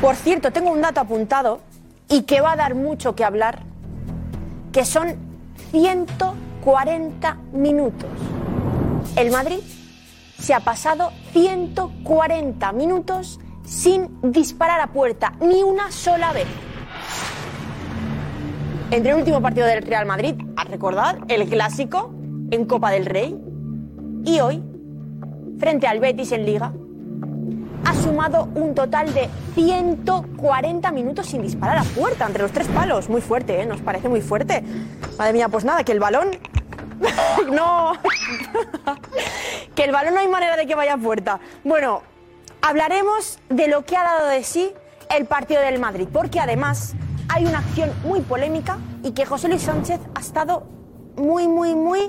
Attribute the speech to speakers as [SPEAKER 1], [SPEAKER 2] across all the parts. [SPEAKER 1] Por cierto, tengo un dato apuntado y que va a dar mucho que hablar, que son 140 minutos. El Madrid se ha pasado 140 minutos sin disparar a puerta ni una sola vez. Entre el último partido del Real Madrid, a recordar, el clásico en Copa del Rey, y hoy, frente al Betis en Liga, ha sumado un total de 140 minutos sin disparar a puerta entre los tres palos. Muy fuerte, ¿eh? Nos parece muy fuerte. Madre mía, pues nada, que el balón... no. que el balón no hay manera de que vaya a puerta. Bueno, hablaremos de lo que ha dado de sí el partido del Madrid, porque además hay una acción muy polémica y que José Luis Sánchez ha estado muy, muy, muy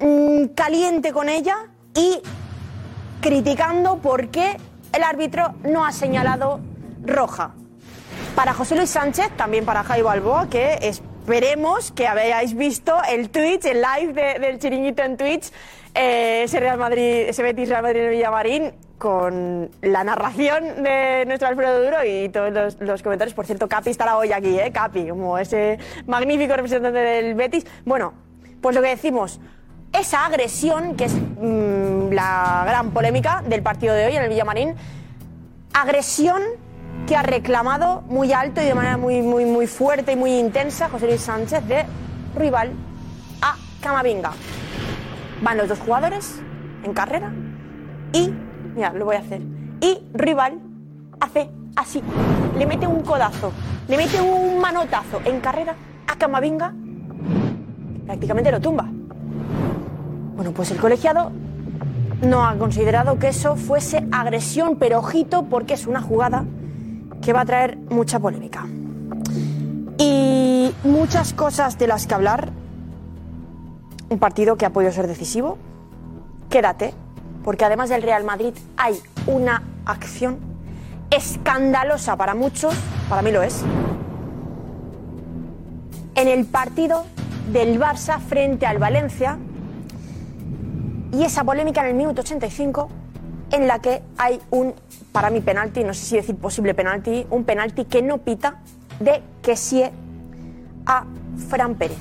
[SPEAKER 1] mm, caliente con ella y criticando por qué el árbitro no ha señalado roja. Para José Luis Sánchez, también para Jai Balboa, que esperemos que habéis visto el Twitch, el live de- del chiringuito en Twitch, eh, ese Real Madrid, ese Betis Real Madrid en Villamarín, con la narración de nuestro Alfredo Duro y todos los, los comentarios. Por cierto, Capi estará hoy aquí, ¿eh? Capi, como ese magnífico representante del Betis. Bueno, pues lo que decimos, esa agresión, que es mm, la gran polémica del partido de hoy en el Villamarín, agresión que ha reclamado muy alto y de manera muy, muy, muy fuerte y muy intensa José Luis Sánchez de rival a Camavinga. Van los dos jugadores en carrera y, mira, lo voy a hacer, y rival hace así, le mete un codazo, le mete un manotazo en carrera a Camavinga, prácticamente lo tumba. Bueno, pues el colegiado no ha considerado que eso fuese agresión, pero ojito porque es una jugada que va a traer mucha polémica. Y muchas cosas de las que hablar. Un partido que ha podido ser decisivo. Quédate, porque además del Real Madrid hay una acción escandalosa para muchos, para mí lo es, en el partido del Barça frente al Valencia y esa polémica en el minuto 85 en la que hay un, para mí, penalti, no sé si decir posible penalti, un penalti que no pita de Kessie a Fran Pérez.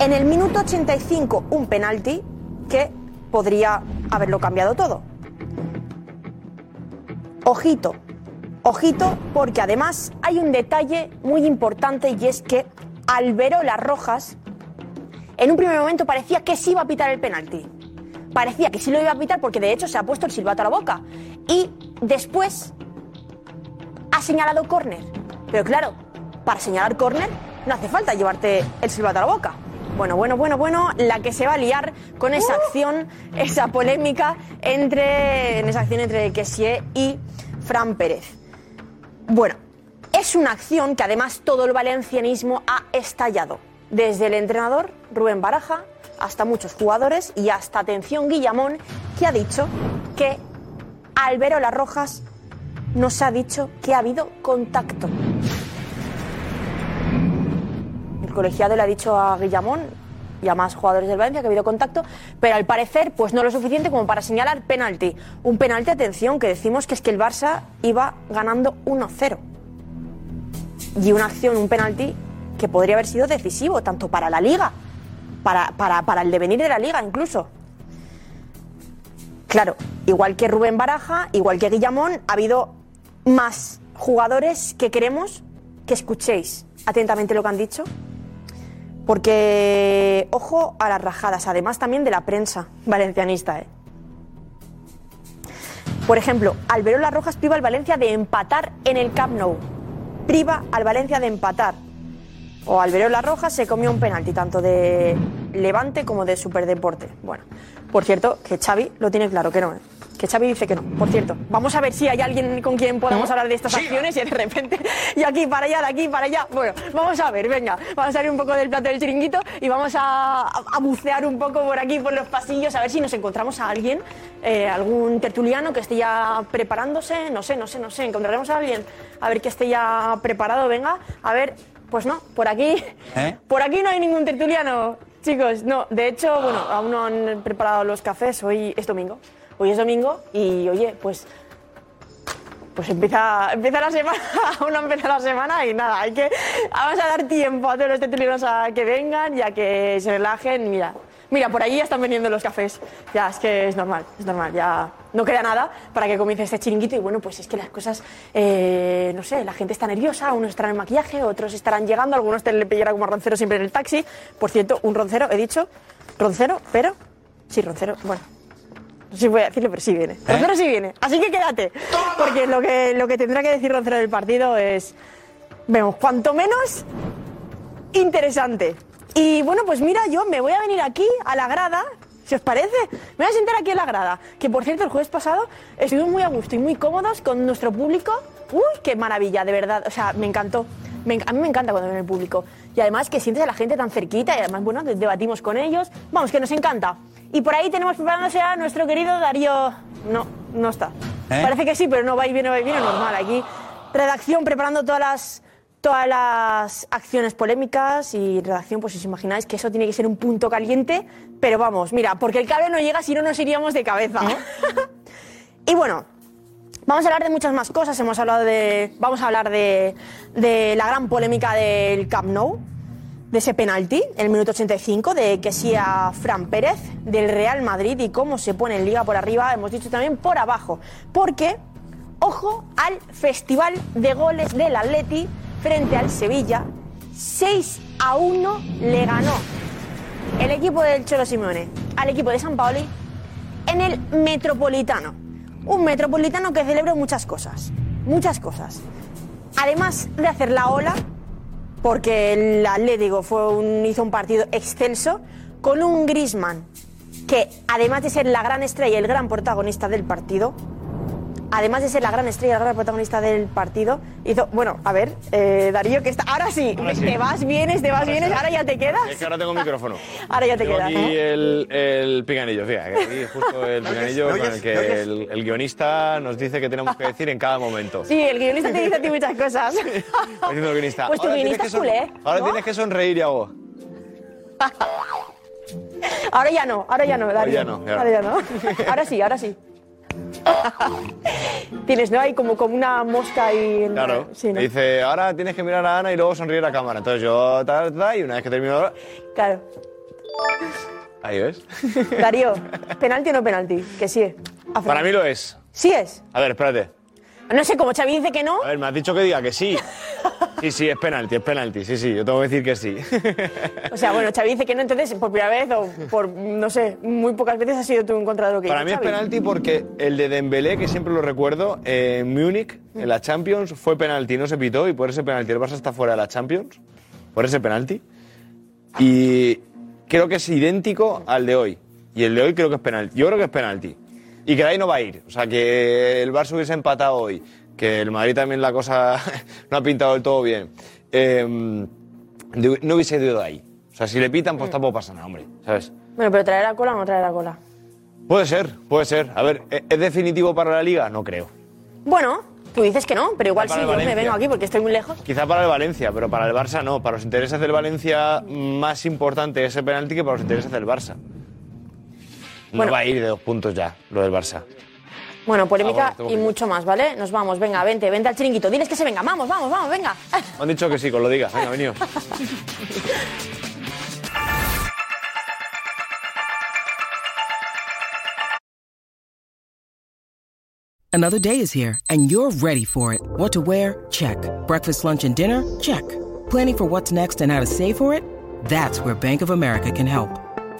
[SPEAKER 1] En el minuto 85 un penalti que podría haberlo cambiado todo. Ojito, ojito porque además hay un detalle muy importante y es que Alberola Rojas en un primer momento parecía que sí iba a pitar el penalti. Parecía que sí lo iba a pitar porque de hecho se ha puesto el silbato a la boca. Y después ha señalado córner. Pero claro, para señalar córner no hace falta llevarte el silbato a la boca. Bueno, bueno, bueno, bueno, la que se va a liar con esa acción, esa polémica entre, en esa acción entre Kessie y Fran Pérez. Bueno, es una acción que además todo el valencianismo ha estallado. Desde el entrenador Rubén Baraja hasta muchos jugadores y hasta atención Guillamón, que ha dicho que Albero Las Rojas nos ha dicho que ha habido contacto. El colegiado le ha dicho a Guillamón y a más jugadores del Valencia que ha habido contacto, pero al parecer pues no lo suficiente como para señalar penalti. Un penalti, atención, que decimos que es que el Barça iba ganando 1-0. Y una acción, un penalti que podría haber sido decisivo, tanto para la liga, para, para, para el devenir de la liga incluso. Claro, igual que Rubén Baraja, igual que Guillamón, ha habido más jugadores que queremos que escuchéis atentamente lo que han dicho. Porque, ojo a las rajadas, además también de la prensa valencianista. ¿eh? Por ejemplo, Alberola Rojas priva al Valencia de empatar en el Camp Nou. Priva al Valencia de empatar. O Alberola Rojas se comió un penalti, tanto de Levante como de Superdeporte. Bueno, por cierto, que Xavi lo tiene claro que no, ¿eh? Que Xavi dice que no, por cierto. Vamos a ver si hay alguien con quien podamos hablar de estas acciones y de repente, y aquí para allá, de aquí para allá. Bueno, vamos a ver, venga, vamos a salir un poco del plato del chiringuito y vamos a, a- a bucear un poco por aquí, por los pasillos, a ver si nos encontramos a alguien, eh, algún tertuliano que esté ya preparándose, no sé, no sé, no sé, encontraremos a alguien, a ver que esté ya preparado, venga, a ver, pues no, por aquí
[SPEAKER 2] ¿Eh?
[SPEAKER 1] por aquí no hay ningún tertuliano, chicos. No, de hecho, bueno, aún no han preparado los cafés. Hoy es domingo. Hoy es domingo y, oye, pues. Pues empieza, empieza la semana, aún no empieza la semana y nada, hay que. Vamos a dar tiempo a todos los tertulianos a que vengan y a que se relajen. Mira, mira, por allí ya están vendiendo los cafés. Ya, es que es normal, es normal, ya. No queda nada para que comience este chiringuito y bueno, pues es que las cosas, eh, no sé, la gente está nerviosa, unos estarán en maquillaje, otros estarán llegando, algunos te le pillará como roncero siempre en el taxi. Por cierto, un roncero, he dicho, roncero, pero, sí, roncero, bueno, no sé si voy a decirle, pero sí viene. Roncero sí viene, así que quédate, porque lo que, lo que tendrá que decir roncero del partido es, vemos, cuanto menos interesante. Y bueno, pues mira, yo me voy a venir aquí a la grada, si os parece. Me voy a sentar aquí en la grada. Que por cierto, el jueves pasado estuvimos muy a gusto y muy cómodos con nuestro público. Uy, qué maravilla, de verdad. O sea, me encantó. Me enc- a mí me encanta cuando viene el público. Y además que sientes a la gente tan cerquita y además, bueno, que debatimos con ellos. Vamos, que nos encanta. Y por ahí tenemos preparándose a nuestro querido Darío. No, no está.
[SPEAKER 3] ¿Eh?
[SPEAKER 1] Parece que sí, pero no va y viene, va y viene, normal. Aquí, redacción preparando todas las, todas las acciones polémicas y redacción, pues si os imagináis que eso tiene que ser un punto caliente, pero vamos, mira, porque el cable no llega si no nos iríamos de cabeza. y bueno, Vamos a hablar de muchas más cosas. Hemos hablado de. Vamos a hablar de, de la gran polémica del Camp Nou, de ese penalti, en el minuto 85, de que sí a Fran Pérez, del Real Madrid y cómo se pone en liga por arriba, hemos dicho también por abajo. Porque, ojo al festival de goles del Atleti frente al Sevilla. 6 a 1 le ganó el equipo del Cholo Simeone al equipo de San Paoli en el Metropolitano. Un Metropolitano que celebra muchas cosas, muchas cosas. Además de hacer la ola, porque el Atlético fue un- hizo un partido excelso, con un Grisman que además de ser la gran estrella y el gran protagonista del partido, además de ser la gran estrella y el gran protagonista del partido, hizo, bueno, a ver, eh, Darío, que está, ahora sí,
[SPEAKER 4] Ahora sí.
[SPEAKER 1] te vas, vienes, te vas,
[SPEAKER 4] Ahora sí.
[SPEAKER 1] vienes, ahora ya te quedas.
[SPEAKER 4] Es que ahora tengo micrófono.
[SPEAKER 1] Ahora ya te
[SPEAKER 4] Tengo
[SPEAKER 1] quedas.
[SPEAKER 4] aquí
[SPEAKER 1] ¿no?
[SPEAKER 4] el, el pinganillo, fíjate, que aquí justo el pinganillo
[SPEAKER 5] no
[SPEAKER 4] con
[SPEAKER 5] oyes,
[SPEAKER 4] el que
[SPEAKER 5] no oyes.
[SPEAKER 4] el, el guionista nos dice que tenemos que decir en cada momento.
[SPEAKER 1] Sí, el guionista te dice a ti muchas cosas.
[SPEAKER 4] Está diciendo el guionista,
[SPEAKER 1] Pues tu
[SPEAKER 4] "Ahora tienes
[SPEAKER 1] guionista
[SPEAKER 4] que
[SPEAKER 1] es
[SPEAKER 4] son-
[SPEAKER 1] culé,
[SPEAKER 4] Ahora
[SPEAKER 1] ¿no?
[SPEAKER 4] tienes que sonreír, Iago.
[SPEAKER 1] Ahora ya no, ahora ya no, Darío.
[SPEAKER 4] ya no, ya no.
[SPEAKER 1] Ahora ya no. Ahora sí, ahora sí. Tienes, ¿no? Hay como, como una mosca ahí. en-
[SPEAKER 4] Claro.
[SPEAKER 1] Sí, ¿no?
[SPEAKER 4] Me Dice, ahora tienes que mirar a Ana y luego sonreír a cámara. Entonces yo, tal, tal, y una vez que termino...
[SPEAKER 1] Claro.
[SPEAKER 4] Ahí ves.
[SPEAKER 1] Darío, ¿penalti o no penalti? Que sí. es. A
[SPEAKER 4] Para
[SPEAKER 1] Fran.
[SPEAKER 4] mí lo es.
[SPEAKER 1] Sí es.
[SPEAKER 4] A ver, espérate.
[SPEAKER 1] No sé, como Xavi dice que no.
[SPEAKER 4] A ver, me has dicho que diga que sí. Sí, sí, es penalti, es penalti. Sí, sí, yo tengo que decir que sí.
[SPEAKER 1] O sea, bueno, Xavi dice que no, entonces por primera vez o por, no sé, muy pocas veces has sido tú en contra de lo que
[SPEAKER 4] Para mí
[SPEAKER 1] dice
[SPEAKER 4] es
[SPEAKER 1] Xavi.
[SPEAKER 4] penalti porque el de Dembélé, que siempre lo recuerdo, eh, en Múnich, en la Champions, fue penalti, no se pitó, y por ese penalti el Barça está fuera de la Champions, por ese penalti. Y creo que es idéntico al de hoy. Y el de hoy creo que es penalti. Yo creo que es penalti. Y que de ahí no va a ir. O sea, que el Barça hubiese empatado hoy, que el Madrid también la cosa no ha pintado del todo bien. eh, de- no hubiese ido de ahí. O sea, si le pitan, pues tampoco pasa nada, hombre. ¿Sabes?
[SPEAKER 1] Bueno, pero traer la cola o no traer la cola.
[SPEAKER 4] Puede ser, puede ser. A ver, ¿e- ¿es definitivo para la liga? No creo.
[SPEAKER 1] Bueno, tú dices que no, pero igual sí,
[SPEAKER 4] Para el
[SPEAKER 1] yo me
[SPEAKER 4] Valencia.
[SPEAKER 1] vengo aquí porque estoy muy lejos.
[SPEAKER 4] Quizá para el Valencia, pero para el Barça no. Para los intereses del Valencia, más importante ese penalti que para los intereses del Barça. No va a ir de dos puntos ya, lo del Barça.
[SPEAKER 1] Bueno, polémica
[SPEAKER 4] Ah, bueno, tengo
[SPEAKER 1] y
[SPEAKER 4] que ir.
[SPEAKER 1] mucho más, ¿vale? Nos vamos, venga, vente, vente al chiringuito. Diles que se venga, vamos, vamos, vamos, venga.
[SPEAKER 4] Me han dicho que sí, con lo diga. Venga, venido.
[SPEAKER 6] Another day is here, and you're ready for it. What to wear? Check. Breakfast, lunch, and dinner? Check. Planning for what's next and how to save for it? That's where Bank of America can help.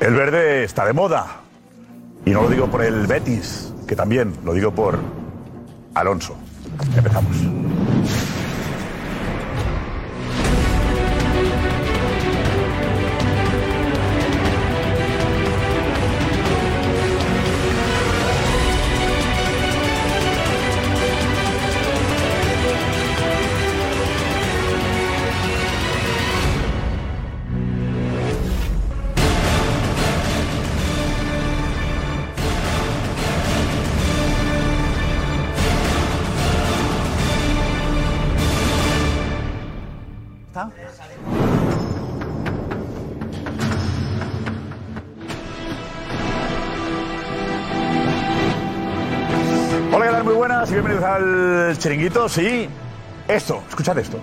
[SPEAKER 2] El verde está de moda. Y no lo digo por el Betis, que también, lo digo por Alonso. Empezamos. Hola, ¿qué tal? Muy buenas y bienvenidos al chiringuito. Sí, esto, escuchad esto.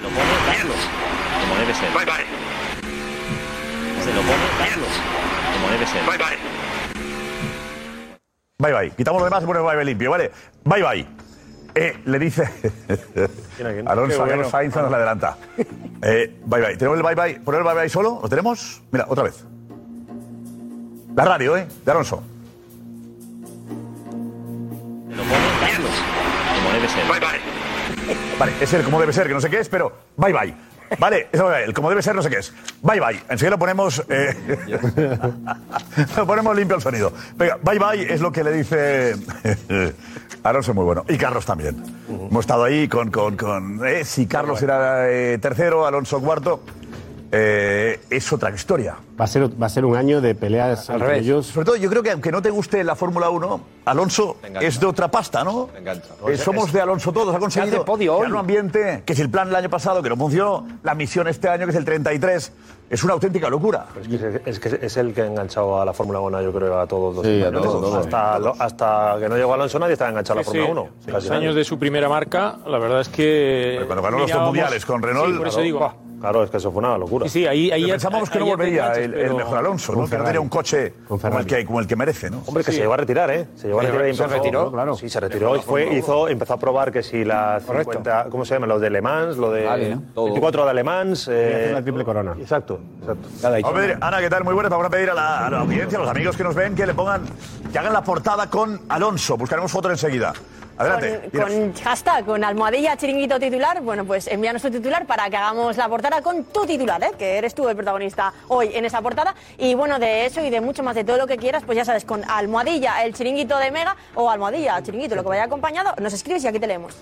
[SPEAKER 3] Como debe ser. Bye bye. Se lo pone Carlos. Como debe ser. Bye bye.
[SPEAKER 2] Bye bye. Quitamos lo demás y ponemos bye bye limpio, ¿vale? Bye bye. Eh, le dice.
[SPEAKER 4] Qué
[SPEAKER 2] Alonso,
[SPEAKER 4] bueno.
[SPEAKER 2] Alonso Sainz nos la adelanta. Eh, bye bye. ¿Tenemos el bye bye? ¿Poner el bye bye solo? ¿Lo tenemos? Mira, otra vez. La radio, ¿eh? De Alonso.
[SPEAKER 3] Carlos. Como debe ser. Bye bye.
[SPEAKER 2] Vale, es el como debe ser, que no sé qué es, pero bye bye. Vale, eso, el como debe ser, no sé qué es. Bye bye. Enseguida lo ponemos. eh, lo ponemos limpio el sonido. Venga, bye bye es lo que le dice. Alonso es muy bueno. Y Carlos también. Hemos estado ahí con. con, con eh, si Carlos era eh, tercero, Alonso cuarto. eh, es otra historia.
[SPEAKER 5] Va a ser, va a ser un año de peleas entre ellos.
[SPEAKER 2] Sobre todo, yo creo que aunque no te guste la Fórmula 1, Alonso es de otra pasta, ¿no? Me
[SPEAKER 4] encanta.
[SPEAKER 2] Eh, somos de Alonso todos, ha conseguido crear un ambiente que es el plan del año pasado, que no funcionó, la misión este año, que es el 33, es una auténtica locura.
[SPEAKER 7] Es que, es que es el que ha enganchado a la Fórmula 1, yo creo, a todos. los
[SPEAKER 2] Sí, a
[SPEAKER 7] españoles.
[SPEAKER 2] todos, todos.
[SPEAKER 7] Hasta, lo- hasta que no llegó Alonso, nadie estaba enganchado a la
[SPEAKER 8] Sí,
[SPEAKER 7] Fórmula
[SPEAKER 8] sí.
[SPEAKER 7] 1.
[SPEAKER 8] Los años de su primera marca, la verdad es que.
[SPEAKER 7] cuando ganó los dos
[SPEAKER 8] mirábamos-
[SPEAKER 7] mundiales con Renault,
[SPEAKER 8] Sí, por eso
[SPEAKER 7] claro,
[SPEAKER 8] digo.
[SPEAKER 7] ¡buah! Claro, es que eso fue una locura.
[SPEAKER 8] Sí, sí, ahí- ahí-
[SPEAKER 2] Pensábamos que no
[SPEAKER 8] ahí ya te
[SPEAKER 2] volvería
[SPEAKER 8] enganchas,
[SPEAKER 2] el, el
[SPEAKER 8] pero-
[SPEAKER 2] mejor Alonso,
[SPEAKER 8] Con
[SPEAKER 2] ¿no? que no
[SPEAKER 8] Ferrari.
[SPEAKER 2] tenía un coche como el, que, como el que merece, ¿no?
[SPEAKER 7] Hombre, que se llegó a retirar, ¿eh? Se llegó a
[SPEAKER 2] Se
[SPEAKER 7] retirar y
[SPEAKER 2] retiró,
[SPEAKER 7] empezó,
[SPEAKER 2] ¿no? Claro.
[SPEAKER 7] Sí, se retiró y fue, hizo, empezó a probar que si las 50, ¿cómo se llama? Los de Le Mans, lo de
[SPEAKER 5] Vale, ¿no?
[SPEAKER 7] 24 de Le Mans. eh,
[SPEAKER 5] la triple corona.
[SPEAKER 7] Exacto, exacto.
[SPEAKER 2] Vamos a pedir- Ana, ¿qué tal? Muy buenas. Vamos a pedir a la, a la audiencia, a los amigos que nos ven, que le pongan, que hagan la portada con Alonso. Buscaremos fotos enseguida. Adelante.
[SPEAKER 1] Con, con hashtag, con almohadilla chiringuito titular, bueno, pues envíanos tu titular para que hagamos la portada con tu titular, ¿eh? que eres tú el protagonista hoy en esa portada. Y bueno, de eso y de mucho más, de todo lo que quieras, pues ya sabes, con almohadilla, el chiringuito de Mega o almohadilla, chiringuito, lo que vaya acompañado, nos escribes y aquí te leemos.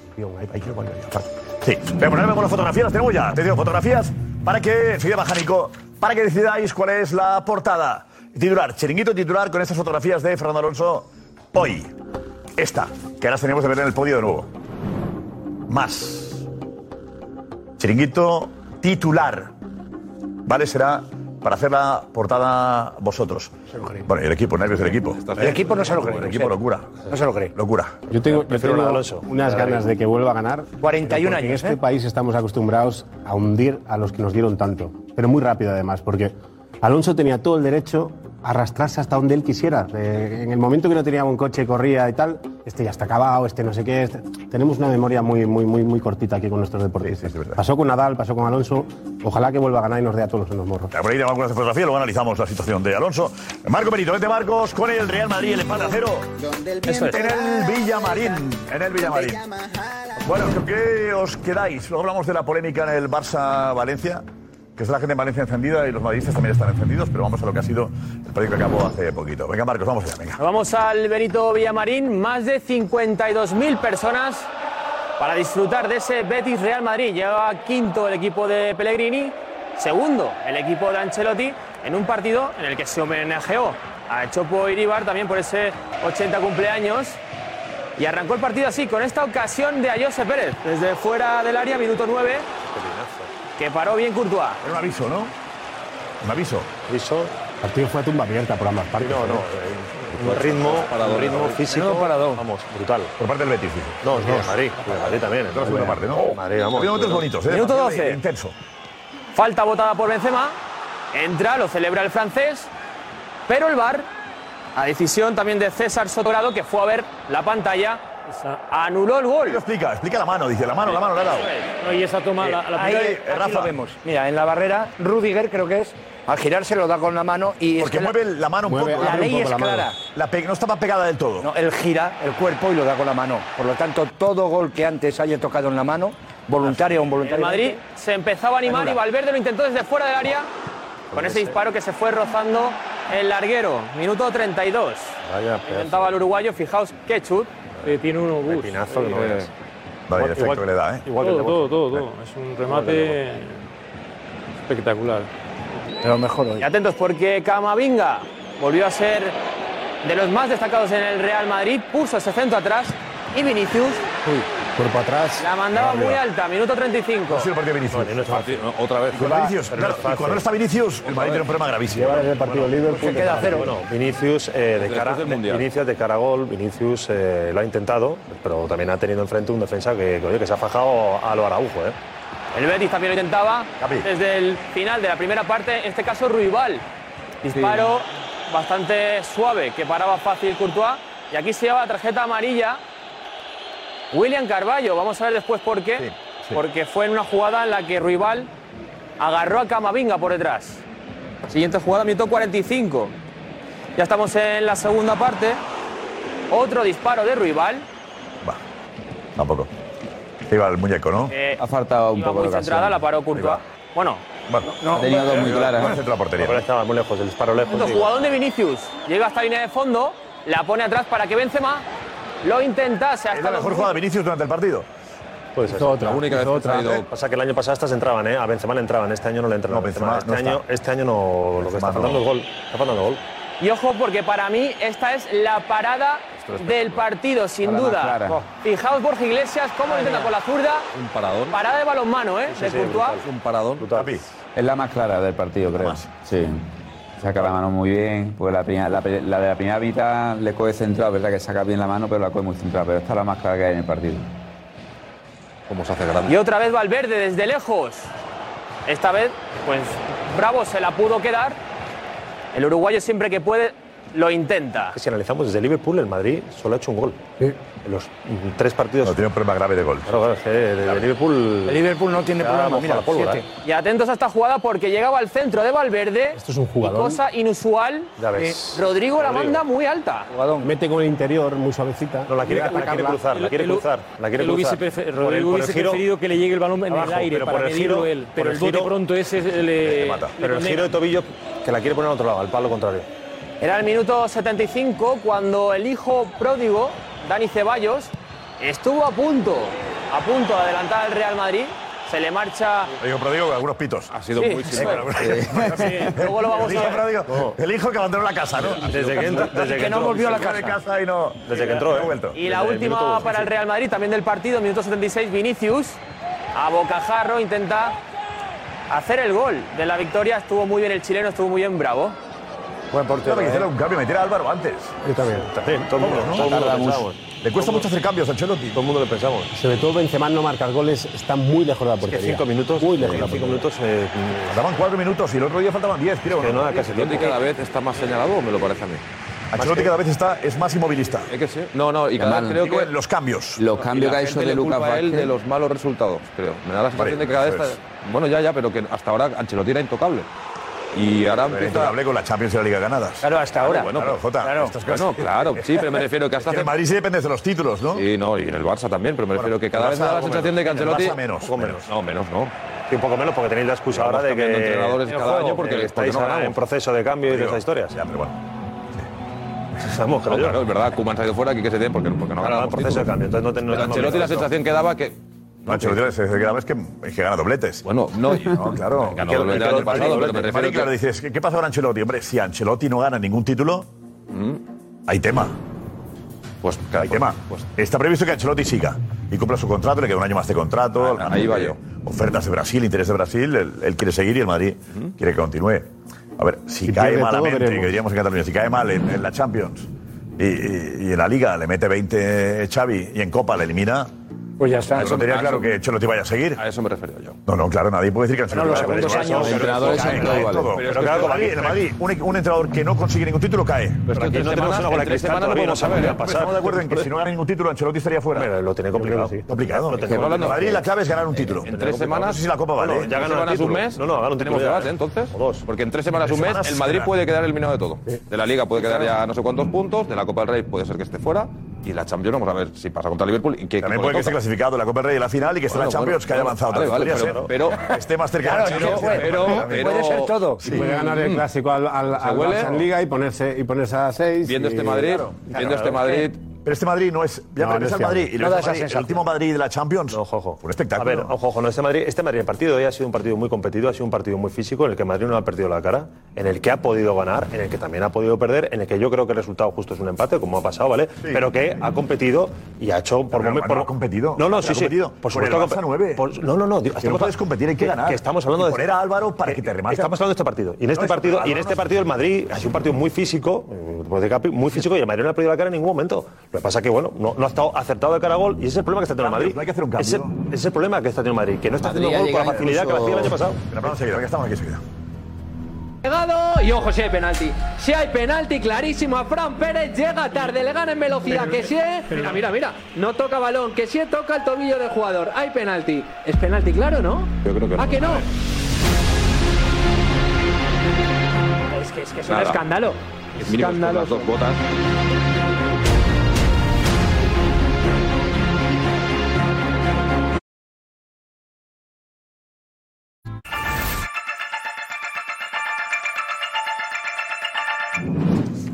[SPEAKER 2] Sí, vemos, ahora vemos las fotografías, las tenemos ya. Te digo, fotografías para que, enseguida baja Nico, para que decidáis cuál es la portada. Titular, chiringuito titular con estas fotografías de Fernando Alonso hoy. Esta, que ahora tenemos de ver en el podio de nuevo. Más. Chiringuito titular. Vale, será para hacer la portada vosotros. Bueno, y el equipo, nervios del equipo.
[SPEAKER 5] El equipo no se lo cree.
[SPEAKER 2] El equipo, locura.
[SPEAKER 5] No se lo cree.
[SPEAKER 2] Locura.
[SPEAKER 5] Yo tengo, yo
[SPEAKER 2] Prefiero
[SPEAKER 5] tengo
[SPEAKER 2] a Alonso.
[SPEAKER 5] unas ganas de que vuelva a ganar.
[SPEAKER 2] 41
[SPEAKER 5] porque En
[SPEAKER 2] años,
[SPEAKER 5] este
[SPEAKER 2] ¿eh?
[SPEAKER 5] país estamos acostumbrados a hundir a los que nos dieron tanto, pero muy rápido además, porque Alonso tenía todo el derecho a arrastrarse hasta donde él quisiera. Eh, en el momento que no tenía un coche, corría y tal, este ya está acabado, este no sé qué. este- Tenemos una memoria muy, muy, muy, muy cortita aquí con nuestros deportistas. pasó con Nadal, pasó con Alonso. Ojalá que vuelva a ganar y nos dé a todos en los morros.
[SPEAKER 2] Por ahí tengo algunas fotografías, luego analizamos la situación de Alonso. Marco Benito, vete Marcos con el Real Madrid, el empate a cero.
[SPEAKER 9] Eso es.
[SPEAKER 2] En el Villamarín. En el Villamarín. Bueno, ¿con qué os quedáis? Luego hablamos de la polémica en el Barça-Valencia, que es la gente en Valencia encendida y los madridistas también están encendidos, pero vamos a lo que ha sido el partido que acabó hace poquito. Venga, Marcos, vamos allá, venga.
[SPEAKER 10] Nos Vamos al Benito Villamarín, más de 52.000 personas para disfrutar de ese Betis Real Madrid. Llega quinto el equipo de Pellegrini, segundo el equipo de Ancelotti en un partido en el que se homenajeó a Chopo Iribar también por ese 80 cumpleaños. Y arrancó el partido así, con esta ocasión de Ayose Pérez, desde fuera del área, minuto 9, que paró bien Courtois.
[SPEAKER 2] Era un aviso, ¿no? Un aviso.
[SPEAKER 7] Aviso.
[SPEAKER 5] El partido fue a tumba abierta por ambas partes.
[SPEAKER 7] No, no,
[SPEAKER 5] ¿eh?
[SPEAKER 7] eh, Un ritmo, un ritmo físico.
[SPEAKER 2] Vamos, brutal. Por parte del Betis, dice.
[SPEAKER 7] No, no, Madrid. Madrid también. Oh,
[SPEAKER 2] La segunda parte, ¿no?
[SPEAKER 7] Madrid, vamos.
[SPEAKER 2] Había momentos bonitos, ¿eh?
[SPEAKER 10] Minuto
[SPEAKER 2] Partido
[SPEAKER 10] 12.
[SPEAKER 2] Intenso.
[SPEAKER 10] Falta votada por Benzema. Entra, lo celebra el francés. Pero el VAR, a decisión también de César Sotogrado, que fue a ver la pantalla, anuló el gol.
[SPEAKER 2] Explica, explica la mano, dice. La mano, la mano, la ha dado.
[SPEAKER 9] No, y esa toma, la, la
[SPEAKER 2] Ahí,
[SPEAKER 9] primera-
[SPEAKER 2] eh,
[SPEAKER 9] aquí
[SPEAKER 2] Rafa.
[SPEAKER 9] lo vemos. Mira, en la barrera, Rudiger creo que es, al girarse lo da con la mano y... es
[SPEAKER 2] Porque
[SPEAKER 9] que
[SPEAKER 2] mueve la mano un
[SPEAKER 9] Mueve,
[SPEAKER 2] poco.
[SPEAKER 9] La
[SPEAKER 2] abre un
[SPEAKER 9] ley
[SPEAKER 2] poco
[SPEAKER 9] es
[SPEAKER 2] la mano.
[SPEAKER 9] clara.
[SPEAKER 2] La pe- no estaba pegada del todo.
[SPEAKER 9] No, él gira el cuerpo y lo da con la mano. Por lo tanto, todo gol que antes haya tocado en la mano, voluntaria o
[SPEAKER 10] El
[SPEAKER 9] involuntaria.
[SPEAKER 10] Madrid se empezaba a animar
[SPEAKER 9] Anula.
[SPEAKER 10] y Valverde lo intentó desde fuera del área con ese disparo que se fue rozando el larguero. Minuto 32.
[SPEAKER 7] Vaya pedazo.
[SPEAKER 10] Intentaba el uruguayo, fijaos qué chut. tiene uno bus.
[SPEAKER 7] Pinazo que no veas.
[SPEAKER 2] Vale, el
[SPEAKER 7] Igual-
[SPEAKER 2] efecto que le da, ¿eh?
[SPEAKER 7] Igual que el
[SPEAKER 8] todo,
[SPEAKER 7] de
[SPEAKER 8] todo,
[SPEAKER 7] Bozo.
[SPEAKER 8] todo, todo. Es un remate espectacular.
[SPEAKER 9] Pero mejor
[SPEAKER 10] Y atentos porque Camavinga volvió a ser de los más destacados en el Real Madrid, puso ese centro atrás y Vinicius
[SPEAKER 11] Uy, cuerpo atrás.
[SPEAKER 10] la mandaba
[SPEAKER 11] Arriba.
[SPEAKER 10] muy alta, minuto 35.
[SPEAKER 2] el partido de Vinicius.
[SPEAKER 11] Otra vez.
[SPEAKER 2] Y con Vinicius, claro, y cuando no está Vinicius, el Madrid tiene un problema gravísimo.
[SPEAKER 7] Lleva desde el partido Liverpool.
[SPEAKER 2] se queda cero.
[SPEAKER 7] Bueno, Vinicius, eh, de
[SPEAKER 2] Después
[SPEAKER 7] cara,
[SPEAKER 2] del
[SPEAKER 7] de-
[SPEAKER 2] Mundial.
[SPEAKER 7] Vinicius de cara a gol, Vinicius eh, lo ha intentado, pero también ha tenido enfrente un defensa que, que, oye, que se ha fajado a lo Araujo. ¿eh?
[SPEAKER 10] El Betis también lo intentaba desde el final de la primera parte, en este caso Ruibal. Disparo bastante suave que paraba fácil Courtois. Y aquí se lleva la tarjeta amarilla William Carballo. Vamos a ver después por qué. Porque fue en una jugada en la que Ruibal agarró a Camavinga por detrás. Siguiente jugada, minuto 45. Ya estamos en la segunda parte. Otro disparo de Ruibal.
[SPEAKER 2] Tampoco. Iba el muñeco, ¿no?
[SPEAKER 10] Eh,
[SPEAKER 2] ha faltado
[SPEAKER 10] Iba muy centrada, la paró Courtois. Bueno,
[SPEAKER 2] Bueno,
[SPEAKER 10] No, Ha tenido dos muy claras.
[SPEAKER 2] Bueno, centro a portería.
[SPEAKER 7] Pero estaba muy lejos, el disparo lejos.
[SPEAKER 10] Segundo
[SPEAKER 7] digo.
[SPEAKER 10] jugador de Vinicius. Llega hasta la línea de fondo, la pone atrás para que Benzema lo intentase. Hasta los
[SPEAKER 2] Mejor jugada de Vinicius durante el partido.
[SPEAKER 7] Puede ser.
[SPEAKER 2] Hizo otra,
[SPEAKER 7] Pues La Eh,
[SPEAKER 2] única hizo vez que otra. ha ido-
[SPEAKER 7] Pasa que el año pasado estas entraban, ¿eh? A Benzema le entraban, este año no le entran. a Benzema.
[SPEAKER 2] Benzema
[SPEAKER 7] este,
[SPEAKER 2] no
[SPEAKER 7] año, este año no, lo que está
[SPEAKER 2] Benzema no.
[SPEAKER 7] faltando es gol. Está faltando gol.
[SPEAKER 10] Y ojo, porque para mí esta es la parada
[SPEAKER 7] es
[SPEAKER 10] del partido, sin
[SPEAKER 7] Parada
[SPEAKER 10] duda.
[SPEAKER 7] clara.
[SPEAKER 10] Oh. Fijaos, Borja Iglesias, cómo lo intenta con la zurda.
[SPEAKER 11] Un paradón.
[SPEAKER 10] Parada de balonmano, ¿eh? de Courtois.
[SPEAKER 11] Un paradón.
[SPEAKER 12] Es la más clara del partido, creo. Sí. Saca la mano muy bien, pues la, primera- la pe- la de la primera mitad le coge centrado, verdad que saca bien la mano, pero la coge muy centrada, pero esta es la más clara que hay en el partido.
[SPEAKER 11] Como se hace grande.
[SPEAKER 10] Y otra vez Valverde desde lejos. Esta vez, pues Bravo se la pudo quedar. El uruguayo siempre que puede lo intenta.
[SPEAKER 7] Si analizamos desde Liverpool, el Madrid solo ha hecho un gol. En los mm, tres partidos. No, tiene
[SPEAKER 2] un problema grave de gol.
[SPEAKER 7] Claro, claro, es que desde Liverpool.
[SPEAKER 9] El Liverpool no tiene
[SPEAKER 7] Ya
[SPEAKER 9] problema,
[SPEAKER 7] moja
[SPEAKER 9] mira,
[SPEAKER 7] la pólvora, eh.
[SPEAKER 9] siete.
[SPEAKER 10] Y atentos a esta jugada porque llegaba al centro de Valverde. Esto
[SPEAKER 5] es un Este jugador.
[SPEAKER 10] Cosa inusual.
[SPEAKER 5] Ya ves.
[SPEAKER 10] que Rodrigo, la
[SPEAKER 5] Rodrigo.
[SPEAKER 10] manda muy alta.
[SPEAKER 5] Mete con el interior, muy suavecita. No,
[SPEAKER 7] la quiere- la quiere cruzar, la quiere
[SPEAKER 5] El- el-
[SPEAKER 7] cruzar, la quiere
[SPEAKER 5] el
[SPEAKER 7] cruzar.
[SPEAKER 5] hubiese prefe-
[SPEAKER 7] Por el-
[SPEAKER 5] Rodrigo
[SPEAKER 7] por el
[SPEAKER 5] hubiese
[SPEAKER 7] giro-
[SPEAKER 5] preferido
[SPEAKER 8] Que le llegue el balón en
[SPEAKER 7] Abajo,
[SPEAKER 8] el aire
[SPEAKER 7] pero
[SPEAKER 8] para
[SPEAKER 7] por el
[SPEAKER 8] medirlo
[SPEAKER 7] giro-
[SPEAKER 8] él.
[SPEAKER 7] por
[SPEAKER 8] Pero
[SPEAKER 7] el
[SPEAKER 8] el bote
[SPEAKER 7] giro-
[SPEAKER 8] pronto ese le- le.
[SPEAKER 7] mata.
[SPEAKER 8] le
[SPEAKER 7] Pero el
[SPEAKER 8] condena.
[SPEAKER 7] giro de tobillo que la quiere poner al otro lado, al palo contrario.
[SPEAKER 10] Era el minuto 75 cuando el hijo pródigo, Dani Ceballos, estuvo a punto, a punto de adelantar al Real Madrid. Se le marcha.
[SPEAKER 2] Digo, pero digo, algunos pitos. Ha
[SPEAKER 10] sido Sí, muy sí. simple. Luego lo vamos a
[SPEAKER 2] el hijo,
[SPEAKER 10] ver.
[SPEAKER 2] pero digo, El hijo que abandonó la casa, ¿no?
[SPEAKER 7] Desde que entra- desde que Que no entró. volvió a la
[SPEAKER 2] Se fue de
[SPEAKER 7] casa.
[SPEAKER 2] y no.
[SPEAKER 7] Desde que entró,
[SPEAKER 2] no
[SPEAKER 7] ¿eh?
[SPEAKER 2] ha vuelto.
[SPEAKER 10] Y la última para el Real Madrid, también del partido, minuto 76, Vinicius. A bocajarro intenta hacer el gol de la victoria. Estuvo muy bien el chileno, estuvo muy bien bravo.
[SPEAKER 2] Buen portero. que
[SPEAKER 10] ¿eh?
[SPEAKER 2] hiciera un cambio, metiera a Álvaro antes.
[SPEAKER 5] Yo también.
[SPEAKER 7] todo el mundo,
[SPEAKER 2] Todos, ¿no?
[SPEAKER 7] todo el mundo
[SPEAKER 2] Tarda
[SPEAKER 7] lo
[SPEAKER 2] mucho.
[SPEAKER 7] pensamos.
[SPEAKER 2] Le cuesta mucho hacer cambios a Ancelotti. Todo
[SPEAKER 7] el mundo le pensamos.
[SPEAKER 5] Sobre todo Benzema no marcar goles, está muy lejos de la portería.
[SPEAKER 7] cinco minutos,
[SPEAKER 5] Muy lejos
[SPEAKER 7] eh,
[SPEAKER 5] de la
[SPEAKER 7] cinco
[SPEAKER 5] portería.
[SPEAKER 7] minutos. eh,
[SPEAKER 2] Faltaban cuatro minutos y el otro día faltaban diez, creo.
[SPEAKER 7] Que no da casi
[SPEAKER 2] tiempo.
[SPEAKER 11] Ancelotti cada vez está más señalado, me lo parece a mí.
[SPEAKER 2] Ancelotti cada vez está, es más inmovilista.
[SPEAKER 11] Es que sí. No, no, y cada vez
[SPEAKER 2] Mal.
[SPEAKER 11] creo
[SPEAKER 2] Digo,
[SPEAKER 11] que.
[SPEAKER 2] en los cambios.
[SPEAKER 11] Los cambios que ha hecho de Lucas él
[SPEAKER 2] Vázquez.
[SPEAKER 11] de los malos resultados, creo. Me da la sensación
[SPEAKER 2] Vale,
[SPEAKER 11] de que cada vez
[SPEAKER 2] eso
[SPEAKER 11] está. Bueno, ya, ya, pero que hasta ahora Ancelotti era intocable. Y ahora
[SPEAKER 2] Pero
[SPEAKER 11] empieza.
[SPEAKER 2] intocable con la Champions y la Liga ganadas.
[SPEAKER 9] Claro, hasta ahora.
[SPEAKER 11] Bueno,
[SPEAKER 2] Claro,
[SPEAKER 11] pero-
[SPEAKER 2] Jota,
[SPEAKER 11] claro.
[SPEAKER 2] estas cosas.
[SPEAKER 11] Bueno, claro, sí, pero me refiero que hasta
[SPEAKER 2] Es que en Madrid sí depende de los títulos, ¿no?
[SPEAKER 11] Sí, no, y en el Barça también, pero me refiero que cada
[SPEAKER 2] el
[SPEAKER 11] vez me
[SPEAKER 2] Barça
[SPEAKER 11] da la
[SPEAKER 2] algo
[SPEAKER 11] sensación
[SPEAKER 2] menos.
[SPEAKER 11] de que
[SPEAKER 2] En el
[SPEAKER 11] Ancelotti.
[SPEAKER 2] Barça menos,
[SPEAKER 11] Un poco menos. No, menos, no.
[SPEAKER 7] Sí, un poco menos porque tenéis la excusa
[SPEAKER 11] Vamos
[SPEAKER 7] ahora de
[SPEAKER 11] cambiando
[SPEAKER 7] que.
[SPEAKER 11] entrenadores
[SPEAKER 7] en
[SPEAKER 11] cada
[SPEAKER 7] juego,
[SPEAKER 11] año porque-
[SPEAKER 7] eh,
[SPEAKER 11] porque
[SPEAKER 7] estáis
[SPEAKER 11] no
[SPEAKER 7] ahora
[SPEAKER 11] ganamos.
[SPEAKER 7] en proceso de cambio y de esas historias.
[SPEAKER 2] Ya, pero bueno.
[SPEAKER 7] Vamos,
[SPEAKER 11] No, claro, es verdad, Kuman se ha ido fuera, aquí que se den, porque, porque no
[SPEAKER 7] Claro,
[SPEAKER 11] ganamos
[SPEAKER 7] el proceso de
[SPEAKER 11] títulos.
[SPEAKER 7] cambio, entonces no tenemos-
[SPEAKER 11] Pero Ancelotti la sensación que daba que.
[SPEAKER 2] No, Ancelotti se se quedaba es que, es que gana dobletes.
[SPEAKER 11] Bueno, no.
[SPEAKER 2] claro.
[SPEAKER 11] Ganó doblete el año pasado, pero me refiero
[SPEAKER 2] Madrid, claro,
[SPEAKER 11] que-
[SPEAKER 2] dices, ¿qué- ¿qué pasa con Ancelotti? Hombre, si Ancelotti no gana ningún título, hay tema.
[SPEAKER 11] Mm. Pues,
[SPEAKER 2] hay tema. Está previsto que Ancelotti siga y cumpla su contrato, le queda un año más de contrato.
[SPEAKER 11] Ah, ahí va yo.
[SPEAKER 2] Ofertas de Brasil, interés de Brasil, él, él quiere seguir y el Madrid quiere que continúe. A ver, si,
[SPEAKER 5] Si
[SPEAKER 2] cae
[SPEAKER 5] pierde todo,
[SPEAKER 2] malamente,
[SPEAKER 5] veremos.
[SPEAKER 2] que diríamos en Cataluña, si cae mal en, en la Champions y, y- y en la Liga le mete 20 Xavi y en Copa le elimina.
[SPEAKER 9] Pues ya está.
[SPEAKER 2] Yo no tenía claro que Ancelotti vaya a seguir. A
[SPEAKER 11] eso me refería yo.
[SPEAKER 2] No, no, claro, nadie puede decir que
[SPEAKER 11] No,
[SPEAKER 2] Ancelotti
[SPEAKER 11] los
[SPEAKER 2] vaya a seguir.
[SPEAKER 11] segundos años- Los entrenadores
[SPEAKER 2] Cae,
[SPEAKER 11] son
[SPEAKER 2] cae todo.
[SPEAKER 11] globales. Pero es
[SPEAKER 2] Pero
[SPEAKER 11] que
[SPEAKER 2] claro,
[SPEAKER 11] este
[SPEAKER 2] en Madrid,
[SPEAKER 11] Madrid-
[SPEAKER 2] en Madrid, un, un entrenador que no consigue ningún título cae. aquí
[SPEAKER 7] Pero entre
[SPEAKER 2] no tenemos
[SPEAKER 7] semanas-
[SPEAKER 2] una bola de
[SPEAKER 7] entre
[SPEAKER 2] cristal
[SPEAKER 7] semanas no
[SPEAKER 2] todavía, no
[SPEAKER 7] podemos
[SPEAKER 2] sabemos
[SPEAKER 7] saber.
[SPEAKER 2] qué va a pasar. Estamos de acuerdo en que si no gana ningún título, Ancelotti estaría fuera.
[SPEAKER 7] lo tiene
[SPEAKER 2] Complicado.
[SPEAKER 7] complicado. Lo tiene
[SPEAKER 2] Pero
[SPEAKER 7] complicado.
[SPEAKER 2] hablando- Madrid, la clave es ganar un título.
[SPEAKER 11] En tres
[SPEAKER 2] No
[SPEAKER 11] semanas.
[SPEAKER 2] sé si la Copa vale.
[SPEAKER 11] Bueno, ya ganó
[SPEAKER 2] el
[SPEAKER 11] un mes.
[SPEAKER 2] No, no, ganó un título
[SPEAKER 11] Tenemos
[SPEAKER 2] ya.
[SPEAKER 11] debate entonces. Porque en tres semanas,
[SPEAKER 2] Tres
[SPEAKER 11] un mes,
[SPEAKER 2] semanas,
[SPEAKER 11] el Madrid
[SPEAKER 2] claro.
[SPEAKER 11] puede quedar eliminado de todo. De la Liga puede quedar ya no sé cuántos puntos, de la Copa del Rey puede ser que esté fuera. Y la Champions, vamos a ver si pasa contra Liverpool. Y qué
[SPEAKER 2] También
[SPEAKER 11] equipo
[SPEAKER 2] puede
[SPEAKER 11] le
[SPEAKER 2] que esté
[SPEAKER 11] toca.
[SPEAKER 2] clasificado en la Copa del Rey y la final y que esté en la
[SPEAKER 11] Bueno,
[SPEAKER 2] Champions,
[SPEAKER 11] bueno,
[SPEAKER 2] que haya avanzado.
[SPEAKER 11] vale, vale,
[SPEAKER 2] Podría ser.
[SPEAKER 11] pero- pero-
[SPEAKER 2] esté más cerca de la Champions.
[SPEAKER 5] Puede ser todo. Y puede ganar el clásico al, al,
[SPEAKER 2] ¿Se
[SPEAKER 5] al
[SPEAKER 2] huele?
[SPEAKER 5] Barça en Liga y ponerse, y ponerse a 6.
[SPEAKER 2] Viendo este Madrid, viendo este Madrid. Pero este Madrid no es. Ya
[SPEAKER 5] No,
[SPEAKER 2] pero
[SPEAKER 5] no
[SPEAKER 2] ves
[SPEAKER 5] es
[SPEAKER 2] al Madrid.
[SPEAKER 5] fiable.
[SPEAKER 2] y ves
[SPEAKER 5] No
[SPEAKER 2] al
[SPEAKER 5] da esa
[SPEAKER 2] Madrid, el
[SPEAKER 5] sensación.
[SPEAKER 2] último Madrid de la Champions.
[SPEAKER 7] Ojo, ojo.
[SPEAKER 2] Un
[SPEAKER 7] A
[SPEAKER 2] espectáculo.
[SPEAKER 7] ver, ojo, ojo, no, este Madrid, este Madrid el partido hoy ha sido un partido muy competido, ha sido un partido muy físico, en el que Madrid no ha perdido la cara, en el que ha podido ganar, en el que también ha podido perder, en el que yo creo que el resultado justo es un empate, como ha pasado, ¿vale? Pero que ha competido y ha hecho por
[SPEAKER 2] Pero
[SPEAKER 7] momentos.
[SPEAKER 2] no ha competido.
[SPEAKER 7] No, no,
[SPEAKER 2] Ha
[SPEAKER 7] sí, sí.
[SPEAKER 2] competido.
[SPEAKER 7] Por
[SPEAKER 2] Por el
[SPEAKER 7] supuesto.
[SPEAKER 2] Barça nueve.
[SPEAKER 7] Por- no, no, no. digo,
[SPEAKER 2] Que no puedes competir, hay que ganar.
[SPEAKER 7] Que estamos hablando
[SPEAKER 2] Y
[SPEAKER 7] de.
[SPEAKER 2] poner a Álvaro para que te remate.
[SPEAKER 7] Estamos hablando de este partido. Y en
[SPEAKER 2] No
[SPEAKER 7] este
[SPEAKER 2] es-
[SPEAKER 7] partido, y en
[SPEAKER 2] Álvaro
[SPEAKER 7] este
[SPEAKER 2] no-
[SPEAKER 7] partido el Madrid ha sido un partido muy físico, eh, por decir que muy físico, y el Madrid no ha perdido la cara en ningún momento. Lo que pasa es que, bueno, no, no ha estado acertado de cara a gol, y ese es el problema que está teniendo el
[SPEAKER 2] Cambios,
[SPEAKER 7] Madrid.
[SPEAKER 2] no hay que hacer un cambio.
[SPEAKER 7] Ese- Ese es el problema que está teniendo el Madrid, que no está haciendo
[SPEAKER 2] Madrid ha
[SPEAKER 7] gol con la
[SPEAKER 2] llegado
[SPEAKER 7] facilidad que lo hacía el año
[SPEAKER 2] incluso-
[SPEAKER 7] pasado.
[SPEAKER 2] Pero vamos enseguida, que estamos aquí enseguida.
[SPEAKER 13] Llegado y ojo si hay penalti. Si hay penalti clarísimo a Fran Pérez, llega tarde, le gana en velocidad que si mira, mira, mira, no toca balón, que si toca el tobillo del jugador. Hay penalti. ¿Es penalti claro, no?
[SPEAKER 11] Yo creo que
[SPEAKER 13] ¿Ah,
[SPEAKER 11] no.
[SPEAKER 13] que no? Es que es, que es un
[SPEAKER 11] Nada.
[SPEAKER 13] escándalo.
[SPEAKER 11] Es mínimo por las dos botas.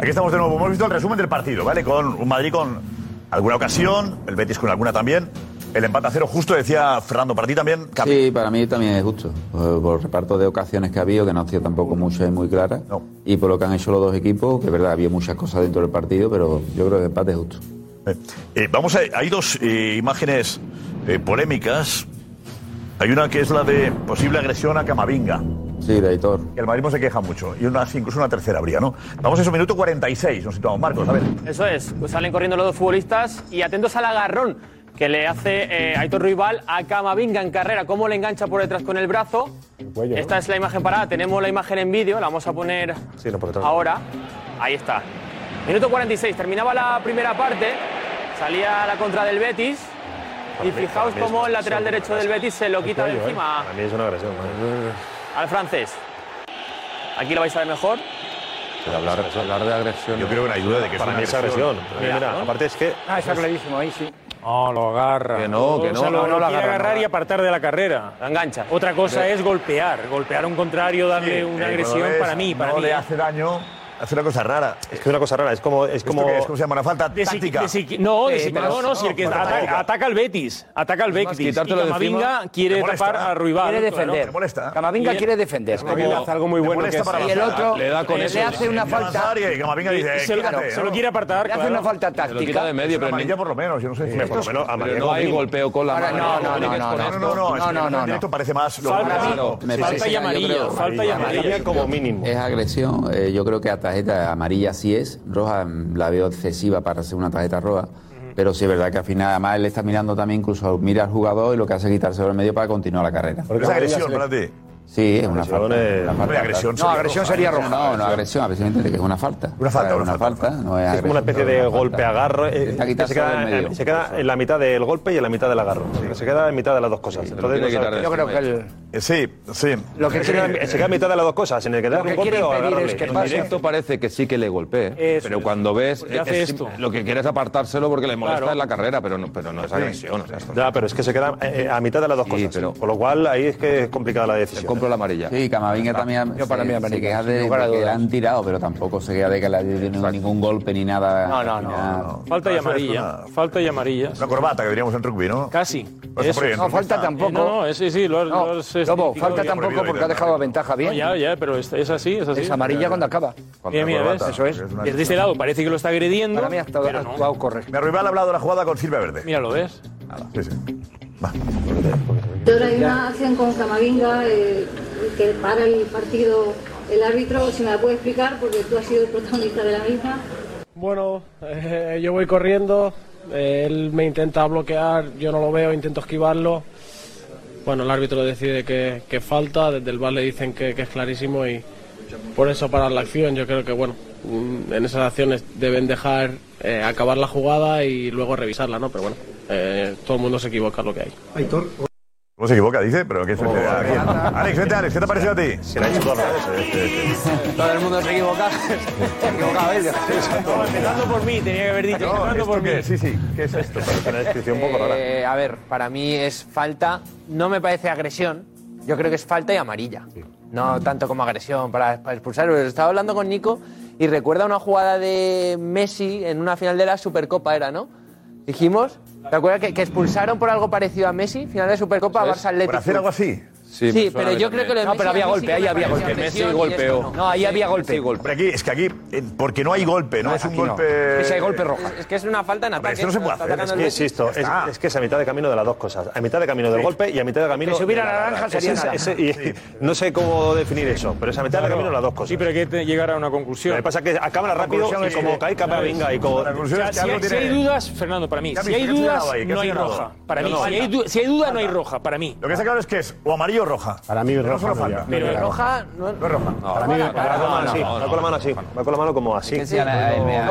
[SPEAKER 2] Aquí estamos de nuevo. Hemos visto el resumen del partido, ¿vale? Con un Madrid con alguna ocasión, el Betis con alguna también. El empate a cero, justo decía Fernando, para ti también.
[SPEAKER 12] Sí, para mí también es justo. eh, Por el reparto de ocasiones que ha habido, que no ha sido tampoco muchas y muy claras. Y por lo que han hecho los dos equipos, que es verdad, había muchas cosas dentro del partido, pero yo creo que el empate es justo.
[SPEAKER 2] Eh, vamos a. Hay dos eh, imágenes eh, polémicas. Hay una que es la de posible agresión a Camavinga.
[SPEAKER 12] Sí, de Aitor.
[SPEAKER 2] El Madrid no se queja mucho. Y una, incluso una tercera habría, ¿no? Vamos a eso, minuto 46. Nos situamos, Marcos. A ver.
[SPEAKER 10] Eso es, pues salen corriendo los dos futbolistas y atentos al agarrón que le hace eh, Aitor Rival a Camavinga en carrera, cómo le engancha por detrás con el brazo.
[SPEAKER 7] cuello, ¿no?
[SPEAKER 10] Esta es la imagen parada, tenemos la imagen en vídeo, la vamos a poner
[SPEAKER 7] Sí, no, por detrás.
[SPEAKER 10] ahora. Ahí está. Minuto 46, terminaba la primera parte, salía la contra del Betis y
[SPEAKER 7] Para mí-
[SPEAKER 10] fijaos
[SPEAKER 7] para mí es
[SPEAKER 10] cómo el
[SPEAKER 7] una
[SPEAKER 10] lateral
[SPEAKER 7] agresión.
[SPEAKER 10] derecho del Betis se lo
[SPEAKER 7] El
[SPEAKER 10] quita de
[SPEAKER 7] cuello, ¿eh?
[SPEAKER 10] encima
[SPEAKER 7] A mí es una agresión. ¿eh?
[SPEAKER 10] al francés. Aquí lo vais a ver mejor.
[SPEAKER 11] Pero hablar, hablar de agresión.
[SPEAKER 2] Yo creo que no hay duda de que
[SPEAKER 7] Para mí es agresión. Para mí, mira, aparte es que.
[SPEAKER 9] Ah, está clarísimo, ahí sí.
[SPEAKER 8] No, lo agarra.
[SPEAKER 11] Que no, que
[SPEAKER 8] O
[SPEAKER 11] no.
[SPEAKER 8] sea, lo,
[SPEAKER 11] No, no
[SPEAKER 8] lo
[SPEAKER 11] lo
[SPEAKER 8] quiere
[SPEAKER 11] agarra,
[SPEAKER 8] agarrar
[SPEAKER 11] no.
[SPEAKER 8] y apartar de la carrera.
[SPEAKER 10] engancha.
[SPEAKER 8] Otra cosa
[SPEAKER 2] Pero-
[SPEAKER 8] es golpear. Golpear a un contrario, darle
[SPEAKER 2] Sí,
[SPEAKER 8] una
[SPEAKER 2] eh,
[SPEAKER 8] agresión
[SPEAKER 2] cuando ves,
[SPEAKER 8] para mí. Para
[SPEAKER 2] no
[SPEAKER 8] mí. ¿eh?
[SPEAKER 2] le hace daño, hace una cosa rara.
[SPEAKER 7] Es que es una cosa rara, es como. Es
[SPEAKER 2] como, es como se llama una falta
[SPEAKER 8] De psiqui-
[SPEAKER 2] táctica.
[SPEAKER 8] de psiqui- no, de
[SPEAKER 2] Eh,
[SPEAKER 8] psiqui-
[SPEAKER 2] más-
[SPEAKER 8] no, no, si el que
[SPEAKER 2] falta
[SPEAKER 8] ataca,
[SPEAKER 2] táctica.
[SPEAKER 8] ataca al Betis, ataca al Betis. Y
[SPEAKER 9] quitártelo de
[SPEAKER 8] Camavinga
[SPEAKER 9] encima.
[SPEAKER 8] quiere
[SPEAKER 9] Te molesta,
[SPEAKER 8] tapar a
[SPEAKER 9] ¿eh?
[SPEAKER 8] Ruibal.
[SPEAKER 9] Quiere defender.
[SPEAKER 8] Te
[SPEAKER 2] molesta.
[SPEAKER 9] Camavinga
[SPEAKER 8] Y-
[SPEAKER 9] quiere defender.
[SPEAKER 8] Es como- Camavinga hace algo muy
[SPEAKER 9] Te
[SPEAKER 8] bueno
[SPEAKER 9] molesta
[SPEAKER 8] que es-
[SPEAKER 9] para Y el avanzar. otro Le da con le eso. hace una
[SPEAKER 2] Quiere
[SPEAKER 9] falta-
[SPEAKER 2] avanzar Y Camavinga
[SPEAKER 9] Y-
[SPEAKER 2] dice,
[SPEAKER 9] y se lo-
[SPEAKER 2] "Quítate",
[SPEAKER 9] se lo
[SPEAKER 2] ¿no?
[SPEAKER 9] quiere apartar, Le hace claro. una falta Se lo táctica. quita de medio,
[SPEAKER 2] Es una
[SPEAKER 9] pero
[SPEAKER 2] amarilla
[SPEAKER 9] ni-
[SPEAKER 2] por lo menos, yo no sé.
[SPEAKER 9] Hombre, por lo menos amarilla como mínimo. Ahora, no, no, no, no, no,
[SPEAKER 2] no, no,
[SPEAKER 9] no,
[SPEAKER 2] es que
[SPEAKER 9] no, no,
[SPEAKER 2] en directo
[SPEAKER 9] no.
[SPEAKER 2] parece más lo
[SPEAKER 9] Falta-
[SPEAKER 2] raro.
[SPEAKER 12] Me parece que yo creo- Es agresión. eh, yo creo que a tarjeta amarilla sí es. Roja mm, la veo excesiva para ser una tarjeta roja. Pero sí es verdad que al final, además, él está mirando también, incluso mira al jugador y lo que hace es quitarse del medio para continuar la carrera.
[SPEAKER 2] Porque es agresión para ti.
[SPEAKER 12] Sí, es una
[SPEAKER 2] Agresión
[SPEAKER 12] falta.
[SPEAKER 2] es-
[SPEAKER 12] una falta.
[SPEAKER 2] No, agresión sería No, agresión roja. sería roja.
[SPEAKER 12] No, no, agresión, agresión entiende que es una falta. Una falta, una, falta. No es,
[SPEAKER 7] Es como
[SPEAKER 12] agresión,
[SPEAKER 7] una especie
[SPEAKER 12] pero
[SPEAKER 7] de
[SPEAKER 12] una
[SPEAKER 7] golpe
[SPEAKER 12] falta.
[SPEAKER 7] agarro. eh,
[SPEAKER 12] Intenta
[SPEAKER 7] que se
[SPEAKER 12] quitarse del
[SPEAKER 7] queda,
[SPEAKER 12] medio.
[SPEAKER 7] se queda en la mitad del golpe y en la mitad del agarro. Se queda en mitad de las dos cosas. Entonces,
[SPEAKER 11] tiene que
[SPEAKER 7] no
[SPEAKER 11] quitar de
[SPEAKER 7] sabe-
[SPEAKER 11] encima
[SPEAKER 2] Eh, Sí, sí.
[SPEAKER 7] Lo que
[SPEAKER 11] quiere-
[SPEAKER 7] se, queda, se queda en mitad de las dos cosas, en el que
[SPEAKER 11] Lo
[SPEAKER 7] dar un
[SPEAKER 11] que
[SPEAKER 7] golpe
[SPEAKER 11] quiere
[SPEAKER 7] o
[SPEAKER 11] impedir
[SPEAKER 7] agarrarle.
[SPEAKER 11] es que
[SPEAKER 7] En
[SPEAKER 11] pase.
[SPEAKER 7] directo
[SPEAKER 11] parece que sí que le golpee, ¿eh?
[SPEAKER 7] Eso
[SPEAKER 11] pero
[SPEAKER 7] es.
[SPEAKER 11] cuando ves
[SPEAKER 7] Porque hace
[SPEAKER 11] es-
[SPEAKER 7] esto.
[SPEAKER 11] lo que quieres es apartárselo porque le molesta
[SPEAKER 7] Claro.
[SPEAKER 11] en la carrera, pero no, pero no es
[SPEAKER 7] Sí.
[SPEAKER 11] agresión. o sea, esto-
[SPEAKER 7] Ya, pero es que se queda eh, eh, a mitad de las dos cosas. Con lo cual, ahí es que es complicada la decisión. compro
[SPEAKER 11] la amarilla.
[SPEAKER 12] Sí, Camavinga también
[SPEAKER 7] Yo
[SPEAKER 12] se,
[SPEAKER 7] para mí amarilla,
[SPEAKER 12] se queja de,
[SPEAKER 7] sin lugar a
[SPEAKER 12] de que le
[SPEAKER 7] dudas.
[SPEAKER 12] han tirado, pero tampoco se queja de que le han tenido ningún golpe ni nada.
[SPEAKER 8] No, no,
[SPEAKER 12] Al
[SPEAKER 8] no,
[SPEAKER 12] final-
[SPEAKER 8] Falta y
[SPEAKER 12] Eso es
[SPEAKER 8] amarilla. Falta y amarilla.
[SPEAKER 2] Ah, Una corbata que diríamos en rugby, ¿no? Pues
[SPEAKER 8] Casi.
[SPEAKER 2] está
[SPEAKER 8] Eso.
[SPEAKER 2] prohibido, No, entonces falta está- tampoco.
[SPEAKER 8] Eh, No, no, ese sí, lo has-
[SPEAKER 9] No,
[SPEAKER 8] lo has
[SPEAKER 9] Lobo,
[SPEAKER 8] escenificado
[SPEAKER 9] falta
[SPEAKER 8] bien.
[SPEAKER 9] tampoco Prohibido, porque ha dejado la ventaja bien.
[SPEAKER 8] No, ya, ya, pero es, es así, es así.
[SPEAKER 9] Es amarilla cuando acaba.
[SPEAKER 8] Bien, bien, ¿ves?
[SPEAKER 9] Eso es.
[SPEAKER 8] Desde ese este lado parece que lo está agrediendo.
[SPEAKER 9] Para mí ha estado- ha actuado correcto.
[SPEAKER 2] Me rival ha hablado de la jugada con Silvia Verde.
[SPEAKER 8] Mira, ¿lo ves?
[SPEAKER 2] Sí, sí.
[SPEAKER 14] Y ahora hay una acción con Camavinga eh, que para el partido el árbitro, si me la puede explicar, porque tú has sido el protagonista de la misma.
[SPEAKER 15] Bueno, eh, yo voy corriendo, eh, él me intenta bloquear, yo no lo veo, intento esquivarlo. Bueno, el árbitro decide que, que falta, desde el bar le dicen que, que es clarísimo y por eso parar la acción. Yo creo que, bueno, mm, en esas acciones deben dejar eh, acabar la jugada y luego revisarla, ¿no? Pero bueno, eh, todo el mundo se equivoca lo que hay.
[SPEAKER 2] Aitor. ¿Cómo se equivoca? Dice, pero ¿qué es
[SPEAKER 10] Oh,
[SPEAKER 2] Alex, vete, Alex, ¿qué te ha parecido a ti?
[SPEAKER 7] Se la ha hecho todo al revés, eh, eh, eh.
[SPEAKER 16] Todo el mundo se equivoca. Se
[SPEAKER 9] ¿eh?
[SPEAKER 16] equivoca, ¿ves?
[SPEAKER 17] Empezando por mí, tenía que haber dicho.
[SPEAKER 2] No,
[SPEAKER 17] Empezando por
[SPEAKER 2] ¿esto
[SPEAKER 17] mí.
[SPEAKER 2] qué? Sí, sí, ¿qué es esto? Parece una descripción un poco rara.
[SPEAKER 10] Eh, a ver, para mí es falta, no me parece agresión, yo creo que es falta y amarilla. No tanto como agresión para, para expulsar. Pero Estaba hablando con Nico y recuerda una jugada de Messi en una final de la Supercopa, era, ¿no? Dijimos, ¿te acuerdas que, que expulsaron por algo parecido a Messi? Final de Supercopa,
[SPEAKER 2] ¿Sabes?
[SPEAKER 10] Barça Atlético.
[SPEAKER 2] ¿Por hacer algo así?
[SPEAKER 10] Sí, Sí, me suena pero a mí yo creo también. que lo de
[SPEAKER 3] No, pero
[SPEAKER 10] Messi
[SPEAKER 3] había
[SPEAKER 10] a mí sí
[SPEAKER 3] golpe,
[SPEAKER 10] que
[SPEAKER 3] ahí
[SPEAKER 10] me
[SPEAKER 3] había
[SPEAKER 10] parecía
[SPEAKER 3] golpe.
[SPEAKER 10] agresión y esto no. No, ahí había golpe.
[SPEAKER 2] Pero aquí, es que aquí, eh, porque no hay golpe, no, es un golpe.
[SPEAKER 10] Es, es que es una falta en ataque.
[SPEAKER 7] eso no se puede
[SPEAKER 10] está
[SPEAKER 7] hacer. Es
[SPEAKER 10] atacando
[SPEAKER 7] que,
[SPEAKER 10] el Betis.
[SPEAKER 7] insisto, es, es que es a mitad de camino de las dos cosas. A mitad de camino del
[SPEAKER 10] Sí.
[SPEAKER 7] golpe y a mitad de camino.
[SPEAKER 10] Que si hubiera
[SPEAKER 7] de la
[SPEAKER 10] naranja
[SPEAKER 7] nada.
[SPEAKER 10] sería
[SPEAKER 7] Ese-
[SPEAKER 10] naranja.
[SPEAKER 7] ese- y- No sé cómo definir eso, pero es a mitad de camino de las dos cosas. Sí, pero hay que llegar a una conclusión. Lo que pasa es que a cámara
[SPEAKER 18] La
[SPEAKER 7] rápido
[SPEAKER 18] conclusión
[SPEAKER 7] y
[SPEAKER 18] es-
[SPEAKER 7] como cae cámara venga y como.
[SPEAKER 18] La conclusión es que algo
[SPEAKER 19] si hay
[SPEAKER 18] tiene-
[SPEAKER 19] dudas, Fernando, para mí,
[SPEAKER 18] ¿Qué ha
[SPEAKER 19] si
[SPEAKER 18] visto?
[SPEAKER 19] hay
[SPEAKER 18] ¿Qué ha
[SPEAKER 19] dudas,
[SPEAKER 18] señalado ahí? ¿Qué ha
[SPEAKER 19] no hay
[SPEAKER 18] señalado?
[SPEAKER 19] roja. Para
[SPEAKER 18] No,
[SPEAKER 19] mí,
[SPEAKER 18] no,
[SPEAKER 19] si, hay
[SPEAKER 18] falta.
[SPEAKER 19] du- si hay duda, no hay roja, para mí.
[SPEAKER 2] Lo que está claro es que es o amarillo o roja.
[SPEAKER 5] Para mí es
[SPEAKER 2] No
[SPEAKER 5] roja.
[SPEAKER 2] solo falta.
[SPEAKER 19] Pero
[SPEAKER 2] es
[SPEAKER 10] roja. No,
[SPEAKER 2] es roja.
[SPEAKER 7] Para mí, va con la mano así,
[SPEAKER 12] no,
[SPEAKER 7] va con la mano así, va con la mano como así.
[SPEAKER 12] En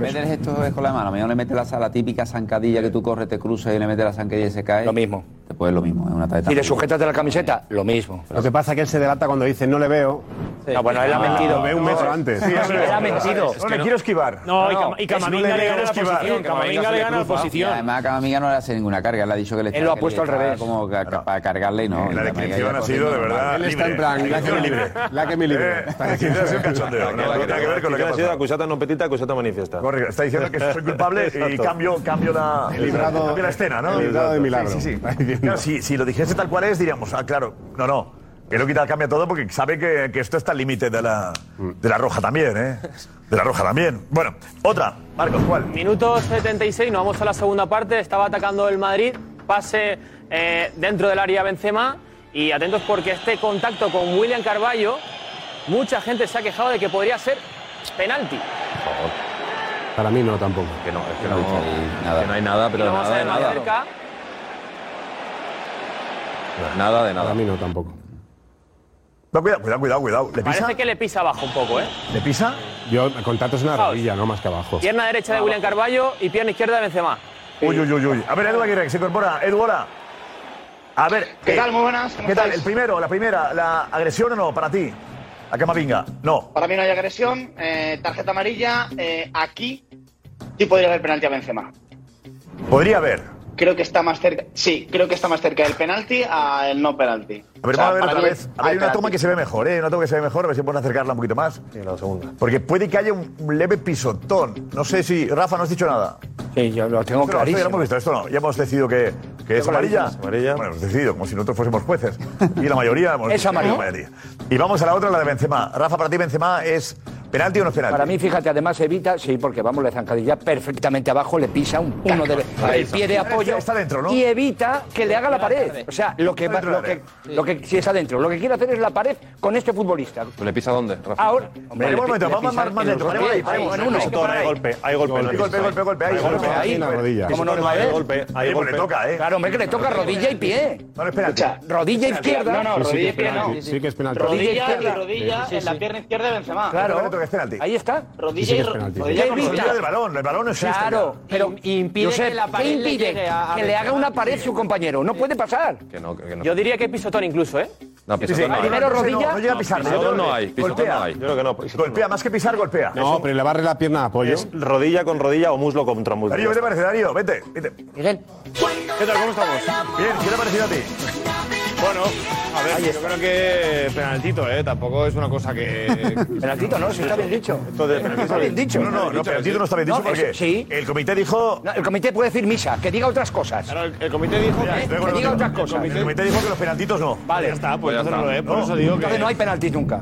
[SPEAKER 12] vez del gesto es con la mano. A mí no le metes la, la típica zancadilla que tú corres, te cruzas y le metes la zancadilla y se cae. Lo mismo. Te puedes lo mismo. Es una tarjeta.
[SPEAKER 3] Y le sujetas de la camiseta, lo mismo.
[SPEAKER 5] Lo que pasa es que él se delata cuando dice no le veo.
[SPEAKER 3] No, bueno, él ha mentido.
[SPEAKER 5] Lo ve un
[SPEAKER 3] No,
[SPEAKER 5] metro antes.
[SPEAKER 3] sí, eso es. Él ha mentido.
[SPEAKER 5] Es que no-
[SPEAKER 19] No, y Cam- y Camavinga le gana la posición. Camavinga le gana la
[SPEAKER 12] Y
[SPEAKER 19] posición.
[SPEAKER 12] además, Camavinga no le hace ninguna carga. Él ha dicho que le
[SPEAKER 19] Él lo ha
[SPEAKER 12] que
[SPEAKER 19] puesto
[SPEAKER 12] le
[SPEAKER 19] al
[SPEAKER 12] está
[SPEAKER 19] revés.
[SPEAKER 12] Como ca- ca- para cargarle y no.
[SPEAKER 2] La descripción ha sido de verdad.
[SPEAKER 12] Él
[SPEAKER 2] libre. La descripción libre.
[SPEAKER 5] La que me
[SPEAKER 2] libre. La que ha sido un cachondeo. No no tiene que ver con lo que ha
[SPEAKER 7] ha sido
[SPEAKER 2] pasado.
[SPEAKER 7] acusata non petita, acusata manifiesta.
[SPEAKER 2] Correcto, está diciendo que soy culpable y
[SPEAKER 7] Exacto.
[SPEAKER 2] cambio, cambio la,
[SPEAKER 7] He librado-
[SPEAKER 2] cambio la escena, ¿no?
[SPEAKER 7] he librado de milagro.
[SPEAKER 2] Sí, sí, sí. Claro, si, si lo dijese tal cual es, diríamos, ah, claro, no, no. Que lo quita, cambia todo porque sabe que, que esto está al límite de la, de la roja también, ¿eh? De la roja también. Bueno, otra, Marcos, ¿cuál?
[SPEAKER 17] Minuto 76, nos vamos a la segunda parte. Estaba atacando el Madrid, pase eh, dentro del área Benzema. Y atentos porque este contacto con William Carballo, mucha gente se ha quejado de que podría ser penalti.
[SPEAKER 5] Para mí no tampoco.
[SPEAKER 11] Que no, es que no, que no hay nada, Ah, pero
[SPEAKER 17] Lo vamos a
[SPEAKER 11] nada de
[SPEAKER 17] ver más
[SPEAKER 11] nada.
[SPEAKER 17] cerca.
[SPEAKER 11] Nada de nada.
[SPEAKER 5] Para mí no tampoco.
[SPEAKER 2] No, cuidado, cuidado, cuidado, cuidado. ¿Le pisa?
[SPEAKER 17] Parece que le pisa abajo un poco, ¿eh?
[SPEAKER 2] ¿Le pisa?
[SPEAKER 5] Yo, el contacto es una rodilla, no más que abajo.
[SPEAKER 17] Pierna derecha de William Carballo y pierna izquierda de Benzema.
[SPEAKER 2] Uy, uy, uy, uy. A ver, Edu Aguirre, que se incorpora. Edu, hola. A ver.
[SPEAKER 17] ¿Qué
[SPEAKER 2] eh,
[SPEAKER 17] tal? Muy buenas, ¿cómo
[SPEAKER 2] ¿Qué tal? El
[SPEAKER 17] estáis?
[SPEAKER 2] primero, la primera, la agresión o no, para ti. A Camavinga. No.
[SPEAKER 20] Para mí no hay agresión, eh, tarjeta amarilla. eh, aquí sí podría haber penalti a Benzema.
[SPEAKER 2] Podría haber.
[SPEAKER 20] Creo que está más cerca. Sí, creo que está más cerca del penalti a el no penalti.
[SPEAKER 2] A
[SPEAKER 20] O
[SPEAKER 2] ver,
[SPEAKER 20] sea,
[SPEAKER 2] vamos a ver
[SPEAKER 20] para
[SPEAKER 2] otra
[SPEAKER 20] mí
[SPEAKER 2] vez. A ver,
[SPEAKER 20] hay
[SPEAKER 2] hay una
[SPEAKER 20] penalti.
[SPEAKER 2] toma que se ve mejor, ¿eh? Una toma que se ve mejor, a ver si puedes acercarla un poquito más. Sí, la segunda. Porque puede que haya un un leve pisotón. No sé si. Rafa, no has dicho nada.
[SPEAKER 3] Sí, yo lo tengo
[SPEAKER 2] Esto no, esto ya lo hemos
[SPEAKER 3] clarísimo.
[SPEAKER 2] visto, esto no. Ya hemos decidido que, que es
[SPEAKER 3] Tengo
[SPEAKER 2] amarilla.
[SPEAKER 3] clarísimo,
[SPEAKER 2] Bueno, hemos decidido, como si nosotros fuésemos jueces. Y la mayoría hemos
[SPEAKER 3] Es
[SPEAKER 2] decidido que
[SPEAKER 3] amarilla.
[SPEAKER 2] Y vamos a la otra, la de Benzema. Rafa, para ti Benzema es penalti o no es penalti.
[SPEAKER 3] Para mí, fíjate, además evita, sí, porque vamos, la zancadilla perfectamente abajo, le pisa un, uno de,
[SPEAKER 2] Ahí
[SPEAKER 3] el
[SPEAKER 2] está.
[SPEAKER 3] pie de apoyo
[SPEAKER 2] Está dentro, ¿no?
[SPEAKER 3] y evita que le haga la pared. O sea, lo que,
[SPEAKER 2] Está
[SPEAKER 3] va-
[SPEAKER 2] dentro
[SPEAKER 3] lo
[SPEAKER 2] del
[SPEAKER 3] que, lo que sí es adentro. Lo que quiere hacer es la pared con este futbolista.
[SPEAKER 11] ¿Le pisa dónde, Rafa?
[SPEAKER 3] Ahora,
[SPEAKER 11] Hombre,
[SPEAKER 3] le
[SPEAKER 11] un
[SPEAKER 3] pi-
[SPEAKER 11] momento,
[SPEAKER 3] le
[SPEAKER 11] vamos
[SPEAKER 3] pisa
[SPEAKER 11] más- más
[SPEAKER 3] en el
[SPEAKER 11] dentro,
[SPEAKER 3] otro
[SPEAKER 11] paremos
[SPEAKER 3] pie,
[SPEAKER 11] ahí, paremos
[SPEAKER 3] en
[SPEAKER 11] ahí,
[SPEAKER 3] uno,
[SPEAKER 11] paremos
[SPEAKER 3] sí que
[SPEAKER 11] ahí.
[SPEAKER 3] para
[SPEAKER 11] Hay
[SPEAKER 3] ahí.
[SPEAKER 11] golpe, hay golpe, no hay
[SPEAKER 3] Golpe, golpe,
[SPEAKER 11] golpe.
[SPEAKER 3] golpe,
[SPEAKER 11] Hay golpe,
[SPEAKER 3] golpe,
[SPEAKER 11] hay
[SPEAKER 3] ahí.
[SPEAKER 11] golpe.
[SPEAKER 3] ¿Cómo no le va a
[SPEAKER 11] Hay
[SPEAKER 3] ver?
[SPEAKER 11] golpe, hay golpe.
[SPEAKER 3] Claro, hombre, que le toca rodilla y pie.
[SPEAKER 2] ¿eh? No, no, espérate.
[SPEAKER 3] Escucha, rodilla
[SPEAKER 20] Espérate,
[SPEAKER 3] izquierda.
[SPEAKER 20] no, no, Sí, sí, rodilla que es
[SPEAKER 2] izquierda penalti, no. sí que es penalti.
[SPEAKER 3] Rodilla
[SPEAKER 20] Rodilla y
[SPEAKER 3] izquierda.
[SPEAKER 20] rodilla en la pierna izquierda de Benzema.
[SPEAKER 3] Claro,
[SPEAKER 2] que es penalti.
[SPEAKER 3] ahí está.
[SPEAKER 20] Rodilla y ro- rodilla
[SPEAKER 3] ¿Qué
[SPEAKER 20] con
[SPEAKER 3] evita?
[SPEAKER 20] rodilla
[SPEAKER 2] del balón, el balón no existe
[SPEAKER 3] Claro,
[SPEAKER 20] ya.
[SPEAKER 3] pero
[SPEAKER 20] impide
[SPEAKER 3] este, Josep,
[SPEAKER 20] que la
[SPEAKER 3] ¿qué
[SPEAKER 20] pared le
[SPEAKER 3] impide
[SPEAKER 20] llegue a- a
[SPEAKER 3] que le
[SPEAKER 20] Benzema?
[SPEAKER 3] haga una pared su compañero? No puede pasar.
[SPEAKER 11] Que no, que no.
[SPEAKER 17] Yo diría que pisotón incluso, ¿eh?
[SPEAKER 11] No,
[SPEAKER 3] Sí,
[SPEAKER 11] pisotón
[SPEAKER 3] sí.
[SPEAKER 11] no hay.
[SPEAKER 3] Primero
[SPEAKER 11] No,
[SPEAKER 3] rodilla.
[SPEAKER 11] no llega a pisar.
[SPEAKER 21] ¿eh?
[SPEAKER 11] Pisotón no hay, pisotón
[SPEAKER 2] Golpea.
[SPEAKER 11] no hay. Yo creo que no. pues, pisotón
[SPEAKER 2] Golpea,
[SPEAKER 11] no.
[SPEAKER 2] más que pisar, golpea.
[SPEAKER 5] No, pero le barre la pierna de apoyo.
[SPEAKER 7] Es rodilla con rodilla o muslo contra muslo.
[SPEAKER 2] Darío, ¿qué te parece, Darío? Vete, vete.
[SPEAKER 3] Miguel.
[SPEAKER 2] ¿Qué tal? ¿Cómo estamos? Bien, ¿qué te ha parecido a ti?
[SPEAKER 4] Bueno, a ver, yo creo que penaltito, ¿eh? Tampoco es una cosa que...
[SPEAKER 3] Penaltito, ¿no? Si está bien dicho.
[SPEAKER 4] Entonces, penaltito
[SPEAKER 3] Está bien dicho.
[SPEAKER 4] No, no, no, penaltito no está bien dicho porque
[SPEAKER 2] el comité dijo...
[SPEAKER 3] el comité puede decir misa, que diga otras cosas.
[SPEAKER 4] Claro, el, el comité dijo
[SPEAKER 3] Mira, estoy con
[SPEAKER 4] que
[SPEAKER 3] el
[SPEAKER 4] diga
[SPEAKER 3] otro.
[SPEAKER 4] otras cosas.
[SPEAKER 3] El comité- El comité dijo que los
[SPEAKER 2] penaltitos no.
[SPEAKER 4] Vale, ya está, pues
[SPEAKER 3] Pues ya
[SPEAKER 4] entonces no lo
[SPEAKER 3] está.
[SPEAKER 4] es. Por
[SPEAKER 3] No.
[SPEAKER 4] eso digo que...
[SPEAKER 3] Entonces no hay penaltis nunca.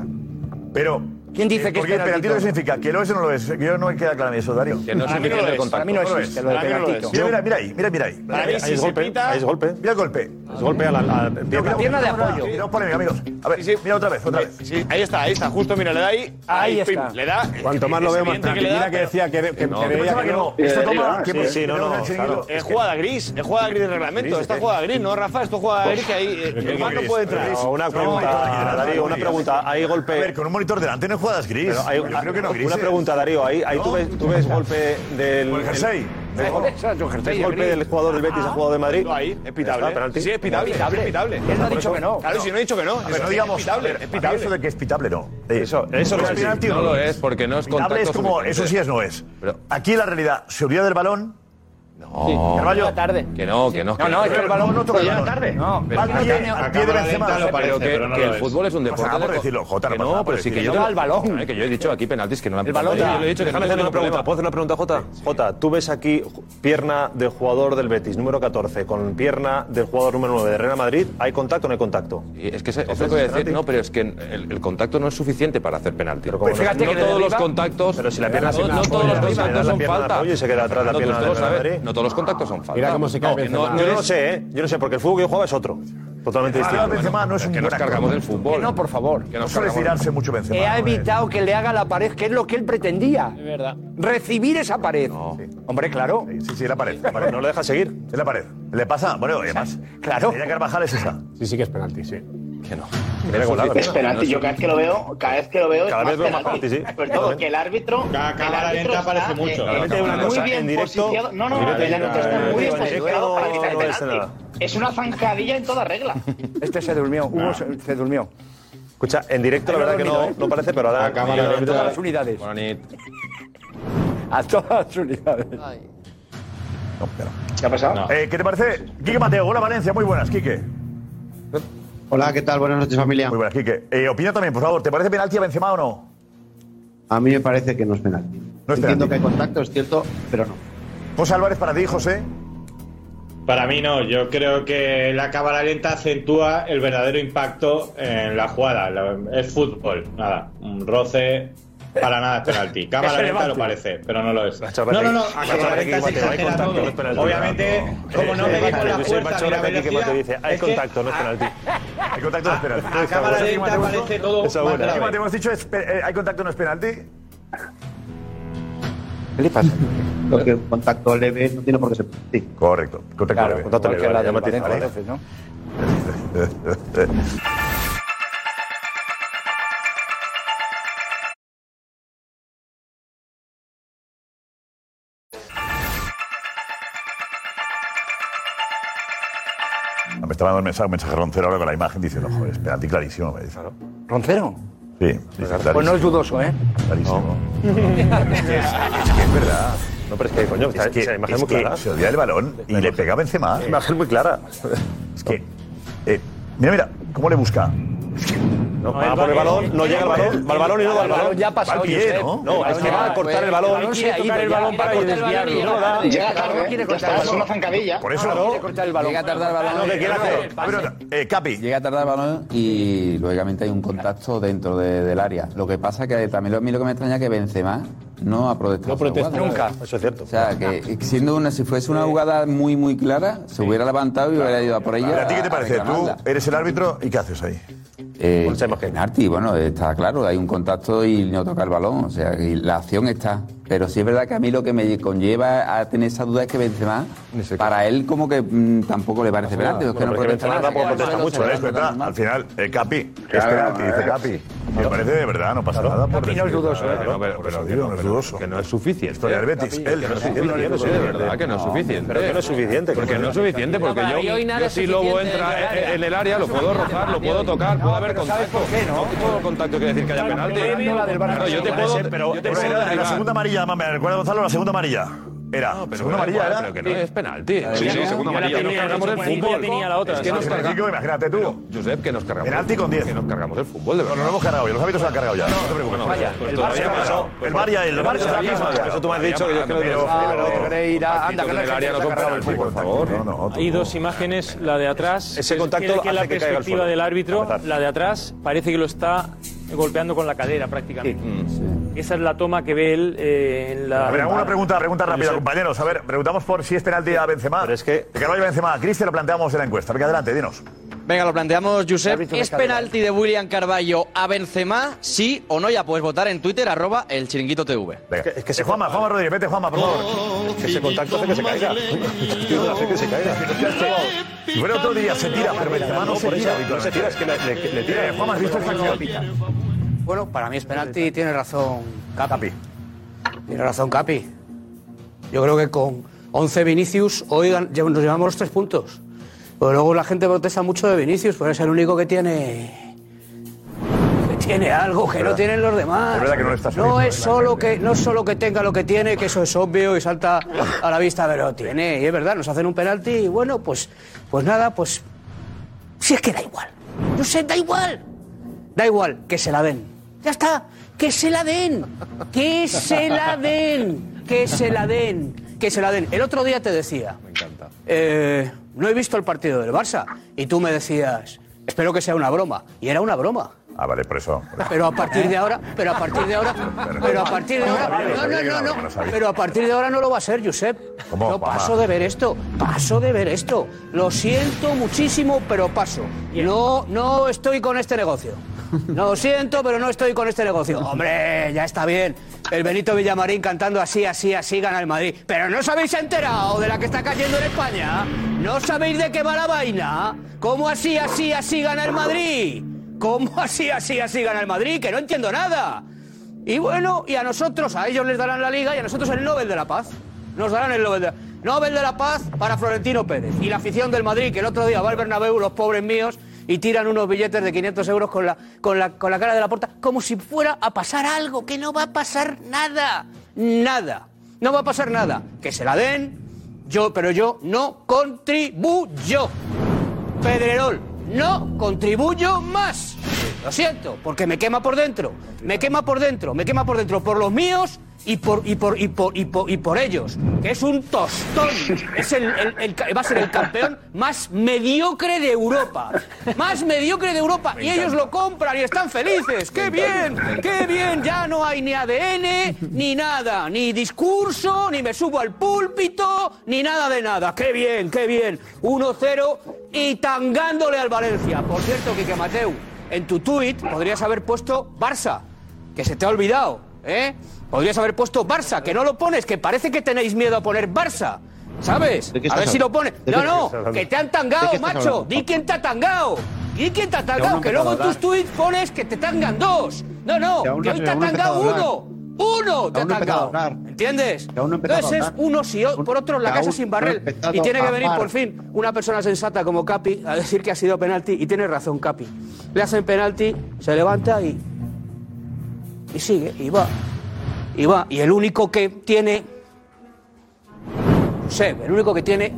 [SPEAKER 2] Pero
[SPEAKER 9] ¿Quién dice que es
[SPEAKER 2] Porque el
[SPEAKER 9] penaltito?
[SPEAKER 2] penaltito qué significa que lo es o no lo es. Yo no me queda claro eso, Darío.
[SPEAKER 9] Que no es Para mí no lo suficiente el es, contacto. para mí no existe lo del
[SPEAKER 2] Para mí no
[SPEAKER 9] penaltito.
[SPEAKER 2] Mira, mira, mira ahí, mira, mira ahí.
[SPEAKER 9] Para mí
[SPEAKER 2] Ahí
[SPEAKER 9] si
[SPEAKER 2] es
[SPEAKER 9] se
[SPEAKER 2] golpe,
[SPEAKER 9] pita-
[SPEAKER 2] ahí es golpe. Mira el golpe.
[SPEAKER 7] Es golpe a la, a la
[SPEAKER 2] Mira,
[SPEAKER 7] pierna.
[SPEAKER 2] mira, mira, mira, mira, No, polémica, amigos. A ver, mira otra vez, otra vez.
[SPEAKER 4] Sí, ahí está, ahí está. Justo, mira, le da ahí.
[SPEAKER 2] Ahí
[SPEAKER 4] pim,
[SPEAKER 2] está.
[SPEAKER 4] le da.
[SPEAKER 5] Cuanto más lo
[SPEAKER 4] Es
[SPEAKER 5] veo, más
[SPEAKER 4] evidente
[SPEAKER 5] tranquilo.
[SPEAKER 4] le da,
[SPEAKER 5] Mira que
[SPEAKER 4] pero-
[SPEAKER 5] decía que, que,
[SPEAKER 4] no,
[SPEAKER 5] que
[SPEAKER 4] pero
[SPEAKER 5] veía
[SPEAKER 4] pensaba
[SPEAKER 5] que
[SPEAKER 4] que
[SPEAKER 5] no.
[SPEAKER 4] no. Eh, Esto
[SPEAKER 7] toma-
[SPEAKER 5] que-
[SPEAKER 7] sí, sí, no, no,
[SPEAKER 5] que-
[SPEAKER 7] claro.
[SPEAKER 4] Es jugada gris, es jugada gris de
[SPEAKER 7] Gris, Pues
[SPEAKER 4] reglamento. Esta
[SPEAKER 7] es-
[SPEAKER 4] jugada gris, ¿no, Rafa? Esto jugada gris que ahí. eh, El
[SPEAKER 7] Gris,
[SPEAKER 4] bar no puede entrar.
[SPEAKER 7] gris. una pregunta, Darío, una pregunta. Hay golpe. A ver, con
[SPEAKER 2] un monitor delante no jugadas gris.
[SPEAKER 7] Pero hay-
[SPEAKER 2] Yo creo que no grises.
[SPEAKER 7] Una pregunta, Darío. Ahí, ahí tú,
[SPEAKER 2] No.
[SPEAKER 7] ves, tú ves golpe del.
[SPEAKER 2] Por el jersey.
[SPEAKER 7] del-
[SPEAKER 9] jersey,
[SPEAKER 7] ¿Ves golpe
[SPEAKER 9] gris.
[SPEAKER 7] del jugador del Betis a jugador de Madrid.
[SPEAKER 4] Ahí, es pitable. ¿eh?
[SPEAKER 7] Está, penalti.
[SPEAKER 4] Sí, es pitable.
[SPEAKER 7] Es pitable.
[SPEAKER 4] Es pitable.
[SPEAKER 7] Él no ha dicho
[SPEAKER 4] que no. Claro, si no he dicho que no.
[SPEAKER 2] A
[SPEAKER 4] Es-
[SPEAKER 2] ver, no
[SPEAKER 4] es
[SPEAKER 2] digamos.
[SPEAKER 4] pitable,
[SPEAKER 2] a ver,
[SPEAKER 4] es pitable.
[SPEAKER 2] Eso de que es pitable, no.
[SPEAKER 7] Eso, eso no es así.
[SPEAKER 2] penalti o
[SPEAKER 7] No lo
[SPEAKER 2] es,
[SPEAKER 7] es, porque no es
[SPEAKER 2] Pitable
[SPEAKER 7] contacto
[SPEAKER 2] es como,
[SPEAKER 7] suficiente.
[SPEAKER 2] eso sí es, no es. Aquí la realidad, se olvida del balón. No. Carvalho.
[SPEAKER 22] tarde.
[SPEAKER 11] Que no, que no.
[SPEAKER 22] No, no, es que el balón
[SPEAKER 2] no toca el balón.
[SPEAKER 22] No,
[SPEAKER 2] Va al
[SPEAKER 11] pero-
[SPEAKER 2] pie,
[SPEAKER 11] Acaba
[SPEAKER 2] al pie de
[SPEAKER 11] la
[SPEAKER 2] Benzema.
[SPEAKER 11] lenta, lo
[SPEAKER 2] Pero
[SPEAKER 11] parece,
[SPEAKER 2] que-
[SPEAKER 11] pero no
[SPEAKER 2] que
[SPEAKER 11] lo
[SPEAKER 2] el
[SPEAKER 11] es.
[SPEAKER 2] fútbol es un
[SPEAKER 11] Pasa
[SPEAKER 2] deporte
[SPEAKER 11] nada
[SPEAKER 2] de
[SPEAKER 11] por
[SPEAKER 2] co-
[SPEAKER 11] decirlo, Jota,
[SPEAKER 2] que
[SPEAKER 11] no,
[SPEAKER 2] no,
[SPEAKER 11] pasa nada
[SPEAKER 2] pero
[SPEAKER 11] por
[SPEAKER 2] si que
[SPEAKER 11] decirlo.
[SPEAKER 2] yo-
[SPEAKER 11] al balón. que yo he dicho aquí penaltis que no han pitado. Yo lo he dicho,
[SPEAKER 7] Déjame
[SPEAKER 11] déjame
[SPEAKER 7] hacer
[SPEAKER 11] hacerle
[SPEAKER 7] una pregunta. ¿Puedo hacer una pregunta, Jota? Jota, tú ves aquí pierna del jugador del Betis, número 14, con pierna del jugador número 9 de Real Madrid. ¿Hay contacto o no hay contacto?
[SPEAKER 11] Es que es lo que voy a decir, no, pero es que el, el contacto no es suficiente para hacer penalti.
[SPEAKER 7] como
[SPEAKER 11] no todos los contactos.
[SPEAKER 7] Pero si la pierna
[SPEAKER 11] no,
[SPEAKER 7] se
[SPEAKER 11] no
[SPEAKER 7] apoya,
[SPEAKER 11] todos los
[SPEAKER 7] si le das
[SPEAKER 11] contactos
[SPEAKER 7] la
[SPEAKER 11] son
[SPEAKER 7] pierna de
[SPEAKER 11] falta.
[SPEAKER 7] apoyo y se queda atrás la
[SPEAKER 11] No, tú
[SPEAKER 7] pierna
[SPEAKER 11] lo
[SPEAKER 7] de Real
[SPEAKER 11] sabes,
[SPEAKER 7] Madrid.
[SPEAKER 11] No todos los contactos son falta.
[SPEAKER 7] No, que no, yo no lo sé, ¿eh? Yo no sé, porque el fútbol que yo jugaba es otro. Totalmente
[SPEAKER 11] Ah,
[SPEAKER 7] distinto.
[SPEAKER 11] Benzema no es un
[SPEAKER 7] que
[SPEAKER 11] buen actor.
[SPEAKER 7] fútbol.
[SPEAKER 11] Que no, por
[SPEAKER 7] favor.
[SPEAKER 11] Que nos No suele cargamos. tirarse
[SPEAKER 2] mucho Benzema.
[SPEAKER 9] Que ha evitado que le haga la pared, que es lo que él pretendía.
[SPEAKER 10] Es verdad.
[SPEAKER 9] Recibir esa pared. Hombre, claro.
[SPEAKER 2] Sí, sí, la pared. la pared.
[SPEAKER 7] No lo deja seguir.
[SPEAKER 2] Es la pared. Le pasa. Bueno, además. Claro. La idea de Carvajal es esa.
[SPEAKER 5] Sí, sí que es penalti, sí.
[SPEAKER 11] Que no.
[SPEAKER 2] Mira cómo la hace.
[SPEAKER 20] Es penalti, yo cada vez que lo veo, cada vez que lo veo
[SPEAKER 7] Cada
[SPEAKER 20] es
[SPEAKER 7] vez veo más
[SPEAKER 20] penalti.
[SPEAKER 7] penalti, sí.
[SPEAKER 20] Sobre todo que el árbitro, el árbitro está, eh,
[SPEAKER 7] Realmente hay una
[SPEAKER 20] muy
[SPEAKER 7] cosa,
[SPEAKER 20] bien
[SPEAKER 7] en directo.
[SPEAKER 20] posiciado- No, no,
[SPEAKER 7] en directo
[SPEAKER 20] el árbitro está muy bien
[SPEAKER 7] en directo
[SPEAKER 20] posicionado para
[SPEAKER 7] no
[SPEAKER 20] quitar el
[SPEAKER 7] es
[SPEAKER 20] penalti.
[SPEAKER 7] nada.
[SPEAKER 20] Es una zancadilla en toda regla.
[SPEAKER 9] Este se durmió, Hugo se, se durmió.
[SPEAKER 7] Escucha, en directo la
[SPEAKER 9] Ahí lo
[SPEAKER 7] verdad que
[SPEAKER 9] ha
[SPEAKER 7] no,
[SPEAKER 9] dormido,
[SPEAKER 7] no parece, pero
[SPEAKER 11] Ah,
[SPEAKER 7] ahora
[SPEAKER 9] A cámara
[SPEAKER 7] el
[SPEAKER 9] lenta.
[SPEAKER 7] árbitro-
[SPEAKER 9] A las unidades. A todas las unidades.
[SPEAKER 20] ¿Qué ha pasado?
[SPEAKER 2] Eh, ¿Qué te parece? Quique Mateo, hola Valencia, muy buenas, Quique.
[SPEAKER 23] Hola, ¿qué tal? Buenas noches, familia.
[SPEAKER 2] Muy buenas, Quique. Eh, opina también, por favor, ¿te parece penalti a Benzema o no?
[SPEAKER 23] A mí me parece que no es penalti.
[SPEAKER 2] No es
[SPEAKER 23] Entiendo
[SPEAKER 2] penalti.
[SPEAKER 23] que hay contacto, es cierto, pero no.
[SPEAKER 2] José Álvarez para ti, José.
[SPEAKER 17] Para mí no, yo creo que la cámara lenta acentúa el verdadero impacto en la jugada. La- Es fútbol, nada, un roce para nada es penalti.
[SPEAKER 7] Que
[SPEAKER 17] Cámara
[SPEAKER 7] se
[SPEAKER 17] lenta lo
[SPEAKER 7] levante.
[SPEAKER 17] parece, pero no lo es. No,
[SPEAKER 7] chorrada
[SPEAKER 17] no, no,
[SPEAKER 2] Ah,
[SPEAKER 7] que-
[SPEAKER 17] a
[SPEAKER 7] la chorrada
[SPEAKER 17] cámara
[SPEAKER 7] que
[SPEAKER 17] lenta se
[SPEAKER 7] Mateo, hay
[SPEAKER 17] exagera
[SPEAKER 7] contacto,
[SPEAKER 17] todo.
[SPEAKER 7] no es penalti.
[SPEAKER 19] Eh,
[SPEAKER 17] Obviamente, como no me di con la fuerza ni la velocidad,
[SPEAKER 7] dice, hay
[SPEAKER 17] es que
[SPEAKER 7] contacto, no es penalti.
[SPEAKER 2] Hay contacto, no es penalti.
[SPEAKER 17] a cámara lenta parece todo
[SPEAKER 2] Esa
[SPEAKER 17] más
[SPEAKER 2] buena.
[SPEAKER 17] grave.
[SPEAKER 2] Quique Mateo, ¿hemos dicho es pe- eh, hay contacto, no es penalti?
[SPEAKER 23] ¿Qué le pasa? Porque un contacto leve no tiene por qué ser penalti.
[SPEAKER 2] Correcto. Contacto leve.
[SPEAKER 23] contacto
[SPEAKER 2] Vale,
[SPEAKER 23] leve,
[SPEAKER 2] vale,
[SPEAKER 23] la
[SPEAKER 2] ya
[SPEAKER 23] del
[SPEAKER 2] matizaré.
[SPEAKER 23] Valencia,
[SPEAKER 2] Ah, Me estaba dando un mensaje, un mensaje roncero ahora con la imagen diciendo, joder, es penalti clarísimo, me dice.
[SPEAKER 9] ¿Roncero?
[SPEAKER 2] Sí, dice,
[SPEAKER 4] Ah.
[SPEAKER 2] clarísimo.
[SPEAKER 9] Pues no es dudoso, ¿eh?
[SPEAKER 2] Clarísimo. Es que es verdad.
[SPEAKER 7] No, pero es que, coño, está- esa imagen muy
[SPEAKER 2] que
[SPEAKER 7] clara.
[SPEAKER 2] Se olvida el balón y le pega a Benzema.
[SPEAKER 7] Sí. Imagen muy clara.
[SPEAKER 2] Es que. eh, mira, mira, ¿cómo le busca?
[SPEAKER 7] No, va por el balón, no llega el balón, va el balón y no da el balón.
[SPEAKER 2] Ya ha pasado,
[SPEAKER 7] Va al pie,
[SPEAKER 2] Josep.
[SPEAKER 7] ¿no?
[SPEAKER 2] El
[SPEAKER 7] No, es
[SPEAKER 2] balón
[SPEAKER 7] que va
[SPEAKER 2] ya-
[SPEAKER 7] a cortar el balón.
[SPEAKER 2] el balón se ha
[SPEAKER 7] tocar
[SPEAKER 2] ido
[SPEAKER 7] el
[SPEAKER 2] ya.
[SPEAKER 7] balón para
[SPEAKER 2] Corta el balón y
[SPEAKER 7] desviarlo.
[SPEAKER 2] llega
[SPEAKER 7] No da.
[SPEAKER 2] tarde. Llega tarde, ¿eh?
[SPEAKER 7] No quiere
[SPEAKER 2] ya está,
[SPEAKER 7] cortar el
[SPEAKER 2] es una
[SPEAKER 7] balón.
[SPEAKER 17] zancadilla.
[SPEAKER 2] Por eso.
[SPEAKER 7] Claro.
[SPEAKER 23] Llega a tardar balón.
[SPEAKER 3] ¿eh?
[SPEAKER 7] No, que quiere hacer.
[SPEAKER 23] A ver, otra.
[SPEAKER 2] Eh, Capi.
[SPEAKER 12] Llega a tardar el balón y lógicamente hay un contacto dentro de- del área. Lo que pasa que también lo- a mí lo que me extraña es que Benzema no ha protestado. esa jugada.
[SPEAKER 7] Eso es cierto.
[SPEAKER 12] O sea, que siendo una, si fuese una jugada muy, muy clara, se hubiera levantado y hubiera ido a por ella.
[SPEAKER 2] ¿A ti qué te parece? Tú
[SPEAKER 12] reclamarla.
[SPEAKER 2] eres el árbitro y ¿qué haces ahí?
[SPEAKER 12] Eh, penalti, bueno, está claro, hay un contacto y no toca el balón, o sea, y la acción está. Pero sí es verdad que a mí lo que me conlleva a tener esa duda es que Benzema, para él como que mm, tampoco le parece penalti, es que no
[SPEAKER 2] Bueno, pero es que
[SPEAKER 12] protesta
[SPEAKER 2] Benzema
[SPEAKER 12] nada,
[SPEAKER 2] tampoco
[SPEAKER 12] se queda malo,
[SPEAKER 2] protesta
[SPEAKER 12] se
[SPEAKER 2] mucho, ¿eh? Es
[SPEAKER 12] levanta
[SPEAKER 2] verdad.
[SPEAKER 12] normal.
[SPEAKER 2] Al final, eh, Capi, es
[SPEAKER 12] Claro,
[SPEAKER 2] penalti, dice
[SPEAKER 12] eh.
[SPEAKER 2] Capi. Me parece de verdad, no pasa nada. por
[SPEAKER 11] Capi no es
[SPEAKER 2] decir-
[SPEAKER 11] dudoso, ¿eh?
[SPEAKER 2] Claro,
[SPEAKER 11] No, pero-
[SPEAKER 2] por
[SPEAKER 11] pero
[SPEAKER 2] eso
[SPEAKER 11] que
[SPEAKER 2] digo,
[SPEAKER 11] no,
[SPEAKER 2] no es
[SPEAKER 11] pero-
[SPEAKER 2] dudoso.
[SPEAKER 11] que no es suficiente.
[SPEAKER 2] Historia del Betis,
[SPEAKER 11] Capi,
[SPEAKER 2] él,
[SPEAKER 11] que
[SPEAKER 2] no
[SPEAKER 11] no es
[SPEAKER 2] es suficiente,
[SPEAKER 11] suficiente,
[SPEAKER 2] no es
[SPEAKER 11] de
[SPEAKER 2] suficiente.
[SPEAKER 11] verdad que no es
[SPEAKER 2] No,
[SPEAKER 11] suficiente.
[SPEAKER 7] pero que no es suficiente,
[SPEAKER 11] Porque
[SPEAKER 7] que no
[SPEAKER 11] no
[SPEAKER 7] es
[SPEAKER 11] es suficiente, porque
[SPEAKER 7] Para
[SPEAKER 11] yo,
[SPEAKER 7] hoy nada
[SPEAKER 11] yo
[SPEAKER 7] es
[SPEAKER 11] si Lobo
[SPEAKER 7] suficiente en el
[SPEAKER 11] entra eh,
[SPEAKER 7] área.
[SPEAKER 11] en- en el área, lo puedo rozar, lo puedo tocar, puede haber contacto. No puedo contacto que decir que haya penalti. Claro, yo te puedo...
[SPEAKER 2] Pero
[SPEAKER 11] yo te
[SPEAKER 2] pero
[SPEAKER 11] puedo
[SPEAKER 2] era la
[SPEAKER 11] derribar.
[SPEAKER 2] segunda amarilla, además, me recuerda Gonzalo, la segunda amarilla. Era. segunda
[SPEAKER 11] pero
[SPEAKER 2] amarilla
[SPEAKER 11] igual,
[SPEAKER 2] era.
[SPEAKER 11] pero que no es penalti. Sí, sí,
[SPEAKER 2] Yo
[SPEAKER 11] segunda
[SPEAKER 2] la
[SPEAKER 11] amarilla. Nos
[SPEAKER 2] tenía,
[SPEAKER 11] cargamos el
[SPEAKER 2] yo tenía
[SPEAKER 11] fútbol.
[SPEAKER 2] la otra.
[SPEAKER 11] Es que nos
[SPEAKER 2] Sí,
[SPEAKER 11] cargamos-
[SPEAKER 2] chico, imagínate tú.
[SPEAKER 11] Pero, Josep, que nos cargamos.
[SPEAKER 2] Penalti con 10.
[SPEAKER 11] Que nos cargamos el fútbol, de
[SPEAKER 2] No,
[SPEAKER 11] verdad.
[SPEAKER 2] no lo hemos cargado ya, los hábitos se lo han cargado ya. No, te preocupes.
[SPEAKER 11] Bueno,
[SPEAKER 2] Vaya,
[SPEAKER 11] pues
[SPEAKER 2] el
[SPEAKER 11] todavía
[SPEAKER 2] Barça
[SPEAKER 11] no.
[SPEAKER 2] pasó.
[SPEAKER 11] Pues
[SPEAKER 2] El Bar y el- el Barça está
[SPEAKER 11] todavía
[SPEAKER 2] aquí,
[SPEAKER 11] no.
[SPEAKER 2] Madrid. Eso tú me has dicho que yo creo que-
[SPEAKER 11] Pero-
[SPEAKER 2] Ah,
[SPEAKER 11] pero-
[SPEAKER 2] pero-
[SPEAKER 11] Negreira, anda,
[SPEAKER 2] Contacto
[SPEAKER 11] que no
[SPEAKER 2] en el
[SPEAKER 11] se
[SPEAKER 2] área no
[SPEAKER 11] saca
[SPEAKER 2] compra
[SPEAKER 11] nada.
[SPEAKER 2] el fútbol, por favor. No, no,
[SPEAKER 19] Hay dos imágenes, la de atrás,
[SPEAKER 7] Ese
[SPEAKER 19] que
[SPEAKER 7] contacto
[SPEAKER 19] es que la
[SPEAKER 7] hace que caiga al
[SPEAKER 19] perspectiva
[SPEAKER 7] suelo.
[SPEAKER 19] del árbitro, la de atrás parece que lo está golpeando con la cadera prácticamente. Esa es la toma que ve él eh, en la.
[SPEAKER 2] A ver, hago una pregunta, pregunta rápida, compañeros. A ver, preguntamos por si es penalti a Benzema. Pero es que... no vaya Benzema. Cristian, lo planteamos en la encuesta. Venga, adelante, dinos.
[SPEAKER 21] Venga, lo planteamos, Josep.
[SPEAKER 2] Árbitro de
[SPEAKER 21] ¿Es
[SPEAKER 2] cadera.
[SPEAKER 21] penalti de William Carballo a Benzema? Sí o no, ya puedes votar en Twitter, arroba el chiringuito TV.
[SPEAKER 2] Es que, se Eh, Juanma, Juanma Rodríguez, vete Juanma, por favor.
[SPEAKER 21] que ese contacto hace que se caiga.
[SPEAKER 2] hace que se caiga. Y bueno, otro día se tira, pero Benzema no se
[SPEAKER 7] por eso,
[SPEAKER 2] tira.
[SPEAKER 7] no se tira, es que le, le- le tira.
[SPEAKER 2] Eh, Juanma, ¿has visto esta acción?
[SPEAKER 6] Bueno, para mí es penalti y tiene razón Capi. Tiene razón Capi. Yo creo que con 11 Vinicius hoy gan- lle- nos llevamos los tres puntos. Pero luego la gente protesta mucho de Vinicius, pero es el único que tiene que tiene algo que no tienen los demás.
[SPEAKER 2] Es verdad que no lo estás
[SPEAKER 6] No es solo que no es solo que tenga lo que tiene, que eso es obvio y salta a la vista, pero tiene, y es verdad, nos hacen un penalti y bueno, pues pues nada, pues si es que da igual. No sé, da igual. Da igual, que se la den. Ya está, que se la den. Que se la den. Que se la den. Que se la den. El otro día te decía, eh, no he visto el partido del Barça. Y tú me decías, espero que sea una broma. Y era una broma.
[SPEAKER 2] Ah, vale, por eso.
[SPEAKER 6] Pero a partir de ahora, pero a partir de ahora, pero a partir de ahora, no, no, no, no, pero a partir de ahora no lo va a ser, Josep.
[SPEAKER 2] ¿Cómo,
[SPEAKER 6] Yo
[SPEAKER 2] papá?
[SPEAKER 6] paso de ver esto, paso de ver esto. Lo siento muchísimo, pero paso. No, no estoy con este negocio. Lo siento, pero no estoy con este negocio. Hombre, ya está bien. El Benito Villamarín cantando así, así, así gana el Madrid. Pero no os habéis enterado de la que está cayendo en España. No sabéis de qué va la vaina. ¿Cómo así, así, así gana el Madrid? ¿Cómo así, así, así gana el Madrid? Que no entiendo nada. Y bueno, y a nosotros, a ellos les darán la liga y a nosotros el Nobel de la Paz. Nos darán el Nobel de la, Nobel de la Paz para Florentino Pérez. Y la afición del Madrid, que el otro día va al Bernabéu, los pobres míos, y tiran unos billetes de 500 euros con la, con la, con la cara de la puerta, como si fuera a pasar algo, que no va a pasar nada. Nada. No va a pasar nada. Que se la den, yo, pero yo no contribuyo. Pedrerol, no contribuyo más. Lo siento, porque me quema por dentro. Me quema por dentro, me quema por dentro, por los míos y por, y por, y por, y por, y por ellos. Que es un tostón. Es el, el- el ca- va a ser el campeón más mediocre de Europa. Más mediocre de Europa. Y ellos lo compran y están felices. ¡Qué bien! ¡Qué bien! Ya no hay ni ADN, ni nada. Ni discurso, ni me subo al púlpito, ni nada de nada. ¡Qué bien! ¡Qué bien! 1-0 y tangándole al Valencia. Por cierto, Quique Mateu, en tu tuit podrías haber puesto Barça, que se te ha olvidado, ¿eh? Podrías haber puesto Barça, que no lo pones, que parece que tenéis miedo a poner Barça. ¿Sabes?
[SPEAKER 21] ¿De qué
[SPEAKER 6] A ver
[SPEAKER 21] estás
[SPEAKER 6] si lo
[SPEAKER 21] hablando?
[SPEAKER 6] pones.
[SPEAKER 21] ¿De
[SPEAKER 6] No,
[SPEAKER 21] qué estás
[SPEAKER 6] no,
[SPEAKER 21] hablando?
[SPEAKER 6] que te han
[SPEAKER 21] ¿De qué
[SPEAKER 6] tangado,
[SPEAKER 21] estás
[SPEAKER 6] macho.
[SPEAKER 21] hablando?
[SPEAKER 6] Di quién te ha tangado. Di quién te ha
[SPEAKER 21] aún no
[SPEAKER 6] tangado.
[SPEAKER 21] ha
[SPEAKER 6] Que luego en
[SPEAKER 21] empezado a
[SPEAKER 6] tus tuits pones que te tangan dos. No, no,
[SPEAKER 21] Que aún no-
[SPEAKER 6] que hoy
[SPEAKER 21] que
[SPEAKER 6] te ha
[SPEAKER 21] aún no ha
[SPEAKER 6] tangado
[SPEAKER 21] empezado a
[SPEAKER 6] uno. Uno te ha
[SPEAKER 21] aún no ha empezado a
[SPEAKER 6] tangado. ¿Entiendes?
[SPEAKER 21] empezado a
[SPEAKER 6] Entonces es
[SPEAKER 21] hablar.
[SPEAKER 6] unos y o- por otros la
[SPEAKER 21] Que
[SPEAKER 6] casa
[SPEAKER 21] aún
[SPEAKER 6] sin
[SPEAKER 21] no ha
[SPEAKER 6] barrel.
[SPEAKER 21] empezado
[SPEAKER 6] Y tiene
[SPEAKER 21] a
[SPEAKER 6] que venir
[SPEAKER 21] hablar.
[SPEAKER 6] por fin una persona sensata como Capi a decir que ha sido penalti. Y tiene razón Capi. Le hacen penalti, se levanta y. Y sigue, y va. Y va. Y el único que tiene. No sé, el único que tiene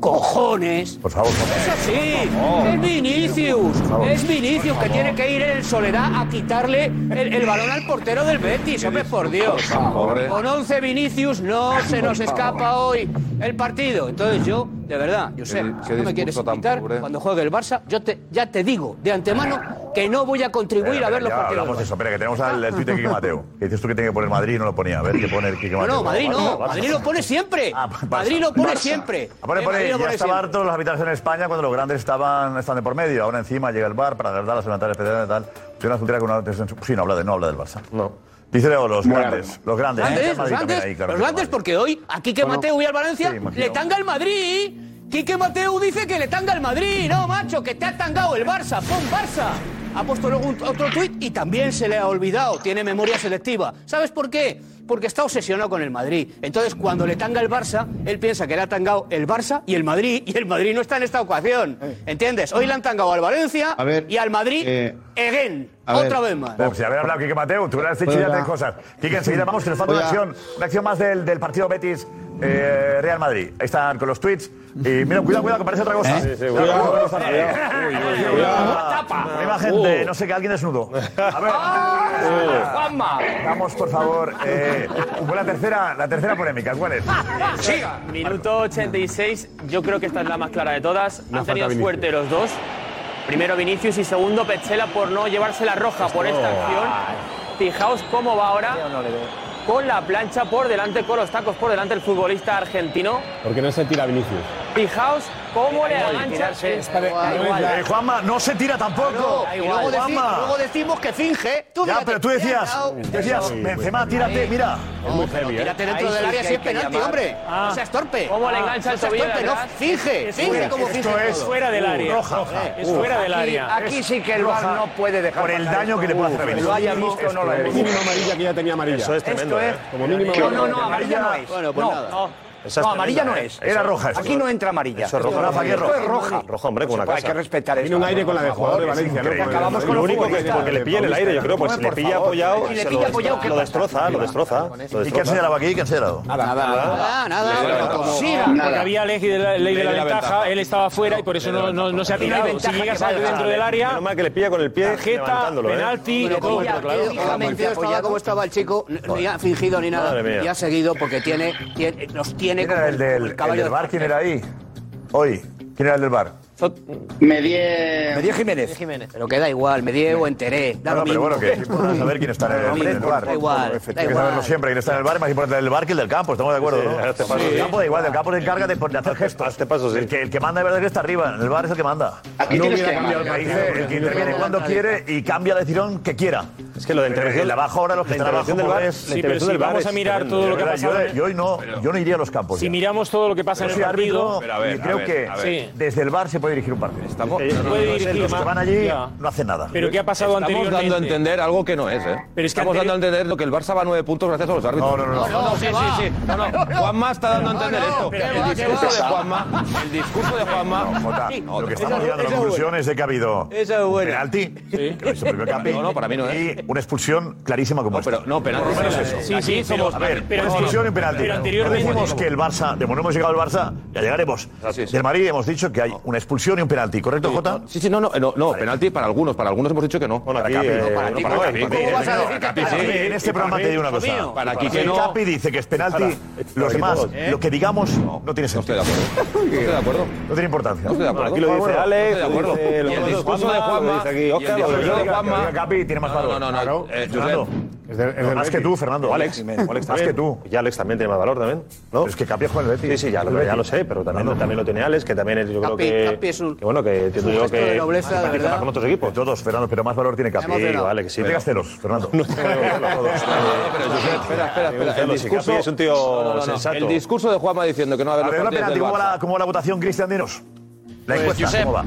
[SPEAKER 6] cojones. Por
[SPEAKER 2] favor,
[SPEAKER 6] Eso sí, es Vinicius. Es Vinicius que tiene que ir en soledad a quitarle el, el balón al portero del Betis, hombre, por Dios.
[SPEAKER 21] Pobre.
[SPEAKER 6] Con 11 Vinicius no se nos escapa hoy el partido. Entonces yo, de verdad, Josep,
[SPEAKER 21] Qué-
[SPEAKER 6] si
[SPEAKER 21] qué
[SPEAKER 6] no me quieres
[SPEAKER 21] discurso tan
[SPEAKER 6] invitar,
[SPEAKER 21] pobre.
[SPEAKER 6] cuando juegue el Barça, yo te, ya te digo de antemano que no voy a
[SPEAKER 2] Espera,
[SPEAKER 6] contribuir a
[SPEAKER 2] espera,
[SPEAKER 6] ver los
[SPEAKER 2] ya
[SPEAKER 6] partidos.
[SPEAKER 2] hablamos de eso. Espera, que tenemos al el tuit de Quique Mateo. Que dices tú que tiene que poner Madrid y no lo ponía. A ver, que poner Quique
[SPEAKER 6] No,
[SPEAKER 2] Mateo.
[SPEAKER 6] no, Madrid no.
[SPEAKER 2] Barça, Barça.
[SPEAKER 6] Madrid lo pone siempre. Madrid lo pone
[SPEAKER 2] Ah, Barça.
[SPEAKER 6] siempre.
[SPEAKER 2] Ah, pone,
[SPEAKER 6] Eh,
[SPEAKER 2] pone,
[SPEAKER 6] Madrid lo
[SPEAKER 2] ya
[SPEAKER 6] pone
[SPEAKER 2] estaba
[SPEAKER 6] siempre.
[SPEAKER 2] harto los habitantes en España cuando los grandes estaban están de por medio. Ahora encima llega el bar para guardar las levantar especiales y tal. Tiene una frontera con una... Sí, no habla, de, no habla del Barça. No. Dice Leo, los
[SPEAKER 4] Bueno.
[SPEAKER 2] grandes. Los grandes.
[SPEAKER 6] Los
[SPEAKER 2] ¿eh?
[SPEAKER 6] grandes,
[SPEAKER 2] Madrid
[SPEAKER 6] los
[SPEAKER 2] también
[SPEAKER 6] grandes,
[SPEAKER 2] ahí, claro.
[SPEAKER 6] los grandes, porque hoy a Quique
[SPEAKER 2] Bueno,
[SPEAKER 6] Mateo y al Valencia
[SPEAKER 2] sí, imagino.
[SPEAKER 6] le tanga el Madrid. Quique Mateo dice que le tanga el Madrid. No, macho, que te ha tangado el Barça. Pon Barça. Ha puesto luego un- otro tuit y también se le ha olvidado. Tiene memoria selectiva. ¿Sabes por qué? Porque está obsesionado con el Madrid. Entonces, cuando le tanga el Barça, él piensa que le ha tangado el Barça y el Madrid. Y el Madrid no está en esta ecuación. ¿Entiendes? Hoy le han tangado al Valencia
[SPEAKER 2] Eh. A ver,
[SPEAKER 6] y al Madrid.
[SPEAKER 2] eh,
[SPEAKER 6] again.
[SPEAKER 2] A ver.
[SPEAKER 6] Otra vez más.
[SPEAKER 2] Pero Pues, si haber hablado Quique Mateo, tú hubieras dicho
[SPEAKER 6] Voy a
[SPEAKER 2] ya
[SPEAKER 6] hablar.
[SPEAKER 2] tres cosas. Quique, enseguida vamos, que nos falta
[SPEAKER 6] Voy
[SPEAKER 2] una
[SPEAKER 6] a-
[SPEAKER 2] acción, una acción más del, del partido Betis. eh, Real Madrid. Ahí están con los tweets. Y mira, cuidado, cuidado, que parece otra cosa.
[SPEAKER 7] ¿Eh? Sí, sí,
[SPEAKER 2] Cuidado,
[SPEAKER 7] cuidado.
[SPEAKER 2] cuidado, cuidado, cuidado.
[SPEAKER 7] Uy, uy, uy.
[SPEAKER 2] Cuidado. Una imagen de,
[SPEAKER 7] Uh.
[SPEAKER 2] no sé qué, alguien desnudo. A ver.
[SPEAKER 6] ¡Ah!
[SPEAKER 2] Juanma. Vamos, por favor. eh, con la tercera, la tercera polémica. ¿Cuál es?
[SPEAKER 19] Siga. Minuto 86, yo creo que esta es la más clara de todas.
[SPEAKER 2] Una
[SPEAKER 19] Han tenido
[SPEAKER 2] falta,
[SPEAKER 19] suerte los dos.
[SPEAKER 10] Primero Vinicius y segundo Petzela por no llevarse la roja por esta acción. Fijaos cómo va ahora con la plancha por delante, con los tacos por delante el futbolista argentino.
[SPEAKER 1] Porque no se tira Vinicius.
[SPEAKER 10] Fijaos cómo le engancha.
[SPEAKER 2] Eh, Juanma, no se tira tampoco.
[SPEAKER 6] Y luego, deci-
[SPEAKER 2] Juanma.
[SPEAKER 6] luego decimos que finge. Tú
[SPEAKER 2] Ya,
[SPEAKER 6] fíjate,
[SPEAKER 2] pero tú
[SPEAKER 6] te
[SPEAKER 2] decías,
[SPEAKER 6] has dado-
[SPEAKER 2] decías, Benzema, tírate, mira.
[SPEAKER 6] Es muy heavy, Tírate dentro del área si es penalti, hombre.
[SPEAKER 10] Ah.
[SPEAKER 6] No seas torpe.
[SPEAKER 10] ¿eh? ¿Cómo le
[SPEAKER 6] Ah.
[SPEAKER 10] engancha
[SPEAKER 6] No
[SPEAKER 10] el
[SPEAKER 6] seas
[SPEAKER 10] tobillo de
[SPEAKER 6] torpe, no.
[SPEAKER 10] atrás?
[SPEAKER 6] Finge,
[SPEAKER 10] Es
[SPEAKER 6] finge
[SPEAKER 10] fuera.
[SPEAKER 6] como
[SPEAKER 10] Esto
[SPEAKER 6] finge.
[SPEAKER 10] es
[SPEAKER 6] todo.
[SPEAKER 10] fuera
[SPEAKER 2] Uh,
[SPEAKER 10] del área.
[SPEAKER 2] Roja, roja.
[SPEAKER 10] Es fuera del
[SPEAKER 2] Aquí-
[SPEAKER 10] área.
[SPEAKER 2] aquí sí que el VAR
[SPEAKER 5] Roja
[SPEAKER 2] no puede dejar por el pasar daño esto. que le puede hacer a
[SPEAKER 5] Que
[SPEAKER 2] Vinicius.
[SPEAKER 5] Lo haya visto o no lo haya
[SPEAKER 1] Como
[SPEAKER 5] visto.
[SPEAKER 1] mínimo amarilla que ya tenía amarilla.
[SPEAKER 5] Eso es tremendo,
[SPEAKER 1] Esto es-
[SPEAKER 5] ¿eh? Como mínimo
[SPEAKER 1] No,
[SPEAKER 5] amarilla.
[SPEAKER 1] no, no, amarilla no es.
[SPEAKER 5] Bueno, pues
[SPEAKER 1] No,
[SPEAKER 5] nada.
[SPEAKER 1] no.
[SPEAKER 5] Esa es
[SPEAKER 9] no, amarilla no
[SPEAKER 5] tremenda,
[SPEAKER 9] es.
[SPEAKER 5] ¿eh? Era roja, eso.
[SPEAKER 9] Aquí no entra amarilla.
[SPEAKER 1] Eso es roja.
[SPEAKER 9] Esto
[SPEAKER 1] Rafa Guerrero.
[SPEAKER 9] Esto es roja.
[SPEAKER 7] Roja, hombre, con una
[SPEAKER 9] Pues
[SPEAKER 7] casa.
[SPEAKER 9] Hay que respetar eso.
[SPEAKER 7] Tiene un aire con la de
[SPEAKER 9] Por
[SPEAKER 7] jugador de
[SPEAKER 9] favor,
[SPEAKER 7] Valencia,
[SPEAKER 9] es
[SPEAKER 7] ¿no?
[SPEAKER 9] increíble. Acabamos con
[SPEAKER 7] Lo
[SPEAKER 9] los
[SPEAKER 7] único que-
[SPEAKER 9] futbolistas.
[SPEAKER 7] porque le pilla en el aire, yo creo, pues
[SPEAKER 9] Hombre,
[SPEAKER 7] si le
[SPEAKER 9] por
[SPEAKER 7] pilla
[SPEAKER 9] favor.
[SPEAKER 7] apoyado,
[SPEAKER 9] Si le
[SPEAKER 7] se lo
[SPEAKER 9] pilla
[SPEAKER 7] des-
[SPEAKER 9] apoyado, ¿qué
[SPEAKER 7] lo
[SPEAKER 9] pasa?
[SPEAKER 7] destroza, lo destroza. lo
[SPEAKER 2] ¿Y qué han
[SPEAKER 7] destroza.
[SPEAKER 2] señalado aquí? ¿Qué han señalado?
[SPEAKER 6] Nada, nada.
[SPEAKER 19] Sí, porque había ley de la, ley de la ventaja, él estaba fuera y por eso no, no- no se ha
[SPEAKER 7] Pero
[SPEAKER 19] tirado.
[SPEAKER 7] hay
[SPEAKER 19] Si
[SPEAKER 7] ventaja
[SPEAKER 19] llegas
[SPEAKER 7] que vaya,
[SPEAKER 19] dentro del área,
[SPEAKER 7] Menos mal que le pilla con el pie
[SPEAKER 19] tarjeta,
[SPEAKER 7] levantándolo, ¿eh?
[SPEAKER 6] Pero
[SPEAKER 19] penalti, de
[SPEAKER 9] pues
[SPEAKER 19] todo.
[SPEAKER 6] como ya,
[SPEAKER 19] claro.
[SPEAKER 6] eh, fijamente
[SPEAKER 19] Apoyado.
[SPEAKER 6] estaba como estaba el chico, n- ni ha fingido ni
[SPEAKER 2] Madre mía.
[SPEAKER 6] nada. Y ha seguido porque tiene, tiene- los tiene
[SPEAKER 2] ¿Quién
[SPEAKER 6] como
[SPEAKER 2] era el del,
[SPEAKER 6] como
[SPEAKER 2] el
[SPEAKER 6] caballo
[SPEAKER 2] del
[SPEAKER 6] de
[SPEAKER 2] bar? ¿Quién era ahí? Hoy. ¿Quién era el del bar?
[SPEAKER 20] Medie...
[SPEAKER 2] Medie Jiménez.
[SPEAKER 6] Pero que da igual, me die o enteré. Da
[SPEAKER 2] Bueno,
[SPEAKER 6] lo mismo.
[SPEAKER 2] pero bueno, que es importante saber quién está en el,
[SPEAKER 6] Hombre,
[SPEAKER 2] en el bar.
[SPEAKER 6] da igual,
[SPEAKER 2] Hay
[SPEAKER 6] da
[SPEAKER 2] que saberlo
[SPEAKER 6] igual.
[SPEAKER 2] siempre. Quién está en el bar es más importante el del bar que el del campo. Estamos de acuerdo,
[SPEAKER 7] Sí,
[SPEAKER 2] ¿no?
[SPEAKER 7] a este paso
[SPEAKER 2] El
[SPEAKER 7] sí.
[SPEAKER 2] campo da igual. El campo se encarga de, de hacer gestos. El, que, el que manda de verdad que está arriba. El bar es el que manda.
[SPEAKER 20] Aquí
[SPEAKER 2] no
[SPEAKER 20] tienes
[SPEAKER 2] hubiera
[SPEAKER 20] que-
[SPEAKER 2] cambiado el país. eh, El que interviene cuando quiere y cambia la decisión que quiera. Es que lo de
[SPEAKER 7] intervención-
[SPEAKER 2] El de abajo ahora los que
[SPEAKER 7] la
[SPEAKER 2] están abajo.
[SPEAKER 7] intervención del VAR-
[SPEAKER 2] pues,
[SPEAKER 7] sí,
[SPEAKER 2] la
[SPEAKER 7] pero
[SPEAKER 2] intervención
[SPEAKER 7] si
[SPEAKER 2] del VAR
[SPEAKER 7] vamos a
[SPEAKER 2] es
[SPEAKER 7] mirar
[SPEAKER 2] tremenda.
[SPEAKER 7] todo lo
[SPEAKER 2] De
[SPEAKER 7] que ha
[SPEAKER 2] verdad,
[SPEAKER 7] pasado
[SPEAKER 2] yo de-
[SPEAKER 7] en-
[SPEAKER 2] Yo hoy no yo no iría a los campos.
[SPEAKER 19] Si
[SPEAKER 2] ya.
[SPEAKER 19] miramos todo lo que pasa
[SPEAKER 2] Yo
[SPEAKER 19] en
[SPEAKER 2] soy
[SPEAKER 19] el
[SPEAKER 2] árbitro
[SPEAKER 19] partido,
[SPEAKER 11] Pero a ver,
[SPEAKER 2] y
[SPEAKER 11] a
[SPEAKER 2] creo
[SPEAKER 11] ver,
[SPEAKER 2] que
[SPEAKER 11] a ver.
[SPEAKER 2] desde el bar se puede dirigir un partido.
[SPEAKER 11] Estamos,
[SPEAKER 2] Eh,
[SPEAKER 19] puede
[SPEAKER 2] los
[SPEAKER 19] dirigir,
[SPEAKER 2] que
[SPEAKER 19] ma-
[SPEAKER 2] van allí
[SPEAKER 19] ya.
[SPEAKER 2] no hacen nada.
[SPEAKER 19] Pero ¿qué ha pasado
[SPEAKER 11] Estamos
[SPEAKER 19] anteriormente?
[SPEAKER 11] dando a entender algo que no es, ¿eh?
[SPEAKER 19] Pero es que
[SPEAKER 11] Estamos
[SPEAKER 19] anteri-
[SPEAKER 11] dando a entender lo que el Barça va a nueve puntos gracias a los árbitros.
[SPEAKER 2] No, no, no.
[SPEAKER 11] no, sí, sí, sí. No, no. Juanma está dando a entender esto. El discurso de Juanma, el discurso de
[SPEAKER 2] No,
[SPEAKER 11] Juanma...
[SPEAKER 2] Jota,
[SPEAKER 11] No,
[SPEAKER 2] lo que
[SPEAKER 11] esa-
[SPEAKER 2] estamos llegando a la
[SPEAKER 11] esa es
[SPEAKER 2] conclusión es de que ha habido
[SPEAKER 11] Esa es
[SPEAKER 2] un
[SPEAKER 11] buena.
[SPEAKER 2] penalti, que lo hizo el primer Capi,
[SPEAKER 11] No, no, para mí no es.
[SPEAKER 2] y una expulsión clarísima como esta.
[SPEAKER 11] Pero no, penalti.
[SPEAKER 2] Por lo menos eso.
[SPEAKER 19] Sí, sí, somos.
[SPEAKER 2] A ver,
[SPEAKER 19] pero,
[SPEAKER 2] una expulsión y un penalti.
[SPEAKER 19] pero
[SPEAKER 2] No
[SPEAKER 19] anteriormente.
[SPEAKER 2] decimos que el Barça, de momento hemos llegado al Barça, ya llegaremos. Del Madrid hemos dicho que hay una expulsión y un penalti, ¿correcto, Jota?
[SPEAKER 11] Sí, sí, no, no, no, no, penalti para algunos, para algunos hemos dicho que no.
[SPEAKER 7] Bueno, aquí,
[SPEAKER 11] Capi,
[SPEAKER 7] eh,
[SPEAKER 11] no, para
[SPEAKER 7] no,
[SPEAKER 11] ti,
[SPEAKER 7] para
[SPEAKER 11] no,
[SPEAKER 7] Capi,
[SPEAKER 11] para
[SPEAKER 7] eh,
[SPEAKER 11] Capi,
[SPEAKER 7] no,
[SPEAKER 11] sí.
[SPEAKER 2] Para Capi, sí. En este programa te digo una cosa.
[SPEAKER 11] Para aquí
[SPEAKER 2] Si
[SPEAKER 11] que
[SPEAKER 2] el
[SPEAKER 11] no.
[SPEAKER 2] Capi dice que es penalti, los demás, lo que digamos, no tiene
[SPEAKER 11] No estoy
[SPEAKER 2] sentido.
[SPEAKER 11] de acuerdo. No estoy de acuerdo.
[SPEAKER 2] No tiene importancia.
[SPEAKER 11] No estoy de acuerdo.
[SPEAKER 7] Aquí lo dice
[SPEAKER 11] No
[SPEAKER 7] Alex,
[SPEAKER 11] estoy de acuerdo.
[SPEAKER 7] lo dice- lo
[SPEAKER 11] Y el
[SPEAKER 7] dice
[SPEAKER 11] discurso de
[SPEAKER 7] Juanma, lo
[SPEAKER 11] Juanma.
[SPEAKER 7] dice aquí
[SPEAKER 11] y el
[SPEAKER 7] Oscar, lo
[SPEAKER 11] discurso
[SPEAKER 7] dice
[SPEAKER 11] de
[SPEAKER 7] Capi,
[SPEAKER 11] Juanma.
[SPEAKER 2] Oiga, Capi tiene más valor.
[SPEAKER 11] No, no, no, no.
[SPEAKER 2] Claro.
[SPEAKER 11] Eh,
[SPEAKER 2] Fernando.
[SPEAKER 11] Josep,
[SPEAKER 1] Es de- es
[SPEAKER 2] No,
[SPEAKER 1] del
[SPEAKER 2] más que
[SPEAKER 1] Betis.
[SPEAKER 2] tú, Fernando.
[SPEAKER 7] O Alex,
[SPEAKER 2] Más
[SPEAKER 7] o Alex también.
[SPEAKER 2] que tú.
[SPEAKER 7] Y Alex también tiene más valor también, ¿no?
[SPEAKER 2] Pero es que Capi juega en el
[SPEAKER 7] Sí,
[SPEAKER 2] Betis.
[SPEAKER 7] sí, ya,
[SPEAKER 2] El
[SPEAKER 7] lo, ya
[SPEAKER 2] Betis.
[SPEAKER 7] lo sé, pero también, también lo tiene Alex, que también es, yo creo
[SPEAKER 6] Capi-
[SPEAKER 7] que,
[SPEAKER 6] Capi es un-
[SPEAKER 7] que bueno, que entiendo yo
[SPEAKER 6] gesto de
[SPEAKER 7] que
[SPEAKER 6] nobleza, de
[SPEAKER 7] que participa
[SPEAKER 6] verdad.
[SPEAKER 7] con otros equipos.
[SPEAKER 2] Todos, Fernando, pero más valor tiene Capi.
[SPEAKER 6] Hemos ganado.
[SPEAKER 7] vale, que sí.
[SPEAKER 2] No
[SPEAKER 7] pero-
[SPEAKER 2] tengas celos, Fernando.
[SPEAKER 11] Pero Josep, espera, espera, espera. El
[SPEAKER 7] Celos, si
[SPEAKER 11] discurso...
[SPEAKER 7] Capi es un tío
[SPEAKER 11] No, no, no, no.
[SPEAKER 7] sensato.
[SPEAKER 11] El discurso de Juanma diciendo que no va a
[SPEAKER 2] A
[SPEAKER 11] haber
[SPEAKER 2] ver,
[SPEAKER 11] los
[SPEAKER 2] una
[SPEAKER 11] partidos
[SPEAKER 2] penalti.
[SPEAKER 11] del
[SPEAKER 2] ¿Cómo
[SPEAKER 11] Barça.
[SPEAKER 2] va, ¿Cómo va la votación, Cristian Dinos? La
[SPEAKER 19] Pues,
[SPEAKER 2] encuesta,
[SPEAKER 21] Josep.
[SPEAKER 2] ¿cómo va?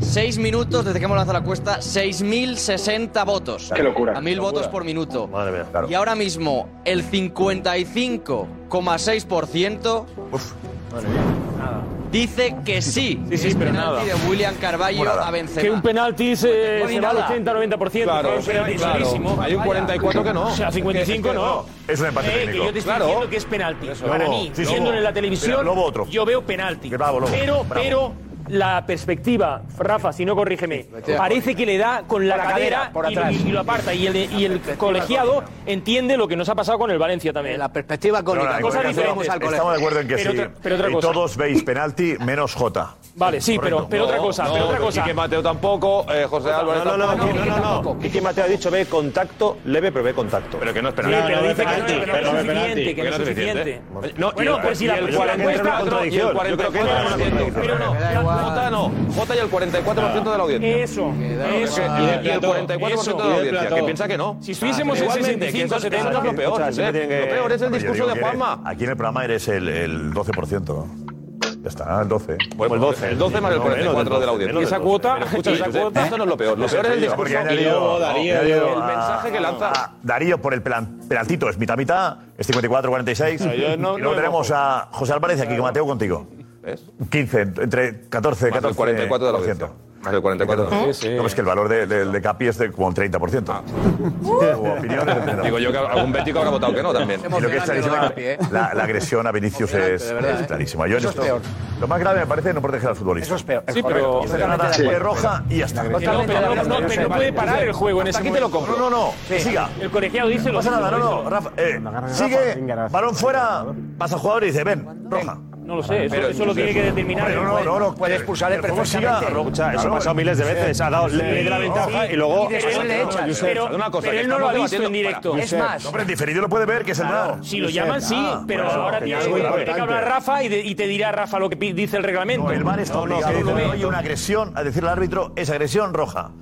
[SPEAKER 21] Seis minutos desde que hemos lanzado la cuesta, 6.060 votos.
[SPEAKER 2] Qué locura.
[SPEAKER 21] A mil
[SPEAKER 2] Qué locura.
[SPEAKER 21] votos por minuto.
[SPEAKER 7] Madre mía, claro.
[SPEAKER 21] Y ahora mismo, el 55,6% dice que sí.
[SPEAKER 19] Sí, sí,
[SPEAKER 21] es
[SPEAKER 19] pero
[SPEAKER 21] penalti
[SPEAKER 19] nada.
[SPEAKER 21] de William Carballo
[SPEAKER 2] Nada.
[SPEAKER 21] a Benzema.
[SPEAKER 19] Que un penalti se,
[SPEAKER 21] Ni
[SPEAKER 19] se va al
[SPEAKER 21] nada.
[SPEAKER 19] 80-90%.
[SPEAKER 11] Claro,
[SPEAKER 19] que es un penalti
[SPEAKER 11] claro.
[SPEAKER 19] clarísimo.
[SPEAKER 11] Hay un 44 que no.
[SPEAKER 19] O sea, 55
[SPEAKER 11] Es que- es que
[SPEAKER 19] no.
[SPEAKER 2] Es un empate
[SPEAKER 19] Eh, que
[SPEAKER 2] técnico.
[SPEAKER 19] yo te estoy
[SPEAKER 11] Claro.
[SPEAKER 19] diciendo que es penalti.
[SPEAKER 2] Eso.
[SPEAKER 19] Para
[SPEAKER 2] Lobo,
[SPEAKER 19] mí,
[SPEAKER 2] sí,
[SPEAKER 19] viéndolo
[SPEAKER 2] Lobo.
[SPEAKER 19] en la televisión,
[SPEAKER 2] Pero Lobo otro.
[SPEAKER 19] yo veo penalti.
[SPEAKER 2] Que bravo, Lobo,
[SPEAKER 19] Pero,
[SPEAKER 2] bravo.
[SPEAKER 19] pero la perspectiva, Rafa, si no corrígeme, parece que le da con la,
[SPEAKER 9] Por la
[SPEAKER 19] cadera,
[SPEAKER 9] cadera, por
[SPEAKER 19] y lo-
[SPEAKER 9] atrás.
[SPEAKER 19] Y, lo aparta. Y el, y el colegiado entiende lo que nos ha pasado con el Valencia también.
[SPEAKER 6] La perspectiva
[SPEAKER 2] No, no,
[SPEAKER 6] cónica.
[SPEAKER 2] no,
[SPEAKER 19] Cosas
[SPEAKER 2] no,
[SPEAKER 6] como
[SPEAKER 19] diferentes.
[SPEAKER 6] vamos al colegio.
[SPEAKER 2] Estamos de acuerdo en que
[SPEAKER 19] Pero
[SPEAKER 2] sí.
[SPEAKER 19] otra- pero otra
[SPEAKER 2] Y
[SPEAKER 19] cosa.
[SPEAKER 2] todos veis penalti menos Jota.
[SPEAKER 19] Vale, sí, pero, pero otra cosa, pero otra cosa.
[SPEAKER 11] Y que Mateo tampoco, eh, José Álvarez
[SPEAKER 7] No, no, no,
[SPEAKER 11] tampoco.
[SPEAKER 7] no, no, no. Quique Mateo ha dicho ve contacto leve, pero ve contacto.
[SPEAKER 11] Pero que no es
[SPEAKER 19] Sí,
[SPEAKER 11] penalti.
[SPEAKER 19] pero
[SPEAKER 17] no,
[SPEAKER 19] dice que no,
[SPEAKER 17] penalti,
[SPEAKER 19] que no es
[SPEAKER 17] pero no es
[SPEAKER 19] suficiente,
[SPEAKER 17] penalti.
[SPEAKER 19] que no es
[SPEAKER 11] ¿Por qué no es
[SPEAKER 19] suficiente.
[SPEAKER 11] No, y
[SPEAKER 19] Bueno,
[SPEAKER 11] el-
[SPEAKER 19] pues si
[SPEAKER 11] y
[SPEAKER 19] la
[SPEAKER 11] el
[SPEAKER 19] la
[SPEAKER 11] 44
[SPEAKER 19] encuesta-
[SPEAKER 11] Y
[SPEAKER 7] entra en
[SPEAKER 11] el
[SPEAKER 7] contradicción. Yo creo que entra en
[SPEAKER 11] 44%.
[SPEAKER 7] contradicción.
[SPEAKER 11] Pero no, Jota no. Jota y el 44% de la audiencia.
[SPEAKER 19] Eso,
[SPEAKER 11] Es que-
[SPEAKER 19] eso.
[SPEAKER 11] y el- y el
[SPEAKER 17] Eso.
[SPEAKER 11] 44% de
[SPEAKER 17] Y
[SPEAKER 11] la
[SPEAKER 17] el
[SPEAKER 11] audiencia, que
[SPEAKER 17] plató.
[SPEAKER 11] piensa que no.
[SPEAKER 19] Si estuviésemos en
[SPEAKER 11] Igualmente, que eso
[SPEAKER 19] 65,
[SPEAKER 11] eso es
[SPEAKER 19] 70,
[SPEAKER 11] lo peor.
[SPEAKER 7] Escucha, siempre
[SPEAKER 11] Josep.
[SPEAKER 7] tienen que-
[SPEAKER 11] Lo peor es el
[SPEAKER 2] Pero yo
[SPEAKER 11] discurso
[SPEAKER 2] digo
[SPEAKER 11] de
[SPEAKER 2] que
[SPEAKER 11] Juanma.
[SPEAKER 2] Aquí en el programa eres el, el 12%. ¿no? Ya está, el Pues 12.
[SPEAKER 11] Bueno, Pues el
[SPEAKER 7] el 12,
[SPEAKER 11] 12. El 12 más el
[SPEAKER 7] no, menos del
[SPEAKER 11] 44 de la
[SPEAKER 7] 12,
[SPEAKER 11] audiencia.
[SPEAKER 7] menos del 12.
[SPEAKER 11] Escucha,
[SPEAKER 19] y
[SPEAKER 11] esa
[SPEAKER 19] Josep,
[SPEAKER 11] cuota, eso no es lo peor. Lo peor es el discurso.
[SPEAKER 2] ¿eh? Porque ha añadido-
[SPEAKER 17] Darío,
[SPEAKER 2] ha añadido
[SPEAKER 11] el
[SPEAKER 2] a-
[SPEAKER 11] mensaje que lanza.
[SPEAKER 2] a ah, Darío por el plan, penaltito, es mitad mitad, es 54-46.
[SPEAKER 4] No, yo no-
[SPEAKER 2] y
[SPEAKER 4] no
[SPEAKER 2] luego
[SPEAKER 4] me
[SPEAKER 2] tenemos a José Álvarez aquí que Mateo contigo.
[SPEAKER 11] ¿Ves?
[SPEAKER 2] 15, entre 14
[SPEAKER 11] Más el 44 de la audiencia. Más el 44 de la audiencia.
[SPEAKER 2] ¿Eh?
[SPEAKER 11] Ah.
[SPEAKER 2] No, es que el valor de, de- de Capi es de como un 30%. Tu opinión es de cero.
[SPEAKER 11] Digo yo que algún bético habrá votado que no también.
[SPEAKER 2] Y lo que es clarísimo, la, la agresión a Vinicius es, ¿eh? es clarísima. Yo en
[SPEAKER 9] Eso es
[SPEAKER 2] esto-
[SPEAKER 9] peor.
[SPEAKER 2] Lo más grave me parece no proteger al futbolista.
[SPEAKER 9] Eso es peor.
[SPEAKER 19] Sí, pero-
[SPEAKER 2] Esta granada es roja y ya está.
[SPEAKER 19] que no, pero no, no, pero no puede parar el juego en ese
[SPEAKER 11] Hasta aquí te lo
[SPEAKER 19] momento.
[SPEAKER 2] No,
[SPEAKER 11] compro.
[SPEAKER 2] no, no. Que siga.
[SPEAKER 19] El colegiado dice
[SPEAKER 2] No
[SPEAKER 19] lo
[SPEAKER 2] pasa nada,
[SPEAKER 19] mismo,
[SPEAKER 2] no,
[SPEAKER 19] lo
[SPEAKER 2] no.
[SPEAKER 19] hizo.
[SPEAKER 2] Rafa, eh, sigue, balón fuera, pasa al jugador y dice, ven, roja.
[SPEAKER 19] No lo sé, eso, eso lo tiene que determinar. el juez.
[SPEAKER 9] puede expulsarle
[SPEAKER 19] pero ¿cómo siga?
[SPEAKER 9] perfectamente.
[SPEAKER 7] Rocha, eso ha pasado miles de veces. Ha dado, le, le da la ventaja y luego.
[SPEAKER 19] Y después le echan.
[SPEAKER 7] Josep,
[SPEAKER 19] Pero-
[SPEAKER 7] una cosa,
[SPEAKER 19] pero
[SPEAKER 7] que
[SPEAKER 19] él no lo ha
[SPEAKER 7] estamos
[SPEAKER 19] visto en
[SPEAKER 7] debatiendo-
[SPEAKER 19] directo.
[SPEAKER 7] Para,
[SPEAKER 19] Es
[SPEAKER 7] Josep,
[SPEAKER 19] más.
[SPEAKER 7] No, pero en diferido lo puede ver, que es el dado.
[SPEAKER 19] Si lo llaman, sí, pero ahora tiene tiene que hablar Rafa y, de- y te dirá Rafa lo que pi- dice el reglamento.
[SPEAKER 2] El VAR está obligado, cuando hay una agresión, a decir al árbitro, es agresión roja.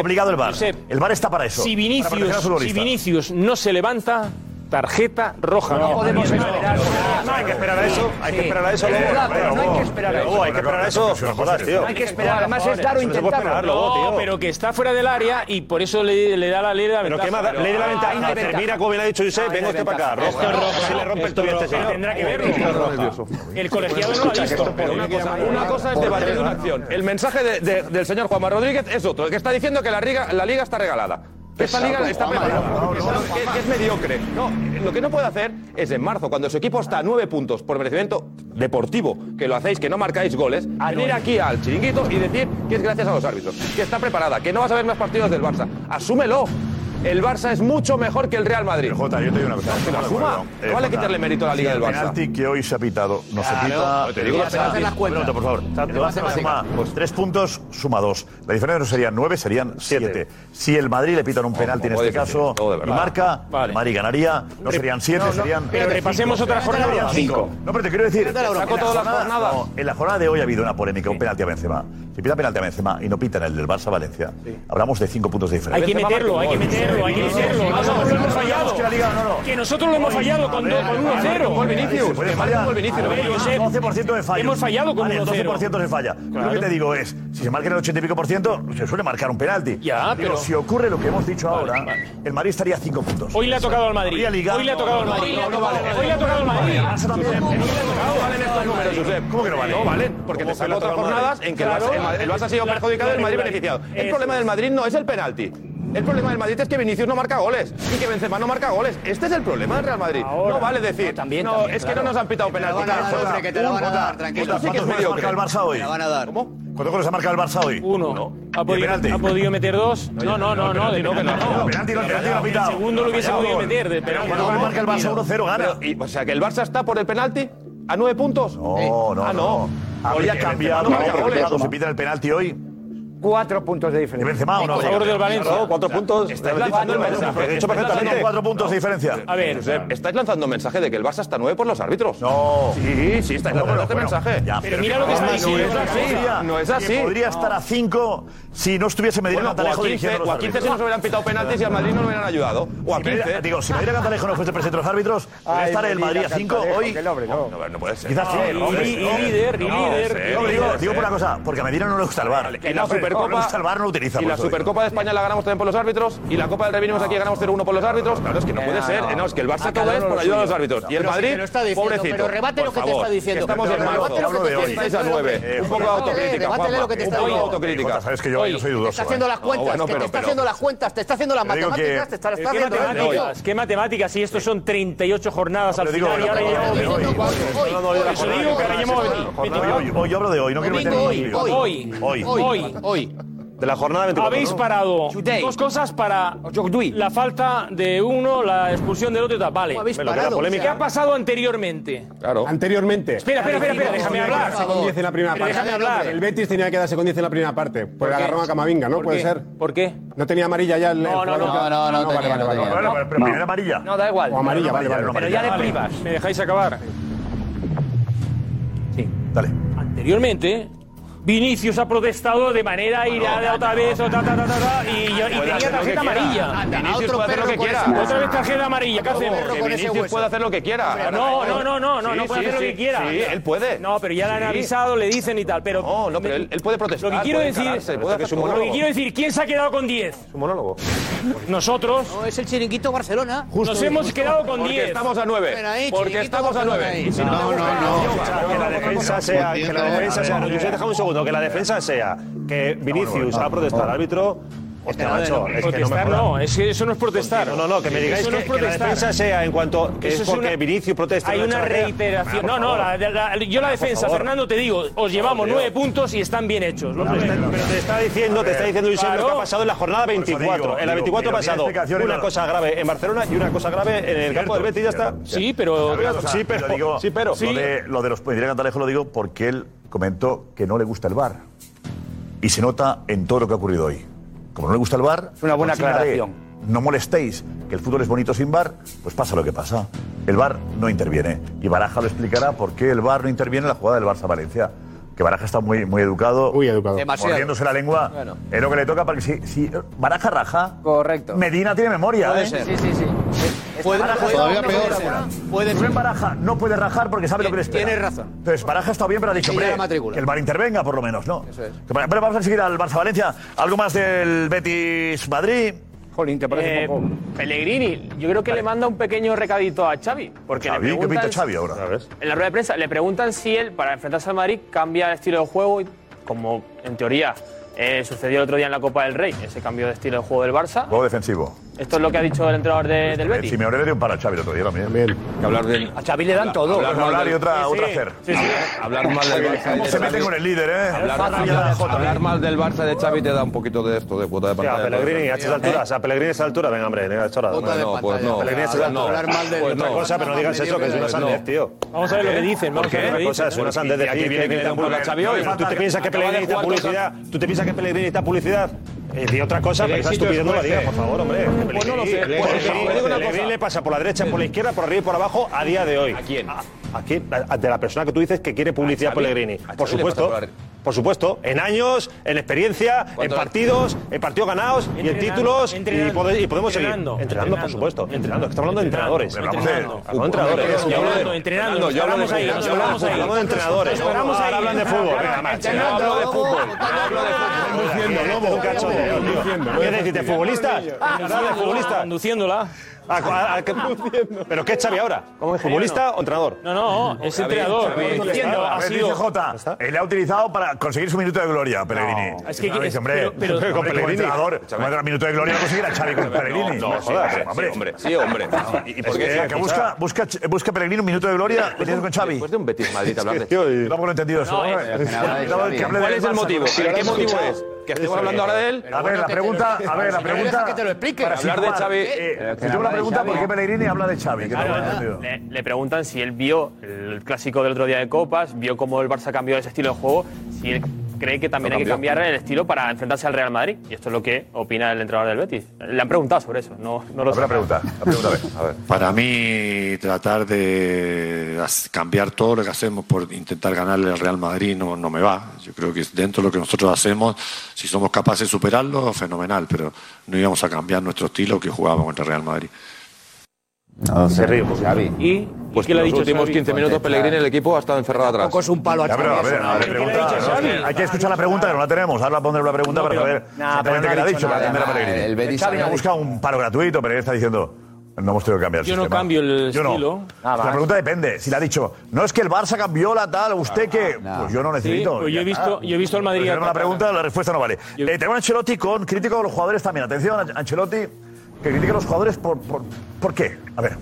[SPEAKER 2] obligado el VAR.
[SPEAKER 19] Josep,
[SPEAKER 2] el VAR está para eso.
[SPEAKER 19] Si
[SPEAKER 2] para proteger al
[SPEAKER 19] Vinicius, si
[SPEAKER 2] futbolista.
[SPEAKER 19] Vinicius no se levanta, tarjeta roja.
[SPEAKER 2] No podemos
[SPEAKER 19] esperar.
[SPEAKER 7] No, hay que esperar a eso. Hay que esperar a eso. Lobo. Lobo, Lobo, hay que esperar a eso. No jodas, tío. Eso no se puede esperar, Lobo, tío.
[SPEAKER 19] No, pero que está fuera del área y por eso le, le da la ley de la
[SPEAKER 7] Pero
[SPEAKER 19] ventaja.
[SPEAKER 7] qué más da- ley de la ventaja. Termina, como bien ha dicho Josep, venga usted para acá. Roja.
[SPEAKER 19] Esto es rojo.
[SPEAKER 7] Si le rompe el tobillo a este señor.
[SPEAKER 19] Tendrá que verlo. El colegiado no lo ha visto.
[SPEAKER 11] Pero una cosa, una cosa es debatir una acción. El mensaje de- de- del señor Juanma Rodríguez es otro, que está diciendo que la liga, la liga está regalada. Que esta liga está preparada, que está- que- que es mediocre. No, lo que no puede hacer es en marzo, cuando su equipo está a nueve puntos por merecimiento deportivo, que lo hacéis, que no marcáis goles, venir aquí al chiringuito y decir que es gracias a los árbitros, que está preparada, que no vas a ver más partidos del Barça. Asúmelo. El Barça es mucho mejor que el Real Madrid. Jota, yo te digo una cosa.
[SPEAKER 2] Estoy de acuerdo.
[SPEAKER 11] asuma.
[SPEAKER 2] Eh,
[SPEAKER 11] No vale
[SPEAKER 2] Jota,
[SPEAKER 11] quitarle mérito a la Liga
[SPEAKER 2] si
[SPEAKER 11] del
[SPEAKER 2] El
[SPEAKER 11] Barça.
[SPEAKER 2] penalti que hoy se ha pitado. No se
[SPEAKER 11] Claro.
[SPEAKER 2] pita.
[SPEAKER 11] Te digo la
[SPEAKER 2] Se va a hacer
[SPEAKER 11] penalti.
[SPEAKER 2] las cuentas.
[SPEAKER 11] Minuto,
[SPEAKER 2] por favor.
[SPEAKER 11] Te vas a hacer las
[SPEAKER 2] Suma pues tres puntos, suma dos. La diferencia no serían nueve, serían siete. Si el Madrid le pitan un penalti en
[SPEAKER 11] como
[SPEAKER 2] este
[SPEAKER 11] dices,
[SPEAKER 2] caso
[SPEAKER 11] todo de
[SPEAKER 2] y
[SPEAKER 11] verdad.
[SPEAKER 2] marca, el Madrid ganaría. No
[SPEAKER 11] Re-
[SPEAKER 2] serían siete,
[SPEAKER 11] no, no,
[SPEAKER 2] serían.
[SPEAKER 11] pero repasemos
[SPEAKER 2] cinco.
[SPEAKER 11] otra jornada.
[SPEAKER 2] Serían cinco.
[SPEAKER 11] Cinco.
[SPEAKER 2] No, pero te quiero decir.
[SPEAKER 11] Saco todas
[SPEAKER 2] en la
[SPEAKER 11] las
[SPEAKER 2] jornada-
[SPEAKER 11] jornadas.
[SPEAKER 2] no, En la jornada de hoy ha habido una polémica, un penalti a Benzema. Si pita penalti a Benzema y no pitan el del Barça-Valencia, hablamos de cinco puntos de diferencia.
[SPEAKER 19] Hay que meterlo, hay que meterlo, hay que meterlo. Nosotros lo hemos fallado. Que nosotros lo hemos fallado con do- con 1-0.
[SPEAKER 2] Gol Vinicius,
[SPEAKER 19] Pues
[SPEAKER 2] que marca un gol Vinicius.
[SPEAKER 19] Oye, Josep,
[SPEAKER 2] 12% de falla.
[SPEAKER 19] Hemos fallado con
[SPEAKER 2] Vale,
[SPEAKER 19] 1-0.
[SPEAKER 2] El 12% se falla. Yo Lo que te digo es, si se marca el 80 y pico por ciento, se suele marcar un penalti.
[SPEAKER 19] Ya,
[SPEAKER 2] Digo,
[SPEAKER 19] pero-
[SPEAKER 2] si ocurre lo que hemos dicho ahora, el Madrid estaría a 5 puntos.
[SPEAKER 19] Hoy le ha tocado al Madrid.
[SPEAKER 2] Podría ligar.
[SPEAKER 19] Hoy le ha tocado al
[SPEAKER 2] No,
[SPEAKER 19] Madrid.
[SPEAKER 2] no, no vale.
[SPEAKER 19] Hoy le ha tocado al Madrid.
[SPEAKER 11] Pero, Josep, ¿cómo que no vale? No valen, porque te saco otras jornadas en que el
[SPEAKER 19] Claro.
[SPEAKER 11] Barça- el Madrid- el Barça ha sido
[SPEAKER 19] Claro,
[SPEAKER 11] perjudicado y el Madrid
[SPEAKER 19] claro,
[SPEAKER 11] beneficiado. El
[SPEAKER 19] eso
[SPEAKER 11] problema
[SPEAKER 19] es.
[SPEAKER 11] del Madrid no es el penalti. El problema del Madrid es que Vinicius no marca goles y que Benzema no marca goles. Este es el problema del Real Madrid. no vale decir, no, es que no nos han pitado penalti. Claro, Jota, un- Jota, Esto sí que es
[SPEAKER 2] ¿Cuántos goles ha
[SPEAKER 11] mediocre.
[SPEAKER 2] marcado el Barça hoy?
[SPEAKER 19] ¿Cómo?
[SPEAKER 2] ¿Cuántos goles ha marcado el Barça hoy?
[SPEAKER 19] Uno. ¿Ha podido,
[SPEAKER 2] penalti?
[SPEAKER 19] ha podido meter dos? No, no, no, no. de penalti no.
[SPEAKER 2] Penalti no,
[SPEAKER 19] De
[SPEAKER 2] penalti no ha
[SPEAKER 19] verdad,
[SPEAKER 2] pitado.
[SPEAKER 19] El segundo lo hubiese
[SPEAKER 11] Fallado,
[SPEAKER 19] podido
[SPEAKER 11] gol.
[SPEAKER 19] meter. de penalti.
[SPEAKER 11] cuando
[SPEAKER 19] No,
[SPEAKER 11] marca el Barça
[SPEAKER 19] mira.
[SPEAKER 11] 1-0 gana. o sea, que el Barça está por el penalti a nueve puntos. No, no, ah, no. Hoy
[SPEAKER 2] Habría
[SPEAKER 11] ha
[SPEAKER 2] cambiado,
[SPEAKER 11] cambiado. no marca
[SPEAKER 2] habría
[SPEAKER 11] goles.
[SPEAKER 2] cambiado. Si pitan el penalti hoy,
[SPEAKER 9] Cuatro puntos de
[SPEAKER 2] ¿De
[SPEAKER 9] diferencia.
[SPEAKER 2] Benzema o no?
[SPEAKER 11] A favor del Valencia.
[SPEAKER 2] No, cuatro puntos.
[SPEAKER 11] Estáis lanzando el mensaje.
[SPEAKER 2] He hecho perfectamente. Cuatro puntos de diferencia.
[SPEAKER 11] A ver, estáis lanzando un mensaje de que el Barça está nueve por los árbitros. No. Sí, sí, estáis lanzando este mensaje. No es así.
[SPEAKER 2] Podría estar a cinco si no estuviese Medina
[SPEAKER 11] Bueno, o a
[SPEAKER 2] Cantalejo
[SPEAKER 11] 15,
[SPEAKER 2] dirigiendo
[SPEAKER 11] o a 15 si nos hubieran pitado penaltis y al Madrid no le hubieran ayudado. O a
[SPEAKER 2] Si Medina-
[SPEAKER 11] 15.
[SPEAKER 2] digo, si Medina Cantalejo no fuese este presidente de los árbitros, podría
[SPEAKER 11] Ay,
[SPEAKER 2] estar el
[SPEAKER 11] Medina
[SPEAKER 2] Madrid a cinco
[SPEAKER 11] Cantalejo,
[SPEAKER 2] hoy.
[SPEAKER 11] qué
[SPEAKER 2] No,
[SPEAKER 11] no, no puede ser.
[SPEAKER 2] Quizás sí.
[SPEAKER 11] No,
[SPEAKER 2] el
[SPEAKER 11] hombre, no. No, sí,
[SPEAKER 2] Digo, digo,
[SPEAKER 11] líder,
[SPEAKER 2] digo por
[SPEAKER 11] sí.
[SPEAKER 2] una cosa, porque a Medina no le gusta el bar.
[SPEAKER 11] Y la Supercopa,
[SPEAKER 2] No le gusta el bar, no lo utiliza.
[SPEAKER 11] y
[SPEAKER 2] por eso
[SPEAKER 11] la
[SPEAKER 2] ¿eh? digo.
[SPEAKER 11] Supercopa de España la ganamos también por los árbitros. Y la Copa del Rey vinimos aquí y ganamos 0-1 por los árbitros. Claro, es que no
[SPEAKER 4] Eh,
[SPEAKER 11] puede
[SPEAKER 4] no,
[SPEAKER 11] ser.
[SPEAKER 4] no.
[SPEAKER 11] eh, No, es que el
[SPEAKER 4] A
[SPEAKER 11] Barça
[SPEAKER 4] cada
[SPEAKER 11] todo es
[SPEAKER 4] uno
[SPEAKER 11] por
[SPEAKER 4] lo
[SPEAKER 11] ayuda a los
[SPEAKER 4] suyo.
[SPEAKER 11] árbitros. Y el
[SPEAKER 4] Pero Ah, sí,
[SPEAKER 11] Madrid,
[SPEAKER 4] pero está diciendo,
[SPEAKER 11] pobrecito.
[SPEAKER 4] pero rebate
[SPEAKER 11] Por
[SPEAKER 4] lo que te
[SPEAKER 11] favor,
[SPEAKER 4] está diciendo.
[SPEAKER 11] Estamos
[SPEAKER 4] Pero
[SPEAKER 11] en
[SPEAKER 4] rebate
[SPEAKER 11] marzo.
[SPEAKER 4] lo que te está
[SPEAKER 11] Estáis a
[SPEAKER 4] diciendo.
[SPEAKER 11] 9.
[SPEAKER 2] Eh,
[SPEAKER 11] Un poco de
[SPEAKER 4] Rebátele,
[SPEAKER 11] autocrítica,
[SPEAKER 4] rebátele
[SPEAKER 11] Juanma.
[SPEAKER 4] lo que te está
[SPEAKER 11] Un poco de
[SPEAKER 4] diciendo.
[SPEAKER 11] autocrítica.
[SPEAKER 2] Jota, sabes que yo ahí no soy dudoso.
[SPEAKER 4] Te está haciendo
[SPEAKER 2] ¿eh?
[SPEAKER 4] las cuentas,
[SPEAKER 2] No, bueno,
[SPEAKER 4] que te
[SPEAKER 2] pero-
[SPEAKER 4] está
[SPEAKER 2] pero-
[SPEAKER 4] haciendo las cuentas, te está haciendo las
[SPEAKER 2] Te digo
[SPEAKER 4] matemáticas,
[SPEAKER 2] que-
[SPEAKER 4] te está las
[SPEAKER 19] ¿Qué
[SPEAKER 4] está haciendo.
[SPEAKER 19] matemáticas?
[SPEAKER 2] eh.
[SPEAKER 19] ¿Qué matemáticas? Y esto son 38 jornadas al final y ahora llevamos 22. Por eso digo que ahora llevamos 22.
[SPEAKER 2] Hoy, hoy, yo hablo de hoy, no quiero meter
[SPEAKER 19] Domingo,
[SPEAKER 2] ningún lío.
[SPEAKER 19] hoy, hoy, hoy, hoy.
[SPEAKER 2] De la jornada 24.
[SPEAKER 19] Habéis
[SPEAKER 2] ¿no?
[SPEAKER 19] parado dos cosas para
[SPEAKER 6] Oh,
[SPEAKER 19] la falta de uno, la expulsión del otro y tal. Vale.
[SPEAKER 6] ¿Cómo habéis
[SPEAKER 19] Pero que
[SPEAKER 6] parado?
[SPEAKER 19] la polémica- ¿Qué ha pasado anteriormente?
[SPEAKER 5] Anteriormente.
[SPEAKER 19] Espera, espera, espera, espera, déjame hablar.
[SPEAKER 5] Con 10 en la primera
[SPEAKER 19] Pero
[SPEAKER 5] parte.
[SPEAKER 19] déjame hablar.
[SPEAKER 5] El Betis tenía que quedarse con 10 en la primera parte. Por el
[SPEAKER 19] qué?
[SPEAKER 5] agarrón a Camavinga, ¿no?
[SPEAKER 19] ¿Por
[SPEAKER 5] Puede
[SPEAKER 19] qué?
[SPEAKER 5] ser.
[SPEAKER 19] ¿Por qué?
[SPEAKER 5] No tenía amarilla ya el. Ah,
[SPEAKER 19] No, no, no. No, no, no tenía, no tenía.
[SPEAKER 5] Bueno,
[SPEAKER 2] pero- pero primera amarilla.
[SPEAKER 19] No, da igual.
[SPEAKER 5] O amarilla, vale, vale.
[SPEAKER 19] Pero ya le privas. ¿Me dejáis acabar? Sí.
[SPEAKER 2] Dale.
[SPEAKER 19] Anteriormente, Vinicius ha protestado de manera irada otra vez, otra, ta, ta, ta, ta, y, y tenía
[SPEAKER 11] hacer lo que
[SPEAKER 19] tarjeta
[SPEAKER 11] quiera.
[SPEAKER 19] amarilla.
[SPEAKER 11] Anda, a otro
[SPEAKER 19] puede hacer
[SPEAKER 11] perro
[SPEAKER 19] lo que
[SPEAKER 11] con
[SPEAKER 19] quiera.
[SPEAKER 11] ese hueso.
[SPEAKER 19] Otra vez tarjeta amarilla, ¿qué
[SPEAKER 11] Otro
[SPEAKER 19] hacemos?
[SPEAKER 11] perro con ese Vinicius hueso. puede hacer lo que quiera. Hombre,
[SPEAKER 19] No, no, no,
[SPEAKER 11] Rafael.
[SPEAKER 19] no, no,
[SPEAKER 11] Sí,
[SPEAKER 19] no puede
[SPEAKER 11] sí,
[SPEAKER 19] hacer lo
[SPEAKER 11] sí.
[SPEAKER 19] que quiera.
[SPEAKER 11] Sí, él puede.
[SPEAKER 19] No, pero ya le han
[SPEAKER 11] Sí.
[SPEAKER 19] avisado, le dicen y tal, pero... No, no, pero
[SPEAKER 11] él- él puede protestar,
[SPEAKER 19] Lo que quiero
[SPEAKER 11] puede
[SPEAKER 19] decir...
[SPEAKER 11] encararse, puede hacer su
[SPEAKER 19] Lo que
[SPEAKER 11] monólogo.
[SPEAKER 19] quiero decir, ¿quién se ha quedado con 10?
[SPEAKER 11] Un monólogo.
[SPEAKER 19] Nosotros...
[SPEAKER 6] No, es el chiringuito Barcelona.
[SPEAKER 19] Nos hemos quedado con
[SPEAKER 11] Porque
[SPEAKER 19] 10.
[SPEAKER 11] estamos a
[SPEAKER 6] Pero ahí,
[SPEAKER 11] 9. Porque
[SPEAKER 6] chiquito,
[SPEAKER 11] estamos a
[SPEAKER 6] pero
[SPEAKER 11] 9.
[SPEAKER 6] ahí.
[SPEAKER 11] Y si no, te gusta,
[SPEAKER 7] Que la defensa sea, que la defensa sea, Josep, déjame un segundo, que la defensa sea que Vinicius ha protestado al árbitro,
[SPEAKER 2] Hostia, macho, es que no me
[SPEAKER 19] protestar
[SPEAKER 2] jodas.
[SPEAKER 19] no, es que eso no es protestar.
[SPEAKER 2] No, no, no, que me digáis
[SPEAKER 19] Eso no
[SPEAKER 2] que-
[SPEAKER 19] es
[SPEAKER 2] que la
[SPEAKER 19] protestar.
[SPEAKER 2] defensa sea en cuanto- que
[SPEAKER 19] Eso
[SPEAKER 2] es porque
[SPEAKER 19] una-
[SPEAKER 2] Vinicius protesta y
[SPEAKER 19] Hay
[SPEAKER 2] no
[SPEAKER 19] una
[SPEAKER 2] Chavarría.
[SPEAKER 19] reiteración.
[SPEAKER 2] Ah,
[SPEAKER 19] No,
[SPEAKER 2] por
[SPEAKER 19] no, la-
[SPEAKER 2] favor.
[SPEAKER 19] la- la- yo la
[SPEAKER 2] Ah, por
[SPEAKER 19] defensa,
[SPEAKER 2] favor.
[SPEAKER 19] Fernando, te digo, os llevamos
[SPEAKER 2] Dios.
[SPEAKER 19] nueve puntos y están bien hechos. los nueve.
[SPEAKER 2] Pero te está diciendo, te está diciendo Luis
[SPEAKER 19] Claro.
[SPEAKER 2] lo que ha pasado en la jornada
[SPEAKER 19] Por eso
[SPEAKER 2] 24.
[SPEAKER 19] digo,
[SPEAKER 2] en la
[SPEAKER 19] digo,
[SPEAKER 2] 24 ha
[SPEAKER 19] pero
[SPEAKER 2] pasado
[SPEAKER 19] mira explicaciones,
[SPEAKER 2] una
[SPEAKER 19] no.
[SPEAKER 2] cosa grave en Barcelona y una cosa grave en el campo del Betis, ya está.
[SPEAKER 19] Sí, pero-
[SPEAKER 2] Claro, o sea,
[SPEAKER 19] Sí, pero-
[SPEAKER 2] lo digo,
[SPEAKER 19] sí, pero-
[SPEAKER 2] Lo de, lo de los Miguel Cantalejo lo digo porque él comentó que no le gusta el bar. Y se nota en todo lo que ha ocurrido hoy. Como no le gusta el bar,
[SPEAKER 9] Es una buena
[SPEAKER 2] consigna de,
[SPEAKER 9] aclaración.
[SPEAKER 2] no molestéis, que el fútbol es bonito sin bar, pues pasa lo que pasa. El bar no interviene. Y Baraja lo explicará por qué el bar no interviene en la jugada del Barça Valencia. Que Baraja está muy, muy educado. Muy educado.
[SPEAKER 9] Demasiado.
[SPEAKER 2] Mordiéndose la lengua.
[SPEAKER 9] Bueno.
[SPEAKER 2] Es lo que le toca para que si, si Baraja raja. Correcto. Medina tiene memoria.
[SPEAKER 9] Puede
[SPEAKER 2] ¿eh?
[SPEAKER 9] ser.
[SPEAKER 2] Sí, sí, sí.
[SPEAKER 9] todavía peor.
[SPEAKER 2] Puede Rubén Baraja no puede rajar porque sabe lo que le espera. Tienes razón. Entonces, Baraja está bien, pero ha dicho,
[SPEAKER 9] Ella
[SPEAKER 2] hombre,
[SPEAKER 9] la matrícula.
[SPEAKER 2] que el bar intervenga, por lo menos, ¿no?
[SPEAKER 9] Eso es.
[SPEAKER 2] Que- Bueno, vamos a seguir al Barça-Valencia. ¿Algo más del Betis-Madrid?
[SPEAKER 9] Jolín, te
[SPEAKER 2] parece
[SPEAKER 10] Eh, Pellegrini, yo creo que le manda un pequeño recadito a Xavi. Porque le
[SPEAKER 2] Xavi, ¿qué
[SPEAKER 10] preguntan
[SPEAKER 2] pinta
[SPEAKER 10] si-
[SPEAKER 2] Xavi ahora?
[SPEAKER 10] En la rueda de prensa le preguntan si él, para enfrentarse al Madrid, cambia el estilo de juego, y, como en teoría eh, sucedió el otro día en la Copa del Rey, ese cambio de estilo de juego del Barça.
[SPEAKER 2] Juego defensivo.
[SPEAKER 10] Esto es lo que ha dicho el entrenador de- del Betis.
[SPEAKER 2] Si me le dio un paro a Xavi el otro día también.
[SPEAKER 4] Que hablar del.
[SPEAKER 9] A Xavi le dan todo.
[SPEAKER 2] Hablar, hablar y otra,
[SPEAKER 9] Sí, sí.
[SPEAKER 2] otra hacer.
[SPEAKER 24] Hablar mal del Barça.
[SPEAKER 2] ¿Cómo
[SPEAKER 24] de
[SPEAKER 2] se
[SPEAKER 24] Xavi?
[SPEAKER 2] mete con el líder, eh?
[SPEAKER 24] Hablar,
[SPEAKER 2] Fácil,
[SPEAKER 24] hablar-
[SPEAKER 2] la Jota.
[SPEAKER 24] hablar mal del Barça de Xavi te da un poquito de esto, de cuota de
[SPEAKER 7] Hostia,
[SPEAKER 24] pantalla.
[SPEAKER 7] Pellegrini, a estas alturas, a Pellegrini a esta altura, venga, hombre, venga, chora.
[SPEAKER 24] Otra de
[SPEAKER 7] No, pues
[SPEAKER 24] pantalla.
[SPEAKER 7] no. Pellegrini a estas
[SPEAKER 24] Hablar- no.
[SPEAKER 7] alturas.
[SPEAKER 24] Hablar mal del-
[SPEAKER 7] Pues no. Otra cosa, pero no digas eso, que es una
[SPEAKER 24] Pues no.
[SPEAKER 7] sandez, tío.
[SPEAKER 19] Vamos a ver lo que dicen, vamos
[SPEAKER 7] Porque
[SPEAKER 19] a ver lo
[SPEAKER 7] una
[SPEAKER 19] que
[SPEAKER 7] cosa es
[SPEAKER 19] dicen.
[SPEAKER 7] una sandez
[SPEAKER 19] Aquí
[SPEAKER 7] decir, viene
[SPEAKER 19] quieren
[SPEAKER 7] que le
[SPEAKER 19] que
[SPEAKER 7] da
[SPEAKER 19] le
[SPEAKER 7] un
[SPEAKER 19] den
[SPEAKER 7] pueblo a Xavi hoy. ¿Tú te piensas que Pellegrini necesita publicidad? ¿Tú te piensas que Pellegrini necesita publicidad? Eh, Di otra cosa,
[SPEAKER 19] El
[SPEAKER 7] pero esa
[SPEAKER 19] éxito
[SPEAKER 7] estupidez no la
[SPEAKER 19] es
[SPEAKER 7] digas, por
[SPEAKER 19] juez,
[SPEAKER 7] favor, hombre.
[SPEAKER 19] Pues no lo sé.
[SPEAKER 7] Pellegrini-
[SPEAKER 19] Pues te digo una cosa.
[SPEAKER 7] Pellegrini le pasa por la derecha, por la izquierda, por arriba y por abajo a día de hoy. ¿A quién? ¿A quién? A- De la persona que tú dices que quiere publicidad
[SPEAKER 24] A Xavi.
[SPEAKER 7] Pellegrini.
[SPEAKER 24] A
[SPEAKER 7] Por
[SPEAKER 24] Xavi le
[SPEAKER 7] supuesto.
[SPEAKER 24] pasa por
[SPEAKER 7] Por supuesto, en años, en experiencia, en
[SPEAKER 24] ¿Cuánto-
[SPEAKER 7] partidos, en partidos ganados y en
[SPEAKER 24] Entrenando,
[SPEAKER 7] títulos y,
[SPEAKER 24] entrenando,
[SPEAKER 7] pode- y podemos seguir.
[SPEAKER 24] entrenando,
[SPEAKER 7] Entrenando, por supuesto. Entrenando, que estamos hablando de entrenadores.
[SPEAKER 24] Hablamos de-
[SPEAKER 7] Entrenando. Hablamos de entrenadores.
[SPEAKER 24] Entrenando,
[SPEAKER 7] Yo hablo de-
[SPEAKER 24] entrenando, yo hablo de-
[SPEAKER 7] Hablamos ahí,
[SPEAKER 24] yo hablo de-
[SPEAKER 7] hablamos ahí. Hablamos de entrenadores.
[SPEAKER 24] Nos paramos
[SPEAKER 7] Ahora
[SPEAKER 24] ahí.
[SPEAKER 7] hablan de fútbol. Venga,
[SPEAKER 24] Entrenando,
[SPEAKER 7] macho.
[SPEAKER 24] entrenando,
[SPEAKER 7] Hablo de
[SPEAKER 24] lobo.
[SPEAKER 7] fútbol.
[SPEAKER 11] ¿eh?
[SPEAKER 7] ¿Qué decís, de futbolista? Hablar de futbolista?
[SPEAKER 19] Conduciéndola.
[SPEAKER 7] ¿A- a- a- qué- ¿Pero qué es Xavi ahora? ¿Futbolista o entrenador?
[SPEAKER 19] No, no, es
[SPEAKER 7] Xavi,
[SPEAKER 19] entrenador.
[SPEAKER 7] Xavi,
[SPEAKER 19] Conduciendo,
[SPEAKER 7] Xavi,
[SPEAKER 19] ha
[SPEAKER 2] A ver,
[SPEAKER 19] sido-
[SPEAKER 2] dice Jota, él ha utilizado para conseguir su minuto de gloria, Pellegrini.
[SPEAKER 19] No, es que-
[SPEAKER 2] Claro,
[SPEAKER 19] es-
[SPEAKER 2] dice, hombre,
[SPEAKER 19] pero- pero-
[SPEAKER 2] hombre,
[SPEAKER 19] con
[SPEAKER 2] como
[SPEAKER 19] Pellegrini.
[SPEAKER 2] entrenador,
[SPEAKER 19] Escúchame.
[SPEAKER 2] cuatro minutos de gloria va a conseguir a Xavi con Pellegrini.
[SPEAKER 24] No, no, sí, hombre, sí, hombre, sí, hombre.
[SPEAKER 2] No.
[SPEAKER 24] ¿Y- y
[SPEAKER 2] Es
[SPEAKER 24] por qué
[SPEAKER 2] que-
[SPEAKER 24] se
[SPEAKER 2] que
[SPEAKER 24] quita?
[SPEAKER 2] busca, busca, busca Pellegrini un minuto de gloria,
[SPEAKER 24] Después de
[SPEAKER 2] metido
[SPEAKER 24] un-
[SPEAKER 2] con Xavi.
[SPEAKER 24] después de un Betis Madrid, hablar de-
[SPEAKER 2] Es que, tío, yo Tampoco lo he entendido eso.
[SPEAKER 24] No,
[SPEAKER 2] ¿eh?
[SPEAKER 24] es- es-
[SPEAKER 2] Hablar- que hable
[SPEAKER 24] ¿Cuál
[SPEAKER 2] del
[SPEAKER 24] es el
[SPEAKER 2] Barça,
[SPEAKER 24] motivo?
[SPEAKER 2] si lo
[SPEAKER 24] ¿Qué
[SPEAKER 2] has
[SPEAKER 24] motivo
[SPEAKER 2] escuchado.
[SPEAKER 24] es? Que estemos
[SPEAKER 2] Eso
[SPEAKER 24] hablando ahora de él.
[SPEAKER 2] A
[SPEAKER 24] Pero
[SPEAKER 2] ver,
[SPEAKER 24] bueno,
[SPEAKER 2] la
[SPEAKER 24] que te
[SPEAKER 2] pregunta,
[SPEAKER 24] lo-
[SPEAKER 2] a ver, la
[SPEAKER 24] si no dejas
[SPEAKER 2] pregunta.
[SPEAKER 24] que te lo explique.
[SPEAKER 2] para
[SPEAKER 24] Hablar de
[SPEAKER 2] situar,
[SPEAKER 24] Xavi-
[SPEAKER 2] eh,
[SPEAKER 10] Pero que
[SPEAKER 2] Yo tengo
[SPEAKER 10] habla
[SPEAKER 2] la
[SPEAKER 10] de
[SPEAKER 2] pregunta,
[SPEAKER 10] Xavi.
[SPEAKER 2] ¿por qué Pellegrini habla de Xavi? Que no
[SPEAKER 10] Claro,
[SPEAKER 2] lo he entendido.
[SPEAKER 10] le, Eh, le preguntan si él vio el clásico del otro día de Copas, vio cómo el Barça cambió ese estilo de juego, si él cree que también
[SPEAKER 7] Lo
[SPEAKER 10] hay que
[SPEAKER 7] cambió.
[SPEAKER 10] cambiar el estilo para enfrentarse al Real Madrid. Y esto es lo que opina el entrenador del Betis. Le han preguntado sobre eso, no, no lo sé.
[SPEAKER 3] Para mí, tratar de as- cambiar todo lo que hacemos por intentar ganarle al Real Madrid no, no me va. Yo creo que dentro de lo que nosotros hacemos, si somos capaces de superarlo, fenomenal, pero no íbamos a cambiar nuestro estilo que jugábamos contra el Real Madrid.
[SPEAKER 12] se ríe Xavi.
[SPEAKER 10] ¿Y
[SPEAKER 24] Pues
[SPEAKER 12] qué le ha
[SPEAKER 24] los
[SPEAKER 12] dicho
[SPEAKER 24] últimos
[SPEAKER 12] Xavi?
[SPEAKER 24] 15 minutos, Pellegrini, el equipo ha estado encerrado atrás.
[SPEAKER 6] Tampoco es un palo a
[SPEAKER 2] Ya, pero a
[SPEAKER 6] Xavi,
[SPEAKER 2] ver,
[SPEAKER 11] ¿eh?
[SPEAKER 6] eso,
[SPEAKER 2] a ver,
[SPEAKER 6] ¿no?
[SPEAKER 2] pregunta, ¿no? Hay que escuchar la pregunta, que no la tenemos. Ahora pondré una pregunta para saber
[SPEAKER 6] no,
[SPEAKER 2] exactamente
[SPEAKER 6] pero no
[SPEAKER 2] qué le
[SPEAKER 6] ha
[SPEAKER 2] ha
[SPEAKER 6] dicho
[SPEAKER 2] dicho para
[SPEAKER 6] nada,
[SPEAKER 2] atender a
[SPEAKER 6] nada,
[SPEAKER 2] Pellegrini.
[SPEAKER 6] el Betis
[SPEAKER 2] Xavi ha
[SPEAKER 6] ha
[SPEAKER 2] buscado un paro gratuito, pero él está diciendo... No hemos tenido que cambiar el
[SPEAKER 19] Yo no
[SPEAKER 2] sistema".
[SPEAKER 19] cambio el
[SPEAKER 2] Yo no.
[SPEAKER 19] estilo.
[SPEAKER 2] la
[SPEAKER 6] eh.
[SPEAKER 2] pregunta depende. Si le ha dicho, no es que el Barça cambió la tal,
[SPEAKER 6] Ah,
[SPEAKER 2] usted que. Pues yo no necesito.
[SPEAKER 19] Sí, pues yo he
[SPEAKER 2] Ya
[SPEAKER 19] visto-
[SPEAKER 2] está.
[SPEAKER 19] yo he visto al Madrid
[SPEAKER 2] Pues tenemos la
[SPEAKER 19] atacar.
[SPEAKER 2] pregunta, la respuesta no vale. Eh, tenemos a Ancelotti con crítico de los jugadores también. Atención, Ancelotti, que critica a los jugadores por, por, ¿por qué. A ver.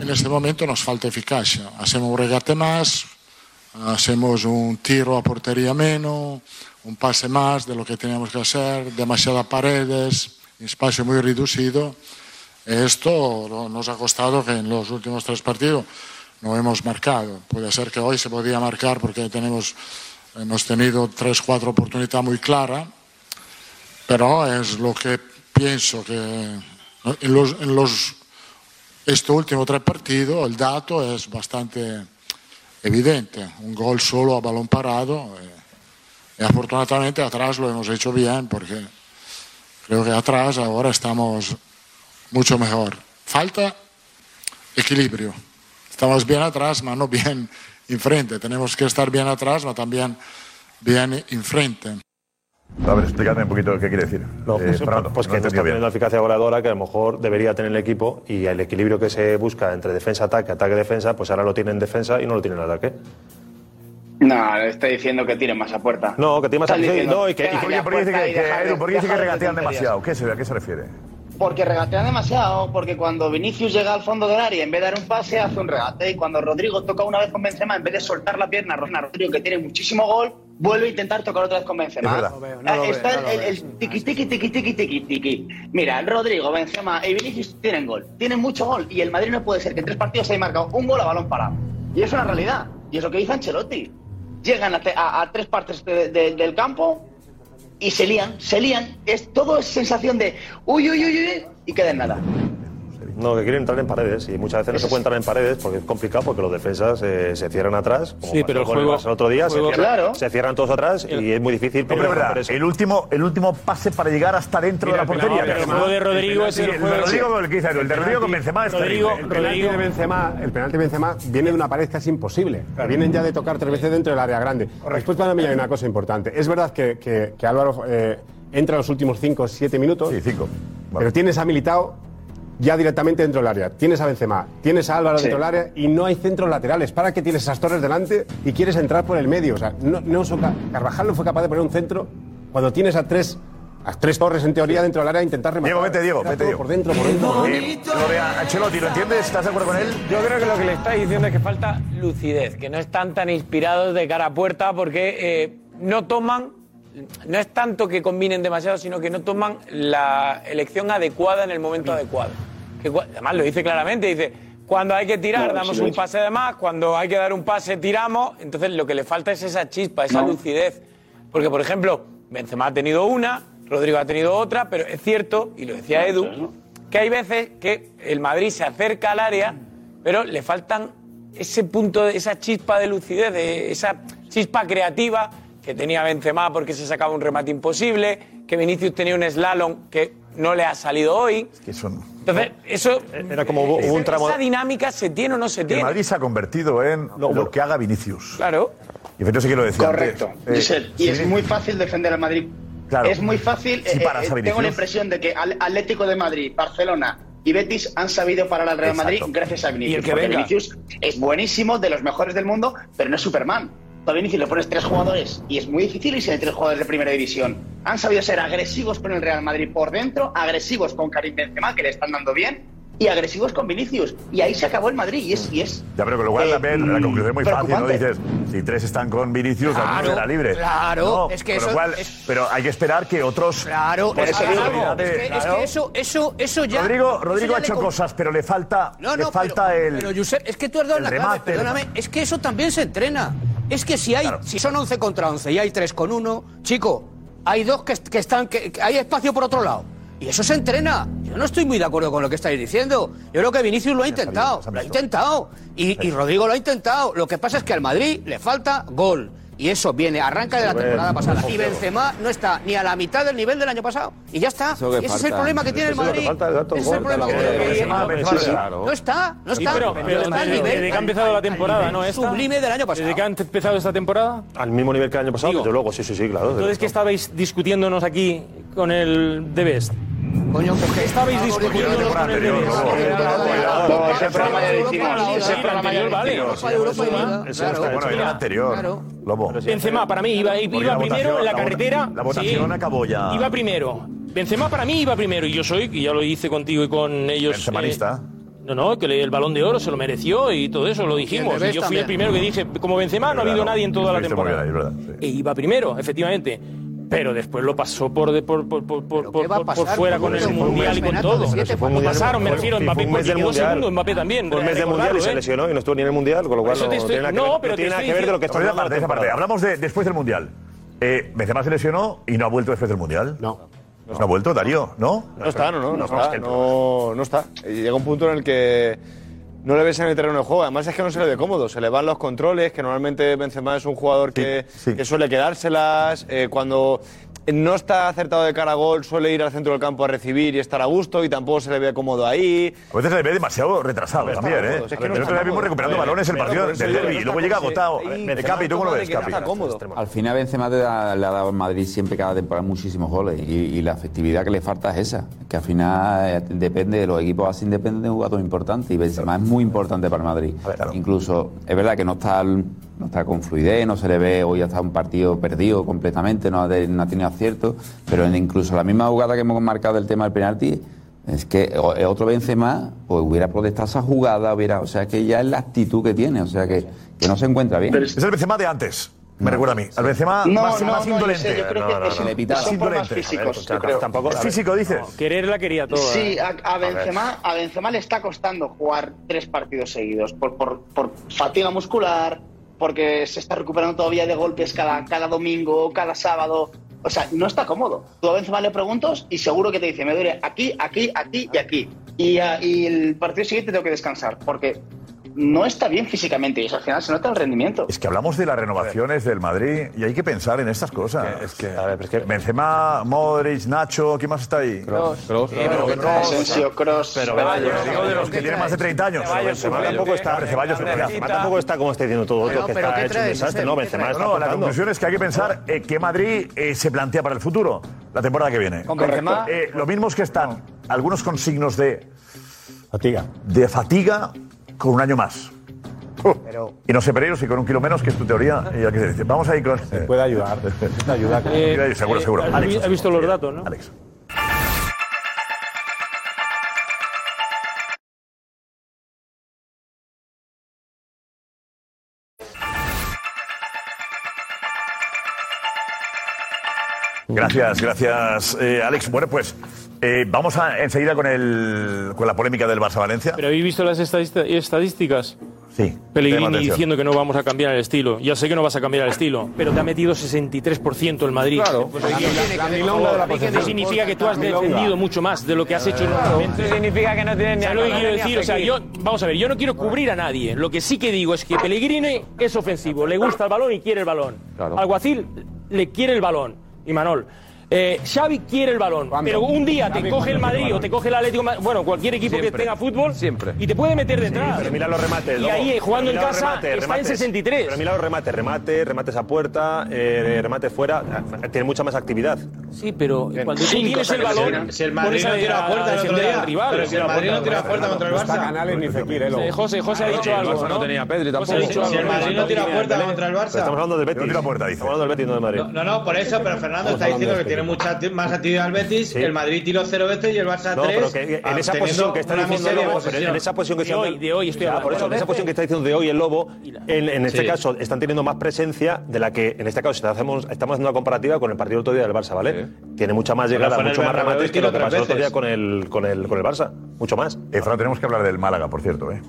[SPEAKER 13] En este momento nos falta eficacia. Hacemos un regate más, hacemos un tiro a portería menos, un pase más de lo que teníamos que hacer, demasiadas paredes, espacio muy reducido. Esto lo- nos ha costado que en los últimos tres partidos no hemos marcado. Puede ser que hoy se podía marcar porque tenemos, hemos tenido tres, cuatro oportunidades muy claras, pero es lo que pienso que ¿no? en los- en los este ultimo tre partito il dato è abbastanza evidente, un gol solo a balón parado eh, e, afortunadamente atrás lo hemos hecho bien porque creo que atrás ahora estamos mucho mejor. Falta equilibrio. Estamos bien atrás, pero no bien enfrente. Tenemos que estar bien atrás, pero también bien enfrente.
[SPEAKER 2] A ver, explícame un poquito qué quiere decir.
[SPEAKER 7] No,
[SPEAKER 2] Eh,
[SPEAKER 7] pues,
[SPEAKER 2] Fernando,
[SPEAKER 7] pues
[SPEAKER 2] no
[SPEAKER 7] que
[SPEAKER 2] he
[SPEAKER 7] no está
[SPEAKER 2] entendido bien.
[SPEAKER 7] teniendo la eficacia goleadora que a lo mejor debería tener el equipo y el equilibrio que se busca entre defensa-ataque, ataque-defensa, pues ahora lo tiene en defensa y no lo tiene en ataque.
[SPEAKER 20] No, le estoy diciendo que tire más a puerta.
[SPEAKER 7] No, que tiene más
[SPEAKER 20] Estás
[SPEAKER 7] afición.
[SPEAKER 20] diciendo,
[SPEAKER 7] No, y que.
[SPEAKER 20] "Venga,
[SPEAKER 7] y que-
[SPEAKER 20] ya,
[SPEAKER 2] ¿Por qué dice
[SPEAKER 20] puerta
[SPEAKER 2] que,
[SPEAKER 20] y
[SPEAKER 2] que-
[SPEAKER 20] dejar-
[SPEAKER 2] Edu, ¿por qué dice que
[SPEAKER 20] dejar de
[SPEAKER 2] regatean
[SPEAKER 20] tonterías".
[SPEAKER 2] demasiado? ¿Qué se, ¿A qué se refiere?
[SPEAKER 20] Porque regatean demasiado, porque cuando Vinicius llega al fondo del área, en vez de dar un pase, hace un regate. Y cuando Rodrigo toca una vez con Benzema, en vez de soltar la pierna a Rodrigo, que tiene muchísimo gol, vuelve a intentar tocar otra vez con Benzema.
[SPEAKER 2] Es verdad. No lo
[SPEAKER 20] veo, Está el, el- el tiqui, tiqui, tiqui, tiqui, tiqui, tiqui. Mira, Rodrigo, Benzema y Vinicius tienen gol. Tienen mucho gol. Y el Madrid no puede ser que en tres partidos se haya marcado un gol a balón parado. Y es una realidad. Y es lo que dice Ancelotti. Llegan a, te- a- a tres partes de- de- del campo y se lían, se lían. Es todo es sensación de uy, uy, uy, uy, y queda en nada.
[SPEAKER 7] No, que quieren entrar en paredes y muchas veces no se puede entrar en paredes porque es complicado porque los defensas eh, se cierran atrás. como
[SPEAKER 2] Sí,
[SPEAKER 7] pasó
[SPEAKER 2] pero el
[SPEAKER 7] con
[SPEAKER 2] juego-
[SPEAKER 7] Barça el otro día se
[SPEAKER 2] juego-
[SPEAKER 7] cierran,
[SPEAKER 2] Claro.
[SPEAKER 7] se cierran todos atrás y es muy difícil.
[SPEAKER 2] Pero es verdad, el último, el último pase para llegar hasta dentro de
[SPEAKER 7] Mira,
[SPEAKER 2] la portería.
[SPEAKER 7] pero el
[SPEAKER 2] Benzema.
[SPEAKER 7] juego de Rodrigo es el
[SPEAKER 2] de
[SPEAKER 7] juego-
[SPEAKER 2] Rodrigo con el que dice Edu, el de Rodrigo con Benzema es
[SPEAKER 5] el penalti de Benzema, el penalti de Benzema viene de una pared casi imposible. Vienen ya de tocar tres veces dentro del área grande. Después para mí hay una cosa importante. Es verdad que, que- que Álvaro eh, entra los últimos 5 o 7 minutos. Sí,
[SPEAKER 2] 5.
[SPEAKER 5] Pero tienes a Militao ya directamente dentro del área. Tienes a Benzema, tienes a Álvaro
[SPEAKER 2] Sí.
[SPEAKER 5] dentro del área y no hay centros laterales. ¿Para qué tienes esas torres delante y quieres entrar por el medio? O sea, no, no son ca- Carvajal no fue capaz de poner un centro cuando tienes a tres, a tres torres en teoría dentro del área e intentar rematar.
[SPEAKER 2] Diego, vete, Diego,
[SPEAKER 5] Era
[SPEAKER 2] vete,
[SPEAKER 5] todo
[SPEAKER 2] Diego.
[SPEAKER 5] Por dentro, por dentro. por dentro.
[SPEAKER 2] Eh, lo de Ancelotti, ¿lo entiendes? ¿Estás de acuerdo con él?
[SPEAKER 22] Yo creo que lo que le está diciendo es que falta lucidez, que no están tan inspirados de cara a puerta porque eh, no toman, no es tanto que combinen demasiado, sino que no toman la elección adecuada en el
[SPEAKER 2] Mm.
[SPEAKER 22] momento adecuado. Que cua- además lo dice claramente, dice, cuando hay que tirar
[SPEAKER 14] No,
[SPEAKER 22] damos
[SPEAKER 14] sí lo
[SPEAKER 22] un
[SPEAKER 14] dice.
[SPEAKER 22] pase de más, cuando hay que dar un pase tiramos, entonces lo que le falta es esa chispa, esa
[SPEAKER 14] No.
[SPEAKER 22] lucidez. Porque, por ejemplo, Benzema ha tenido una, Rodrigo ha tenido otra, pero es cierto, y lo decía Edu, que hay veces que el Madrid se acerca al área, pero le faltan ese punto, de- esa chispa de lucidez, de- esa chispa creativa que tenía Benzema porque se sacaba un remate imposible, que Vinicius tenía un slalom que no le ha salido hoy.
[SPEAKER 2] Que son...
[SPEAKER 22] Entonces, eso...
[SPEAKER 2] Era como hubo- hubo un tramo-
[SPEAKER 22] Esa dinámica se tiene o no se
[SPEAKER 2] El
[SPEAKER 22] tiene.
[SPEAKER 2] Madrid se ha convertido en lo que haga Vinicius.
[SPEAKER 22] Claro.
[SPEAKER 2] Y entonces que lo decía
[SPEAKER 20] Correcto.
[SPEAKER 2] antes, eh,
[SPEAKER 20] Giselle, y es
[SPEAKER 2] sí,
[SPEAKER 20] muy fácil defender al Madrid.
[SPEAKER 2] Claro.
[SPEAKER 20] Es muy fácil.
[SPEAKER 2] Si
[SPEAKER 20] eh,
[SPEAKER 2] paras a
[SPEAKER 20] eh, tengo
[SPEAKER 2] Vinicius.
[SPEAKER 20] la impresión de que Al- Atlético de Madrid, Barcelona y Betis han sabido parar al Real Madrid
[SPEAKER 2] Exacto.
[SPEAKER 20] gracias a Vinicius.
[SPEAKER 2] Y el que
[SPEAKER 20] porque
[SPEAKER 2] venga.
[SPEAKER 20] Vinicius es buenísimo, de los mejores del mundo, pero no es Superman. Tú A Vinicius le pones tres jugadores y es muy difícil irse de tres jugadores de primera división. Han sabido ser agresivos con el Real Madrid por dentro, agresivos con Karim Benzema, que le están dando bien, y agresivos con Vinicius. Y ahí se acabó el Madrid y es... Y es
[SPEAKER 2] Ya, pero con lo cual también la conclusión es muy fácil, ¿no?
[SPEAKER 20] Eh, preocupante.
[SPEAKER 2] Dices, si tres están con Vinicius, alguno
[SPEAKER 20] Claro,
[SPEAKER 2] será libre.
[SPEAKER 6] claro,
[SPEAKER 2] No,
[SPEAKER 6] es que
[SPEAKER 2] con lo
[SPEAKER 6] eso
[SPEAKER 2] cual-
[SPEAKER 6] es-
[SPEAKER 2] Pero hay que esperar que otros...
[SPEAKER 6] Claro,
[SPEAKER 2] Por
[SPEAKER 6] es
[SPEAKER 2] eso
[SPEAKER 6] que-
[SPEAKER 2] digo,
[SPEAKER 6] claro,
[SPEAKER 2] fíjate,
[SPEAKER 6] es que- es
[SPEAKER 2] claro.
[SPEAKER 6] que eso, eso, eso ya.
[SPEAKER 2] Rodrigo,
[SPEAKER 6] eso
[SPEAKER 2] Rodrigo
[SPEAKER 6] ya
[SPEAKER 2] ha
[SPEAKER 6] le
[SPEAKER 2] hecho
[SPEAKER 6] con-
[SPEAKER 2] cosas, pero le falta,
[SPEAKER 6] No,
[SPEAKER 2] le
[SPEAKER 6] no,
[SPEAKER 2] falta
[SPEAKER 6] pero,
[SPEAKER 2] el...
[SPEAKER 6] pero, Josep, es que tú has dado
[SPEAKER 2] el
[SPEAKER 6] la clave,
[SPEAKER 2] remate.
[SPEAKER 6] perdóname, es que eso también se entrena. Es que si hay si son 11 contra 11 y hay 3 con 1, chico, hay dos que, est- que están que, que hay espacio por otro lado. Y eso se entrena. Yo no estoy muy de acuerdo con lo que estáis diciendo. Yo creo que Vinicius lo ha intentado,
[SPEAKER 2] pues,
[SPEAKER 6] lo ha intentado y, y Rodrigo lo ha intentado. Lo que pasa es que al Madrid le falta gol y eso viene arranca de la temporada pasada y Benzema no está ni a la mitad del nivel del año pasado y ya está.
[SPEAKER 12] Eso que
[SPEAKER 6] Y ese es el
[SPEAKER 12] falta.
[SPEAKER 6] problema que tiene el
[SPEAKER 12] Eso es lo que
[SPEAKER 6] Madrid.
[SPEAKER 12] falta, el dato
[SPEAKER 6] Ese es el
[SPEAKER 12] gol,
[SPEAKER 6] problema que
[SPEAKER 12] claro.
[SPEAKER 6] tiene el Madrid.
[SPEAKER 12] Benzema, Benzema,
[SPEAKER 6] Sí, sí.
[SPEAKER 12] claro.
[SPEAKER 6] No está, no
[SPEAKER 12] Sí,
[SPEAKER 6] está.
[SPEAKER 12] pero-
[SPEAKER 6] No
[SPEAKER 12] pero
[SPEAKER 6] está al
[SPEAKER 12] desde-
[SPEAKER 6] nivel-
[SPEAKER 12] desde
[SPEAKER 19] que ha empezado la temporada,
[SPEAKER 6] al
[SPEAKER 19] ¿no?
[SPEAKER 6] nivel
[SPEAKER 19] Esta.
[SPEAKER 6] Sublime del año pasado.
[SPEAKER 19] Desde que ha empezado esta temporada.
[SPEAKER 7] Al mismo nivel que el año pasado, desde luego, sí, sí, sí, claro.
[SPEAKER 19] Entonces, ¿qué estabais discutiéndonos aquí con el The Best?
[SPEAKER 6] Coño,
[SPEAKER 19] ¿qué estabais discutiéndonos con el The Best?
[SPEAKER 2] Ese programa
[SPEAKER 19] anterior, vale.
[SPEAKER 2] Ese está hecho. Bueno, era el anterior. Lobo.
[SPEAKER 19] Benzema para mí iba,
[SPEAKER 2] Porque
[SPEAKER 19] iba primero
[SPEAKER 2] la votación-
[SPEAKER 19] en la
[SPEAKER 2] la
[SPEAKER 19] carretera.
[SPEAKER 2] vota- la votación acabó ya.
[SPEAKER 19] Iba primero. Benzema para mí iba primero y yo soy, que ya lo hice contigo y con ellos.
[SPEAKER 2] Benzemanista.
[SPEAKER 19] eh, no, no, que le- el balón de oro se lo mereció y todo eso, lo dijimos.
[SPEAKER 2] Best
[SPEAKER 19] Y yo fui el
[SPEAKER 2] también.
[SPEAKER 19] primero que dije, como Benzema no ha
[SPEAKER 2] Verdad,
[SPEAKER 19] habido
[SPEAKER 2] ¿no?
[SPEAKER 19] nadie en toda la
[SPEAKER 2] Estuviste muy
[SPEAKER 19] temporada.
[SPEAKER 2] bien ahí, verdad,
[SPEAKER 19] E iba primero, efectivamente. Pero después lo pasó por, de- por, por, por, por, por- por fuera con el Mundial y con todo. Lo pasaron, me refiero, Mbappé porque llegó segundo, Mbappé también.
[SPEAKER 7] Un mes del
[SPEAKER 19] recordarlo,
[SPEAKER 7] Mundial y se
[SPEAKER 19] ¿eh?
[SPEAKER 7] lesionó y no estuvo ni en el Mundial, con lo cual
[SPEAKER 19] Eso
[SPEAKER 7] no
[SPEAKER 19] te estoy-
[SPEAKER 7] tiene nada que
[SPEAKER 19] no,
[SPEAKER 7] ver-
[SPEAKER 19] pero te
[SPEAKER 7] no tiene nada
[SPEAKER 19] estoy
[SPEAKER 7] que ver de lo que
[SPEAKER 2] Pero
[SPEAKER 7] está
[SPEAKER 2] esa
[SPEAKER 7] hablando.
[SPEAKER 2] parte, esa parte. Hablamos de después del Mundial. Eh, Benzema se lesionó y no ha vuelto después del Mundial. No. No, ha vuelto, Darío, ¿no?
[SPEAKER 4] No está, no, no, no,
[SPEAKER 2] es
[SPEAKER 4] está,
[SPEAKER 2] que-
[SPEAKER 4] no, no está. Y Llega un punto en el que no le ves en el terreno de juego. Además es que no se le ve cómodo, se le van los controles, que normalmente Benzema es un jugador que, que suele quedárselas. eh, cuando no está acertado de cara a gol, suele ir al centro del campo a recibir y estar a gusto y tampoco se le ve cómodo ahí.
[SPEAKER 2] A veces se le ve demasiado retrasado
[SPEAKER 4] No está
[SPEAKER 2] también, ¿eh?
[SPEAKER 4] cómodo, es que no
[SPEAKER 2] Pero
[SPEAKER 4] está
[SPEAKER 2] nosotros la vimos
[SPEAKER 4] cómodo.
[SPEAKER 2] recuperando
[SPEAKER 4] A ver,
[SPEAKER 2] balones el
[SPEAKER 4] pero
[SPEAKER 2] partido
[SPEAKER 4] por eso yo
[SPEAKER 2] del
[SPEAKER 4] digo,
[SPEAKER 2] derbi y
[SPEAKER 4] está
[SPEAKER 2] luego llega
[SPEAKER 4] como-
[SPEAKER 2] agotado.
[SPEAKER 4] sí,
[SPEAKER 2] Eh,
[SPEAKER 4] Benzema
[SPEAKER 2] Capi, ¿tú cómo lo
[SPEAKER 4] toma de
[SPEAKER 2] ves,
[SPEAKER 4] que no
[SPEAKER 2] Capi?
[SPEAKER 4] está cómodo.
[SPEAKER 12] Al final Benzema te da- le ha dado al Madrid siempre cada temporada muchísimos goles y, y la efectividad que le falta es esa, que al final eh, depende de los equipos así depende de un jugador importante y Benzema es muy importante para el Madrid. Incluso es verdad que no está al- no está con fluidez, no se le ve hoy hasta un partido perdido completamente, no ha, de- no ha tenido acierto, pero en- incluso la misma jugada que hemos marcado el tema del penalti, es que o- el otro Benzema pues hubiera protestado esa jugada, hubiera, o sea que ya es la actitud que tiene, o sea que, que no se encuentra bien.
[SPEAKER 2] Es el Benzema de antes. Me recuerda a mí. Al Benzema
[SPEAKER 12] No,
[SPEAKER 2] más,
[SPEAKER 12] no,
[SPEAKER 2] más
[SPEAKER 12] no,
[SPEAKER 2] indolente.
[SPEAKER 12] yo sé, yo creo que es- son
[SPEAKER 2] Más
[SPEAKER 12] por más
[SPEAKER 2] indolente.
[SPEAKER 12] físicos,
[SPEAKER 2] A ver, pues,
[SPEAKER 12] yo creo.
[SPEAKER 2] tampoco-
[SPEAKER 12] Es
[SPEAKER 2] a ver.
[SPEAKER 12] físico, dices.
[SPEAKER 19] Querer la quería toda.
[SPEAKER 20] Sí, a, a
[SPEAKER 19] ¿eh? ver.
[SPEAKER 20] Benzema, a Benzema le está costando jugar tres partidos seguidos por, por, por fatiga muscular, porque se está recuperando todavía de golpes cada, cada domingo, cada sábado. O sea, no está cómodo. Tú a Benzema le preguntas y seguro que te dice, me duele aquí, aquí, aquí y aquí. Y, ah, y el partido siguiente tengo que descansar, porque no está bien físicamente y eso al final se nota el rendimiento.
[SPEAKER 2] Es que hablamos de las renovaciones del Madrid y hay que pensar en estas cosas. Es que, Benzema, Modric, Nacho, ¿quién más está ahí? Eh, Cross.
[SPEAKER 20] Asensio, Cross,
[SPEAKER 2] Pero
[SPEAKER 20] Ceballos.
[SPEAKER 2] Ceballos, digo, de los que tienen más de 30 años.
[SPEAKER 7] Benzema tampoco está,
[SPEAKER 2] Ceballos,
[SPEAKER 7] Benzema tampoco está como está diciendo todo,
[SPEAKER 2] Pero,
[SPEAKER 7] que
[SPEAKER 2] pero,
[SPEAKER 7] está
[SPEAKER 2] ¿qué
[SPEAKER 7] hecho un
[SPEAKER 2] traes,
[SPEAKER 7] desastre,
[SPEAKER 2] Josep?
[SPEAKER 7] ¿no?
[SPEAKER 2] ¿Qué
[SPEAKER 7] Benzema
[SPEAKER 2] traes?
[SPEAKER 7] está
[SPEAKER 2] No, no, la
[SPEAKER 7] tocando.
[SPEAKER 2] conclusión es que hay que pensar eh, qué Madrid eh, se plantea para el futuro, la temporada que viene.
[SPEAKER 7] Con Benzema-
[SPEAKER 2] Eh, lo mismo es que están algunos con signos de fatiga, de fatiga con un año más. y no sé, Pereiro, si con un kilo menos, que es tu teoría, y ya que se dice. Vamos ahí con. puede ayudar. ayudar.
[SPEAKER 19] Eh,
[SPEAKER 2] seguro,
[SPEAKER 19] eh,
[SPEAKER 2] seguro.
[SPEAKER 19] has
[SPEAKER 2] Alex,
[SPEAKER 19] vi- has visto los datos, ¿no?
[SPEAKER 2] Alex. Gracias, gracias, eh, Alex. Bueno, pues eh, vamos a, enseguida con, el, con la polémica del Barça-Valencia.
[SPEAKER 19] ¿Pero habéis visto las estadista- estadísticas?
[SPEAKER 2] Sí. Tema
[SPEAKER 19] Pellegrini
[SPEAKER 2] atención.
[SPEAKER 19] diciendo que no vamos a cambiar el estilo. Ya sé que no vas a cambiar el estilo, pero te ha metido 63% el Madrid.
[SPEAKER 11] Claro,
[SPEAKER 19] Pues,
[SPEAKER 11] pues ahí
[SPEAKER 19] ¿qué
[SPEAKER 11] tiene
[SPEAKER 19] tiene
[SPEAKER 11] que
[SPEAKER 19] que
[SPEAKER 11] ver?
[SPEAKER 19] ver?
[SPEAKER 11] Milonga de la
[SPEAKER 19] Eso
[SPEAKER 11] posesión.
[SPEAKER 19] significa que tú has
[SPEAKER 11] Milonga.
[SPEAKER 19] defendido mucho más de lo que has hecho normalmente.
[SPEAKER 11] Eso significa
[SPEAKER 19] que no tienes
[SPEAKER 11] ni
[SPEAKER 19] lo que
[SPEAKER 11] anotar
[SPEAKER 19] quiero
[SPEAKER 11] ni
[SPEAKER 19] decir, o sea, yo,
[SPEAKER 11] afligir.
[SPEAKER 19] vamos a ver, yo no quiero cubrir a nadie. Lo que sí que digo es que Pellegrini es ofensivo, le gusta el balón y quiere el balón.
[SPEAKER 11] Claro.
[SPEAKER 19] Alguacil le quiere el balón. Y Manol. Eh, Xavi quiere el balón,
[SPEAKER 7] Ah,
[SPEAKER 19] pero un día te coge el
[SPEAKER 11] Xavi cuando quiere el
[SPEAKER 19] Madrid o
[SPEAKER 11] balón.
[SPEAKER 19] te coge el Atlético, de Madrid, bueno, cualquier equipo que
[SPEAKER 11] Siempre.
[SPEAKER 19] tenga fútbol
[SPEAKER 11] Siempre.
[SPEAKER 19] y te puede meter detrás.
[SPEAKER 7] Pero mira los remates.
[SPEAKER 19] Y
[SPEAKER 7] luego.
[SPEAKER 19] ahí, eh, jugando en
[SPEAKER 7] Mira los
[SPEAKER 19] casa, está en 63.
[SPEAKER 7] Pero mira los remates, remates, remates a puerta, eh, remates fuera. eh, Tiene mucha más actividad.
[SPEAKER 19] Sí, pero
[SPEAKER 7] cuando
[SPEAKER 19] tú tienes el balón,
[SPEAKER 7] si el
[SPEAKER 19] pones
[SPEAKER 7] Madrid no tira a puerta el otro
[SPEAKER 19] defender
[SPEAKER 7] día,
[SPEAKER 19] al rival.
[SPEAKER 7] pero si el Madrid no tira a puerta contra el Barça.
[SPEAKER 19] Eh, José, José ha dicho algo, ¿no? José ha dicho algo.
[SPEAKER 7] Pero estamos hablando del Betis.
[SPEAKER 2] No tira puerta,
[SPEAKER 7] Estamos hablando del Betis, no del Madrid.
[SPEAKER 17] No, no, por eso, pero Fernando está diciendo que tiene mucha acti- más actividad el Betis,
[SPEAKER 7] Sí.
[SPEAKER 17] el Madrid tiró cero veces y el Barça
[SPEAKER 7] No,
[SPEAKER 17] tres.
[SPEAKER 7] pero que
[SPEAKER 19] ah,
[SPEAKER 7] en esa
[SPEAKER 17] obteniendo
[SPEAKER 7] posición que está
[SPEAKER 17] una
[SPEAKER 7] diciendo
[SPEAKER 17] miseria de
[SPEAKER 7] Lobo, pero
[SPEAKER 17] posesión.
[SPEAKER 7] en esa posición que
[SPEAKER 19] De
[SPEAKER 7] está
[SPEAKER 19] hoy,
[SPEAKER 7] dando-
[SPEAKER 19] de hoy estoy
[SPEAKER 7] Ya,
[SPEAKER 19] hablando.
[SPEAKER 7] por eso, en esa posición que está diciendo de hoy el Lobo, en, en este
[SPEAKER 19] Sí.
[SPEAKER 7] caso están teniendo más presencia de la que en este caso si hacemos, estamos haciendo una comparativa con el partido del otro día del Barça, ¿vale? Tiene mucha más
[SPEAKER 2] Pero
[SPEAKER 7] llegada,
[SPEAKER 2] fue en el
[SPEAKER 7] mucho más
[SPEAKER 2] Bernabéu y
[SPEAKER 7] remates que
[SPEAKER 2] tiró
[SPEAKER 7] lo que
[SPEAKER 2] tres
[SPEAKER 7] pasó el otro
[SPEAKER 2] veces.
[SPEAKER 7] día con el con el con el Barça, mucho más.
[SPEAKER 2] Eh, Fran, tenemos que hablar del Málaga, por cierto, ¿eh?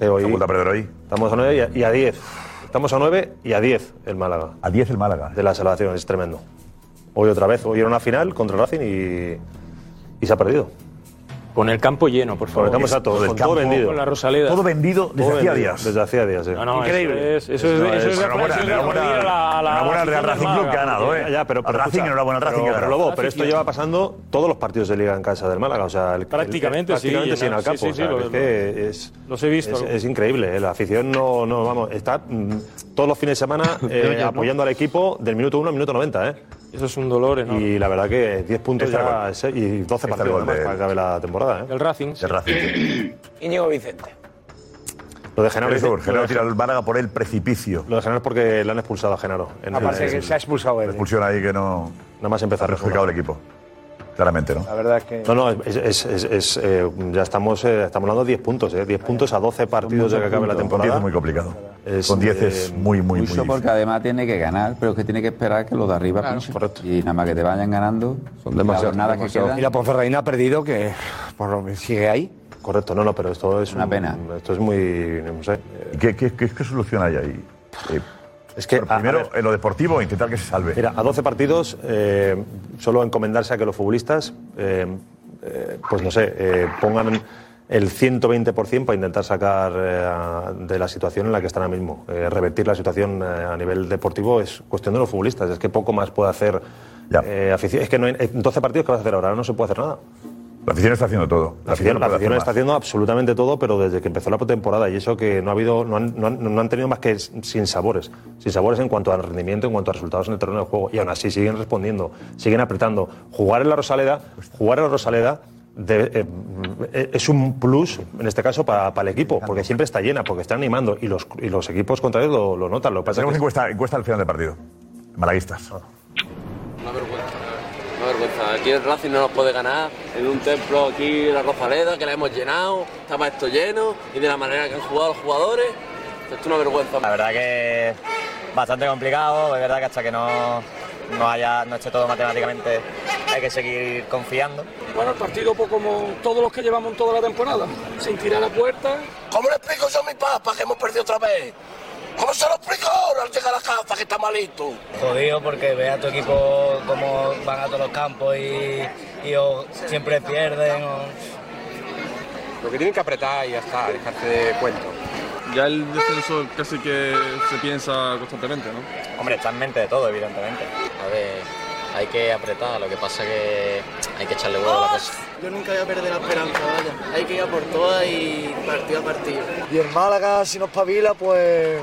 [SPEAKER 7] Sí, hoy,
[SPEAKER 2] a perder hoy.
[SPEAKER 7] Estamos a 9 y a- y a 10. Estamos a 9 y a 10 el Málaga.
[SPEAKER 2] A 10 el Málaga.
[SPEAKER 7] De la salvación, es tremendo. Hoy otra vez, hoy era una final contra el Racing y, y se ha perdido.
[SPEAKER 19] Con el campo lleno, por
[SPEAKER 7] favor. Con el campo exacto,
[SPEAKER 19] Todo el
[SPEAKER 7] con todo
[SPEAKER 19] campo,
[SPEAKER 7] vendido.
[SPEAKER 19] con la Rosaleda. Todo vendido
[SPEAKER 2] desde
[SPEAKER 7] Todo
[SPEAKER 2] hacía
[SPEAKER 7] vendido,
[SPEAKER 2] días.
[SPEAKER 7] Desde hacía días, eh. sí.
[SPEAKER 19] No, no, Increíble. eso es- eso es- eso es de
[SPEAKER 7] Enhorabuena,
[SPEAKER 19] aplauso,
[SPEAKER 7] enhorabuena,
[SPEAKER 19] aplaudir a Pues, la- a la
[SPEAKER 7] enhorabuena al Real
[SPEAKER 19] afición del
[SPEAKER 7] Racing Club que ha
[SPEAKER 19] Málaga.
[SPEAKER 7] ganado, ¿eh?
[SPEAKER 19] Ya, ya, pero-
[SPEAKER 7] Al
[SPEAKER 19] pero
[SPEAKER 7] Racing,
[SPEAKER 19] escucha,
[SPEAKER 7] enhorabuena al Racing
[SPEAKER 19] pero-
[SPEAKER 7] que ha ganado.
[SPEAKER 19] pero Lobo,
[SPEAKER 7] pero esto lleva pasando todos los partidos de Liga en casa del Málaga, o sea, el- el-
[SPEAKER 19] Prácticamente, sí,
[SPEAKER 7] prácticamente
[SPEAKER 19] llenar.
[SPEAKER 7] sin al
[SPEAKER 19] Sí,
[SPEAKER 7] campo.
[SPEAKER 19] sí,
[SPEAKER 7] o sea,
[SPEAKER 19] sí, lo-
[SPEAKER 7] es que es,
[SPEAKER 19] los he visto.
[SPEAKER 7] Es, es increíble, ¿eh? la afición no, no, vamos, está mm, todos los fines de semana eh,
[SPEAKER 19] Oye, ¿no?
[SPEAKER 7] apoyando al equipo del minuto 1 al minuto 90, ¿eh?
[SPEAKER 19] Eso es un dolor enorme.
[SPEAKER 7] Y la verdad que 10 puntos
[SPEAKER 19] Está el
[SPEAKER 7] ya se- y
[SPEAKER 19] Está
[SPEAKER 7] 12
[SPEAKER 19] el
[SPEAKER 7] partidos
[SPEAKER 19] gol
[SPEAKER 7] más
[SPEAKER 19] de-
[SPEAKER 7] para que acabe la temporada, ¿eh?
[SPEAKER 19] El Racing. El
[SPEAKER 2] Racing.
[SPEAKER 22] Íñigo Vicente.
[SPEAKER 7] Lo de Genaro
[SPEAKER 2] Pero
[SPEAKER 7] es-
[SPEAKER 2] seguro, Genaro
[SPEAKER 7] lo de-
[SPEAKER 2] tira al Málaga por el precipicio.
[SPEAKER 7] Lo de Genaro es porque le han expulsado a Genaro. en
[SPEAKER 2] Aparte
[SPEAKER 7] el-
[SPEAKER 2] que se ha
[SPEAKER 7] expulsado él.
[SPEAKER 2] Expulsión ahí que no.
[SPEAKER 7] Nada más empezar.
[SPEAKER 2] Ha perjudicado el equipo. Claramente, ¿no?
[SPEAKER 7] La verdad es que. No, no, es, es- es- es, eh, ya estamos, eh, estamos hablando de 10 puntos, ¿eh? 10 puntos a 12 partidos de que acabe la
[SPEAKER 2] Con 10
[SPEAKER 7] temporada.
[SPEAKER 2] es muy complicado. Con 10 es
[SPEAKER 7] eh,
[SPEAKER 2] muy, muy, muy.
[SPEAKER 12] Mucho porque además tiene que ganar, pero es que tiene que esperar que los de arriba
[SPEAKER 9] Claro,
[SPEAKER 12] pinchen. Y nada más que te vayan ganando, son
[SPEAKER 9] Demasiado,
[SPEAKER 12] nada que
[SPEAKER 9] demasiado.
[SPEAKER 12] quedan.
[SPEAKER 9] Y la Ponferradina ha perdido, que por lo menos sigue ahí.
[SPEAKER 7] Correcto, no, no, pero esto es
[SPEAKER 9] Una
[SPEAKER 7] un-
[SPEAKER 9] pena.
[SPEAKER 7] Esto es muy. No sé. eh,
[SPEAKER 2] ¿Qué, qué, qué, qué solución hay ahí?
[SPEAKER 7] es que.
[SPEAKER 2] primero, en lo deportivo, intentar que se salve.
[SPEAKER 7] Mira, a 12 partidos, eh, solo encomendarse a que los futbolistas, eh, eh, pues no sé, eh, pongan el 120% para intentar sacar eh, a- de la situación en la que están ahora mismo. Eh, revertir la situación eh, a nivel deportivo es cuestión de los futbolistas, es que poco más puede hacer eh, afición. Es que no hay- en 12 partidos que vas a hacer ahora, no se puede hacer nada.
[SPEAKER 2] La afición está haciendo todo.
[SPEAKER 7] La afición, la
[SPEAKER 2] puede
[SPEAKER 7] afición
[SPEAKER 2] hacer
[SPEAKER 7] está
[SPEAKER 2] más.
[SPEAKER 7] haciendo absolutamente todo, pero desde que empezó la pretemporada y eso que no ha habido, no han, no han- no han tenido más que sin sabores, sin sabores en cuanto al rendimiento, en cuanto a resultados en el terreno de juego y aún así siguen respondiendo, siguen apretando. Jugar en la Rosaleda, jugar en la Rosaleda de- eh, eh, es un plus, en este caso, para, para el equipo, porque siempre está llena, porque están animando y los, y los equipos contrarios lo, lo notan. Lo que pasa
[SPEAKER 2] Tenemos
[SPEAKER 7] encuesta, al final del partido.
[SPEAKER 2] Malaguistas.
[SPEAKER 7] Ah.
[SPEAKER 10] Una vergüenza, una vergüenza. Aquí el Racing no nos puede ganar. En un templo aquí, la Rosaleda, que la hemos llenado, estaba esto lleno y de la manera que han jugado los jugadores, esto es una vergüenza.
[SPEAKER 4] La verdad que bastante complicado, es verdad que hasta que no, no haya no esté todo matemáticamente hay que seguir confiando.
[SPEAKER 19] Bueno, el partido pues, como todos los que llevamos en toda la temporada, sin tirar a puerta.
[SPEAKER 25] ¿Cómo le explico yo a mi papá que hemos perdido otra vez? ¿Cómo se lo explico ahora al llegar a casa que está malito?
[SPEAKER 4] Jodido porque ve a tu equipo cómo van a todos los campos y, y o siempre pierden.
[SPEAKER 26] Lo que tienen que apretar y ya está, dejarse de cuento.
[SPEAKER 4] Ya el descenso casi que se piensa constantemente, ¿no? Hombre, está en mente de todo, evidentemente. A ver, hay que apretar, lo que pasa que hay que echarle huevo a la cosa.
[SPEAKER 20] Yo nunca voy a perder la esperanza, vaya. Hay que ir a por todas y partido a partido.
[SPEAKER 27] Y el Málaga, si nos pavila, pues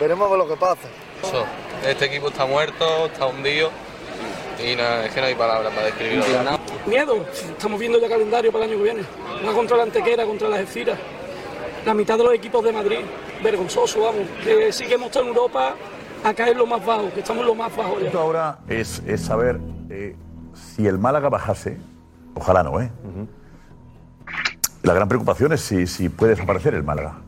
[SPEAKER 27] veremos lo que pasa.
[SPEAKER 26] Eso, Este equipo está muerto, está hundido y nada, es que no hay palabras para describirlo.
[SPEAKER 19] Miedo, estamos viendo ya calendario para el año que viene. Una contra la Antequera, contra las Esciras. La mitad de los equipos de Madrid, vergonzoso, vamos. Que sí que hemos estado en Europa acá es lo más bajo, que estamos en lo más bajo ya.
[SPEAKER 2] ahora es, es saber eh, si el Málaga bajase, ojalá no, ¿eh? La gran preocupación es si, si puede desaparecer el Málaga.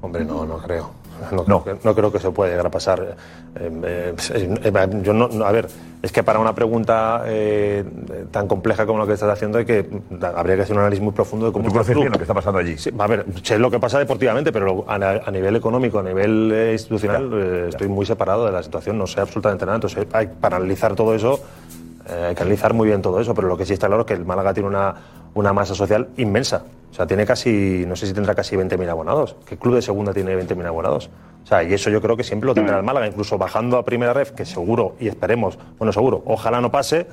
[SPEAKER 7] Hombre, no, no creo. No, no. Creo, que- no creo que se pueda llegar a pasar. Eh, eh, eh, yo no, no, a ver, es que para una pregunta eh, tan compleja como la que estás haciendo hay que habría que hacer un análisis muy profundo de cómo
[SPEAKER 2] ¿Tú
[SPEAKER 7] está el
[SPEAKER 2] conoces
[SPEAKER 7] club.
[SPEAKER 2] bien lo que está pasando allí?
[SPEAKER 7] Sí, a ver, sé lo que pasa deportivamente, pero lo- a, a nivel económico, a nivel eh, institucional, eh, estoy muy separado de la situación, no sé absolutamente nada. Entonces, hay, para analizar todo eso, eh, hay que analizar muy bien todo eso, pero lo que sí está claro es que el Málaga tiene una, una masa social inmensa. O sea, tiene casi, no sé si tendrá casi 20.000 abonados. ¿Qué club de segunda tiene 20.000 abonados? O sea, y eso yo creo que siempre lo tendrá el Málaga, incluso bajando a primera ref, que seguro, y esperemos, bueno, seguro, ojalá no pase,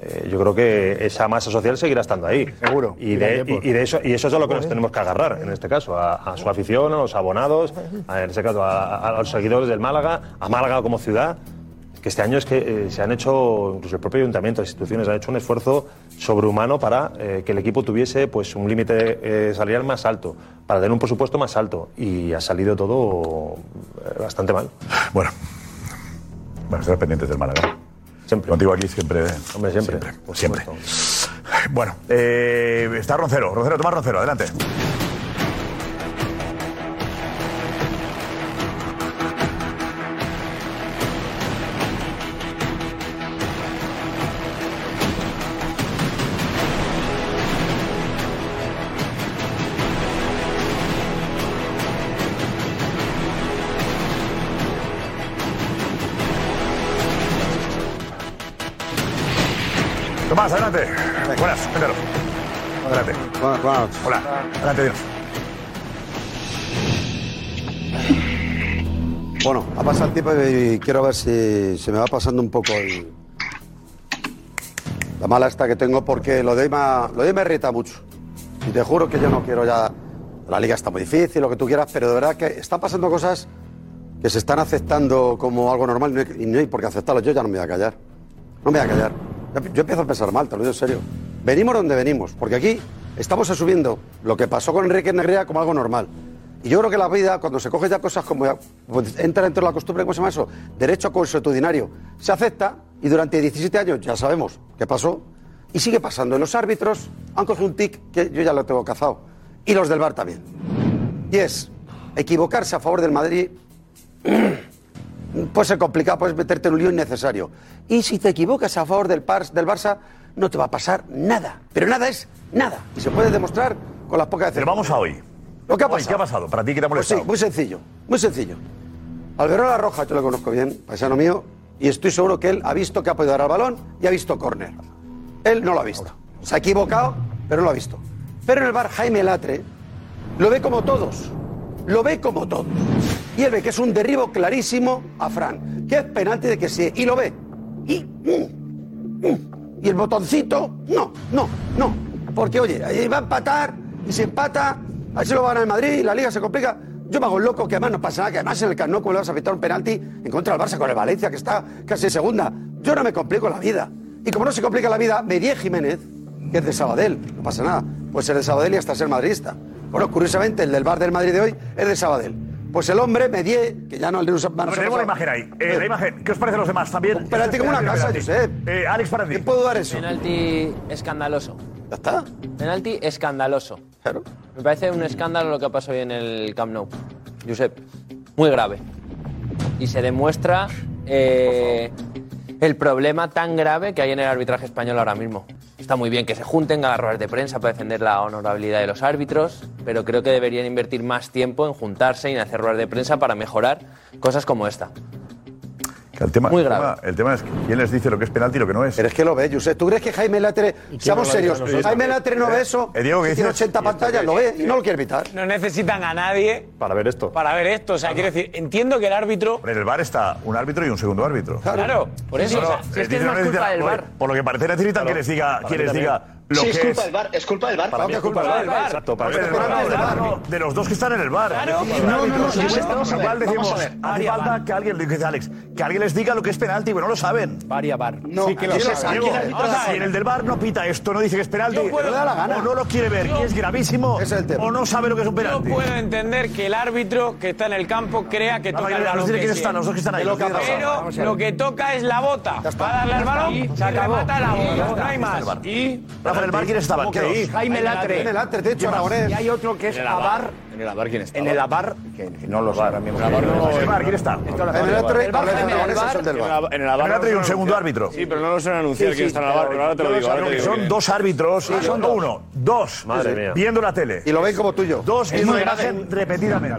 [SPEAKER 7] eh, yo creo que esa masa social seguirá estando ahí. Seguro. Y, de, y- y de eso, y eso es a lo que nos
[SPEAKER 2] Pues,
[SPEAKER 7] tenemos que agarrar, en este caso, a, a su afición, a los abonados, a, en este caso a, a- a los seguidores del Málaga, a Málaga como ciudad. Que este año es que eh, se han hecho, incluso el propio ayuntamiento, las instituciones han hecho un esfuerzo sobrehumano para eh, que el equipo tuviese pues un límite eh, salarial más alto, para tener un presupuesto más alto. Y ha salido todo eh, bastante mal.
[SPEAKER 2] Bueno, Bueno, estar pendientes del Málaga. Siempre. Contigo aquí siempre. Hombre, siempre. Siempre. Bueno, eh, está Roncero. Roncero, Tomás Roncero, adelante. Tomás, adelante. Buenas, cuéntanos. Adelante. Buenas, Hola, adelante, dinos.
[SPEAKER 28] Bueno, ha pasado el tiempo y quiero ver si se me va pasando un poco el- la mala esta que tengo porque lo de Ima, lo de Ima irrita mucho. Y te juro que yo no quiero ya... La liga está muy difícil, lo que tú quieras, pero de verdad que están pasando cosas que se están aceptando como algo normal y no hay, y no hay por qué aceptarlo. Yo ya no me voy a callar. No me voy a callar. Yo, yo empiezo a pensar mal, te lo digo en serio. Venimos donde venimos, porque aquí estamos asumiendo lo que pasó con Enrique Negrea como algo normal. Y yo creo que la vida, cuando se coge ya cosas como... pues, entra dentro de la costumbre, ¿cómo se llama eso? Derecho consuetudinario. Se acepta y durante 17 años ya sabemos qué pasó. Y sigue pasando. Y Los árbitros han cogido un tic que yo ya lo tengo cazado. Y los del bar también. Y es equivocarse a favor del Madrid puede ser complicado, puedes meterte en un lío innecesario. Y si te equivocas a favor del, Par- del Barça, no te va a pasar nada. Pero nada es nada. Y se puede demostrar con las pocas veces. Pero
[SPEAKER 2] vamos a hoy.
[SPEAKER 28] Lo que ha
[SPEAKER 2] Hoy,
[SPEAKER 28] pasado.
[SPEAKER 2] ¿qué ha pasado? ¿Para ti qué te ha
[SPEAKER 28] Pues
[SPEAKER 2] molestado?
[SPEAKER 28] sí, muy sencillo, muy sencillo. Alberola Roja, yo lo conozco bien, paisano mío, y estoy seguro que él ha visto que ha podido dar al balón y ha visto córner. Él no lo ha visto. Se ha equivocado, pero no lo ha visto. Pero en el bar Jaime Latre lo ve como todos. Lo ve como todos. Y él ve que es un derribo clarísimo a Fran, que es penalti de que sí, y lo ve. Y, mm, mm. y el botoncito, no, no, no. Porque, oye, ahí va a empatar, y se empata, así lo van al Madrid, y la liga se complica. Yo me hago el loco, que además no pasa nada, que además en el Camp Nou, ¿cómo le vas a afectar un penalti en contra del Barça con el Valencia, que está casi en segunda? Yo no me complico la vida. Y como no se complica la vida, me Jiménez, que es de Sabadell, no pasa nada. Puede ser de Sabadell y hasta ser madridista. Bueno, curiosamente, el del bar del Madrid de hoy es de Sabadell. Pues el hombre Medie, que ya no el de Usa-
[SPEAKER 2] A ver, tenemos la imagen ahí. Eh, la imagen. ¿Qué os parece a los demás también? Un
[SPEAKER 28] penalti como una casa, Josep.
[SPEAKER 2] Eh, Alex, para ti.
[SPEAKER 28] puedo dar eso?
[SPEAKER 10] Penalti escandaloso.
[SPEAKER 28] ¿Ya está?
[SPEAKER 10] Penalti escandaloso.
[SPEAKER 28] Claro.
[SPEAKER 10] Me parece un escándalo lo que ha pasado hoy en el Camp Nou. Josep, muy grave. Y se demuestra eh, el problema tan grave que hay en el arbitraje español ahora mismo. Está muy bien que se junten a las ruedas de prensa para defender la honorabilidad de los árbitros, pero creo que deberían invertir más tiempo en juntarse y en hacer ruedas de prensa para mejorar cosas como esta.
[SPEAKER 2] Que El tema, el tema- el tema es quién les dice lo que es penalti y lo que no es. Pero
[SPEAKER 28] es que lo ve, Josep. ¿Tú crees que Jaime Latre... Seamos serios, Jaime Latre no ve eso,
[SPEAKER 2] Eh, Diego,
[SPEAKER 28] que
[SPEAKER 2] ¿qué
[SPEAKER 28] tiene
[SPEAKER 2] dices?
[SPEAKER 28] 80 pantallas, lo ve y no lo quiere evitar.
[SPEAKER 22] No necesitan a nadie
[SPEAKER 2] Para ver esto.
[SPEAKER 22] para ver esto. O sea, quiero decir, entiendo que el árbitro.
[SPEAKER 2] En el bar está un árbitro y un segundo árbitro.
[SPEAKER 22] Claro. Claro, por eso,
[SPEAKER 2] No,
[SPEAKER 22] o sea,
[SPEAKER 2] no,
[SPEAKER 22] si es que
[SPEAKER 2] eh,
[SPEAKER 22] es más
[SPEAKER 2] no necesitan-
[SPEAKER 22] culpa del
[SPEAKER 2] por-
[SPEAKER 22] VAR.
[SPEAKER 2] Por lo que parece necesitan
[SPEAKER 22] Claro.
[SPEAKER 2] que les diga,
[SPEAKER 22] Para
[SPEAKER 2] que
[SPEAKER 22] mí
[SPEAKER 2] les
[SPEAKER 22] también.
[SPEAKER 2] diga lo
[SPEAKER 7] sí,
[SPEAKER 2] que
[SPEAKER 7] es culpa del bar, es culpa del bar.
[SPEAKER 2] Para mí es culpa del VAR. Exacto, para mí es culpa del VAR. De los dos que están en el bar.
[SPEAKER 7] Claro.
[SPEAKER 2] No, no, no. Si
[SPEAKER 7] Vamos a
[SPEAKER 2] estamos
[SPEAKER 7] ver,
[SPEAKER 2] igual,
[SPEAKER 7] vamos
[SPEAKER 2] decimos,
[SPEAKER 7] a ver.
[SPEAKER 2] hace
[SPEAKER 7] Varia
[SPEAKER 2] falta que alguien, dice Alex, que alguien les diga lo que es penalti, pero no lo saben.
[SPEAKER 10] Varia bar.
[SPEAKER 2] No,
[SPEAKER 22] Sí que lo
[SPEAKER 2] ¿quién
[SPEAKER 22] saben.
[SPEAKER 2] sabe?
[SPEAKER 22] ¿Quién
[SPEAKER 2] Digo,
[SPEAKER 22] arbitra?
[SPEAKER 2] o sea, Si en el del bar no pita esto, no dice que es penalti,
[SPEAKER 22] Yo puedo-
[SPEAKER 2] o o no lo quiere ver, que es gravísimo, o no sabe lo que es un
[SPEAKER 22] Yo
[SPEAKER 2] penalti.
[SPEAKER 22] puedo entender que el árbitro que está en el campo crea que
[SPEAKER 2] La
[SPEAKER 22] toca el
[SPEAKER 2] mayoría-
[SPEAKER 22] balón.
[SPEAKER 2] los tiene
[SPEAKER 22] que
[SPEAKER 2] que
[SPEAKER 22] sí.
[SPEAKER 2] estar, los dos que están ahí, los tiene razón.
[SPEAKER 22] Pero
[SPEAKER 2] Vamos a ver.
[SPEAKER 22] lo que toca es la bota. Va a darle al balón y se remata la
[SPEAKER 2] Ya
[SPEAKER 22] bota.
[SPEAKER 2] está,
[SPEAKER 22] No hay
[SPEAKER 2] ya está
[SPEAKER 22] más.
[SPEAKER 2] el VAR.
[SPEAKER 22] Y
[SPEAKER 2] Rafa del Bar, ¿quién estaba? ¿Qué dos?
[SPEAKER 5] Jaime Latre.
[SPEAKER 28] Jaime Latre, de hecho,
[SPEAKER 5] Y más,
[SPEAKER 28] Aragonés.
[SPEAKER 5] Y hay otro que es
[SPEAKER 28] En el Abar.
[SPEAKER 5] Abar.
[SPEAKER 28] ¿En el Abar quién
[SPEAKER 5] En el Abar, que que no lo sé ahora mismo.
[SPEAKER 2] El bar, ¿quién está?
[SPEAKER 5] En el otro-
[SPEAKER 28] El bar,
[SPEAKER 5] en el
[SPEAKER 28] Jaime,
[SPEAKER 5] otro-
[SPEAKER 28] el bar.
[SPEAKER 5] en el otro- en el
[SPEAKER 2] Ahora
[SPEAKER 5] otro-
[SPEAKER 2] trae un segundo árbitro.
[SPEAKER 4] Sí, pero no lo suelen anunciar
[SPEAKER 2] Sí,
[SPEAKER 4] quién
[SPEAKER 2] sí,
[SPEAKER 4] está en el bar, pero ahora te lo
[SPEAKER 2] yo
[SPEAKER 4] digo.
[SPEAKER 2] sé,
[SPEAKER 4] ahora te digo
[SPEAKER 2] Son
[SPEAKER 4] quién.
[SPEAKER 2] dos árbitros,
[SPEAKER 4] Ah, son
[SPEAKER 2] no
[SPEAKER 4] dos.
[SPEAKER 2] uno, dos,
[SPEAKER 4] Madre
[SPEAKER 2] sí,
[SPEAKER 4] mía.
[SPEAKER 2] viendo la tele.
[SPEAKER 28] Y lo ven como tuyo.
[SPEAKER 2] Dos,
[SPEAKER 28] Es
[SPEAKER 2] viendo
[SPEAKER 28] un
[SPEAKER 2] la imagen repetidamente.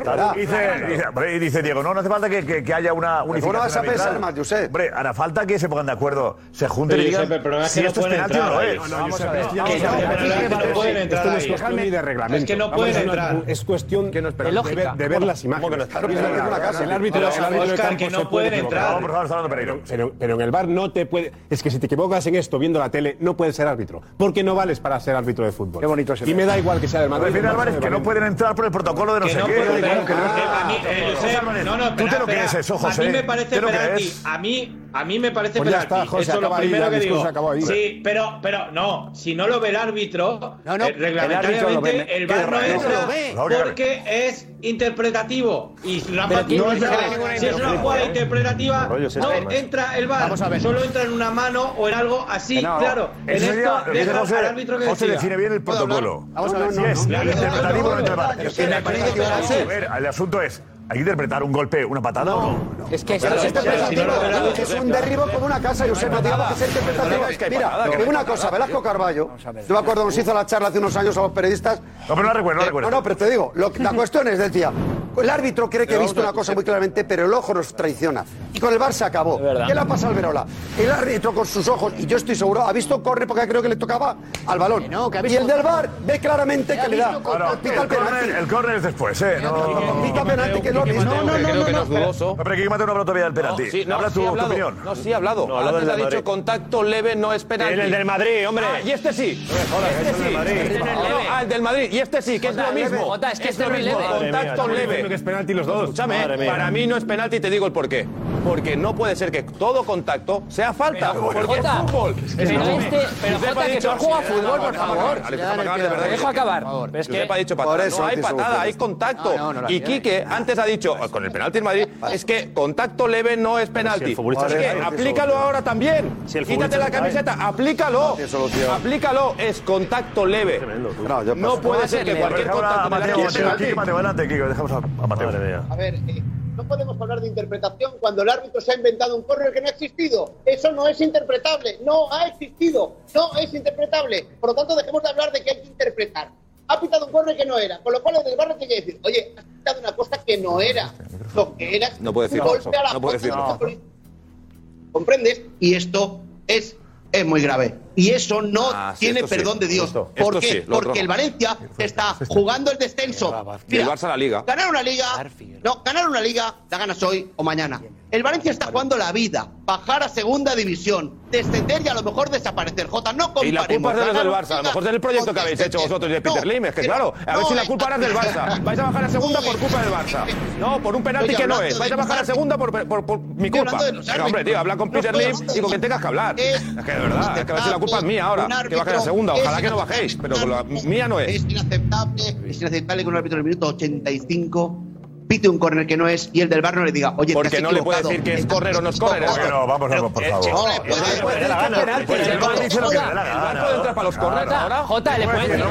[SPEAKER 28] Claro.
[SPEAKER 2] Dice, dice, hombre, y dice Diego, no, no hace falta que, que- que haya una unificación.
[SPEAKER 28] vas a pensar
[SPEAKER 2] arbitral.
[SPEAKER 28] más, Josep?
[SPEAKER 2] Hombre, hará falta que se pongan de acuerdo, se junten
[SPEAKER 28] Pero,
[SPEAKER 2] y digan
[SPEAKER 28] Josep, el problema es
[SPEAKER 2] si
[SPEAKER 28] que no
[SPEAKER 2] esto es
[SPEAKER 28] pueden
[SPEAKER 2] penalti o no
[SPEAKER 28] entrar
[SPEAKER 2] es.
[SPEAKER 28] ahí. No, no, Josep, esto ya Que no,
[SPEAKER 2] no, pero
[SPEAKER 28] que
[SPEAKER 2] es que
[SPEAKER 28] no pueden
[SPEAKER 2] esto
[SPEAKER 28] entrar
[SPEAKER 2] no
[SPEAKER 28] ahí.
[SPEAKER 2] cuestión
[SPEAKER 28] Es que
[SPEAKER 2] ni de
[SPEAKER 28] no
[SPEAKER 2] reglamento.
[SPEAKER 28] pueden
[SPEAKER 2] Vamos a ver,
[SPEAKER 28] entrar.
[SPEAKER 2] no,
[SPEAKER 28] Es cuestión
[SPEAKER 5] que no, espera,
[SPEAKER 28] de lógica.
[SPEAKER 5] ver- de ver las
[SPEAKER 28] ¿Cómo que no?
[SPEAKER 5] imágenes.
[SPEAKER 28] Claro,
[SPEAKER 5] Es
[SPEAKER 28] claro,
[SPEAKER 5] verdad,
[SPEAKER 28] claro, claro.
[SPEAKER 5] El árbitro
[SPEAKER 28] Pero,
[SPEAKER 5] el árbitro de
[SPEAKER 28] Oscar,
[SPEAKER 5] campo
[SPEAKER 28] que no
[SPEAKER 5] se puede
[SPEAKER 28] pueden
[SPEAKER 5] equivocar.
[SPEAKER 28] entrar. No, por favor,
[SPEAKER 2] estamos hablando de
[SPEAKER 5] Pero- Pero, pero en el bar no te puede. Es que si te equivocas en esto viendo la tele, no puedes ser árbitro. Porque no vales para ser árbitro de fútbol. Qué bonito Y me da igual que sea del Madrid.
[SPEAKER 2] Refiere
[SPEAKER 5] del
[SPEAKER 2] Álvarez
[SPEAKER 5] Barça,
[SPEAKER 2] que
[SPEAKER 5] del
[SPEAKER 2] no pueden entrar por el protocolo de no
[SPEAKER 5] Que
[SPEAKER 2] sé
[SPEAKER 5] no
[SPEAKER 2] qué.
[SPEAKER 5] pueden
[SPEAKER 2] Claro
[SPEAKER 5] entrar.
[SPEAKER 2] que no.
[SPEAKER 5] Ah,
[SPEAKER 11] A mí, eh,
[SPEAKER 2] José
[SPEAKER 11] Josep,
[SPEAKER 2] Álvarez,
[SPEAKER 11] no, no,
[SPEAKER 2] Tú
[SPEAKER 11] espera,
[SPEAKER 2] te lo
[SPEAKER 11] espera.
[SPEAKER 2] crees eso,
[SPEAKER 11] A
[SPEAKER 2] José.
[SPEAKER 11] mí me parece
[SPEAKER 2] ¿Tú lo
[SPEAKER 11] penalti.
[SPEAKER 2] crees?
[SPEAKER 11] A mí, a mí me parece
[SPEAKER 2] Pues ya
[SPEAKER 11] penalti.
[SPEAKER 2] está, José,
[SPEAKER 11] Eso es lo
[SPEAKER 2] acaba ahí,
[SPEAKER 11] primero ya que el digo. discurso acabó ahí. Sí, pero, pero no, si no lo ve el árbitro, No, no, eh, reglamentariamente el el, árbitro lo ve. VAR no Qué raro. entra No lo ve. porque es interpretativo. Y Rafa, Pero ¿quién no no es sabe verdad. ninguna si es una interpretación? jugada interpretativa, Rollo, sí, sí, no sí. entra el VAR. ¿eh? Vamos a ver. Solo entra en una mano o en algo así, Que no. claro. En
[SPEAKER 2] Eso
[SPEAKER 11] esto
[SPEAKER 2] sería- lo que dice
[SPEAKER 11] deja
[SPEAKER 2] José-
[SPEAKER 11] al árbitro que
[SPEAKER 2] José
[SPEAKER 11] decida.
[SPEAKER 2] define bien el
[SPEAKER 11] ¿Puedo hablar?
[SPEAKER 2] protocolo.
[SPEAKER 11] Vamos a ver.
[SPEAKER 2] Si es
[SPEAKER 11] Claro.
[SPEAKER 2] interpretativo o no
[SPEAKER 11] Claro.
[SPEAKER 2] interpretativo.
[SPEAKER 11] Pero que me parece que va a ser.
[SPEAKER 2] A ver, El asunto es, ¿hay que interpretar un golpe, una patada o no?
[SPEAKER 10] Es que
[SPEAKER 28] Pero es interpretativo, es un derribo como una casa, Josep, no digamos que sea interpretativo. Mira, te digo una cosa, Velasco Carballo, yo me acuerdo que nos hizo la charla hace unos años a los periodistas. Eh,
[SPEAKER 2] No, pero no recuerdo, no recuerdo.
[SPEAKER 28] No, no, pero te digo, lo que- la cuestión es, decía, el árbitro cree que ha visto una cosa muy claramente, pero el ojo nos traiciona. Y con el Bar se acabó. ¿Qué le ha pasado al Verola? El árbitro con sus ojos, y yo estoy seguro, ha visto corre porque creo que le tocaba al balón. Y el del Bar ve claramente que le da. Pita
[SPEAKER 2] El
[SPEAKER 28] el penalti.
[SPEAKER 2] córner, el córner es después, ¿eh? No.
[SPEAKER 28] Pita penalti que no no, no, no, no, no.
[SPEAKER 2] No, pero que Mateo no habló todavía del penalti.
[SPEAKER 11] sí, no,
[SPEAKER 2] Habla
[SPEAKER 11] sí
[SPEAKER 2] tu,
[SPEAKER 11] he
[SPEAKER 2] tu
[SPEAKER 11] hablado.
[SPEAKER 2] opinión.
[SPEAKER 11] No, sí, ha hablado.
[SPEAKER 2] No, ha hablado
[SPEAKER 11] Antes
[SPEAKER 2] del
[SPEAKER 11] ha dicho
[SPEAKER 2] Madrid.
[SPEAKER 11] contacto leve no es penalti.
[SPEAKER 2] El- el del Madrid, hombre.
[SPEAKER 11] Ah, y este sí. Este sí. Ah, el del Madrid. Y este sí, que es lo mismo.
[SPEAKER 10] Jota, es que es
[SPEAKER 11] lo
[SPEAKER 10] muy
[SPEAKER 11] mismo.
[SPEAKER 10] leve. Madre mía,
[SPEAKER 11] Contacto
[SPEAKER 10] estamos
[SPEAKER 11] leve.
[SPEAKER 10] diciendo que es
[SPEAKER 5] penalti los
[SPEAKER 11] dos. Escúchame,
[SPEAKER 10] Madre mía.
[SPEAKER 11] para mí no es penalti y te digo el por qué. Porque no puede ser que todo contacto sea falta.
[SPEAKER 10] Pero,
[SPEAKER 11] porque es
[SPEAKER 10] Jota,
[SPEAKER 11] fútbol.
[SPEAKER 10] pero
[SPEAKER 11] Escúchame.
[SPEAKER 10] este- pero,
[SPEAKER 11] Josep
[SPEAKER 10] Jota,
[SPEAKER 11] ha
[SPEAKER 10] que
[SPEAKER 11] dicho-
[SPEAKER 10] no juega
[SPEAKER 11] Sí,
[SPEAKER 10] fútbol,
[SPEAKER 11] no,
[SPEAKER 10] por
[SPEAKER 11] no,
[SPEAKER 10] favor.
[SPEAKER 11] Alex,
[SPEAKER 10] Ya,
[SPEAKER 11] déjame
[SPEAKER 10] no,
[SPEAKER 11] acabar,
[SPEAKER 10] no,
[SPEAKER 11] de verdad.
[SPEAKER 10] dejo acabar. Pero es
[SPEAKER 11] Josep
[SPEAKER 10] que-
[SPEAKER 11] ha dicho
[SPEAKER 10] Por
[SPEAKER 11] patada.
[SPEAKER 10] eso
[SPEAKER 11] No hay
[SPEAKER 10] antes hubo
[SPEAKER 11] patada,
[SPEAKER 10] penalti.
[SPEAKER 11] hay contacto.
[SPEAKER 10] No, no, no la
[SPEAKER 11] Y
[SPEAKER 10] tiene.
[SPEAKER 11] Quique antes ha dicho, con el penalti del Madrid, es que contacto leve no es penalti.
[SPEAKER 29] si el futbolista
[SPEAKER 11] Es
[SPEAKER 29] se
[SPEAKER 11] que
[SPEAKER 29] cae, no tiene
[SPEAKER 11] aplícalo
[SPEAKER 29] solución.
[SPEAKER 11] ahora también.
[SPEAKER 29] Si el futbolista
[SPEAKER 11] Quítate la
[SPEAKER 29] se cae.
[SPEAKER 11] camiseta, aplícalo. Aplícalo, es contacto leve.
[SPEAKER 28] yo
[SPEAKER 11] No
[SPEAKER 2] paso.
[SPEAKER 11] puede ser que cualquier
[SPEAKER 2] Dejamos a
[SPEAKER 11] contacto del
[SPEAKER 2] Mateo,
[SPEAKER 11] área
[SPEAKER 2] Mateo,
[SPEAKER 11] sea
[SPEAKER 2] Kike,
[SPEAKER 11] penalti.
[SPEAKER 2] Mateo, adelante, Kike, dejamos a, a Mateo.
[SPEAKER 23] A ver, eh, no podemos hablar de interpretación cuando el árbitro se ha inventado un córner que no ha existido. Eso no es interpretable, no ha existido, no es interpretable. Por lo tanto, dejemos de hablar de que hay que interpretar. Ha pitado un córner que no era, con lo cual el del barrio tiene que decir, oye, has pitado una cosa que no era. Lo que era
[SPEAKER 11] No puede
[SPEAKER 23] un
[SPEAKER 11] decirlo,
[SPEAKER 23] golpe a la
[SPEAKER 11] no
[SPEAKER 23] foto de
[SPEAKER 11] puede decirlo.
[SPEAKER 23] los futbolistas. ¿Comprendes? Y esto es, es muy grave. Y eso no
[SPEAKER 11] Ah, sí,
[SPEAKER 23] tiene
[SPEAKER 11] esto sí,
[SPEAKER 23] perdón de Dios.
[SPEAKER 11] esto.
[SPEAKER 23] ¿Por
[SPEAKER 11] Esto
[SPEAKER 23] qué?
[SPEAKER 11] sí, lo otro
[SPEAKER 23] Porque
[SPEAKER 11] no.
[SPEAKER 23] el Valencia está jugando el descenso.
[SPEAKER 11] Y el
[SPEAKER 23] Mira,
[SPEAKER 11] Barça la liga.
[SPEAKER 23] Ganar una liga. No, ganar una liga la ganas hoy o mañana. El Valencia está jugando la vida, bajar a segunda división, descender y a lo mejor desaparecer. Jota, no
[SPEAKER 11] Y la
[SPEAKER 23] comparemos.
[SPEAKER 11] culpa es de los del
[SPEAKER 23] Ganar
[SPEAKER 11] Barça. A lo mejor es el proyecto que habéis hecho vosotros y de Peter
[SPEAKER 23] No,
[SPEAKER 11] Lim. Es que
[SPEAKER 23] pero-
[SPEAKER 11] claro, a ver
[SPEAKER 23] no,
[SPEAKER 11] si la
[SPEAKER 23] es-
[SPEAKER 11] culpa era del Barça. Vais a bajar a segunda por culpa del Barça. No, por un penalti
[SPEAKER 23] Estoy
[SPEAKER 11] que no
[SPEAKER 23] hablando
[SPEAKER 11] es.
[SPEAKER 23] de
[SPEAKER 11] Vais a
[SPEAKER 23] los
[SPEAKER 11] bajar a segunda por, por- por mi
[SPEAKER 23] Estoy
[SPEAKER 11] culpa.
[SPEAKER 23] hablando de los
[SPEAKER 11] Venga, hombre,
[SPEAKER 23] árbitros.
[SPEAKER 11] tío, habla con
[SPEAKER 23] No
[SPEAKER 11] Peter
[SPEAKER 23] estoy
[SPEAKER 11] Lim
[SPEAKER 23] hablando
[SPEAKER 11] y con quien tengas que hablar. Es que de verdad, es que a ver si la culpa es mía ahora.
[SPEAKER 23] este Un
[SPEAKER 11] Que
[SPEAKER 23] árbitro
[SPEAKER 11] bajéis a segunda.
[SPEAKER 23] es
[SPEAKER 11] Ojalá que no bajéis, pero la mía no es.
[SPEAKER 23] inaceptable, es inaceptable que un árbitro en el minuto 85 pite un córner que no es y el del Barça no le diga, oye,
[SPEAKER 11] Porque no le puede decir que es correr o no es correr.
[SPEAKER 23] No, no,
[SPEAKER 2] vamos, vamos,
[SPEAKER 11] Eh,
[SPEAKER 2] por favor. Pues
[SPEAKER 11] entra para los corners ahora.
[SPEAKER 10] Jota, le puedes decir.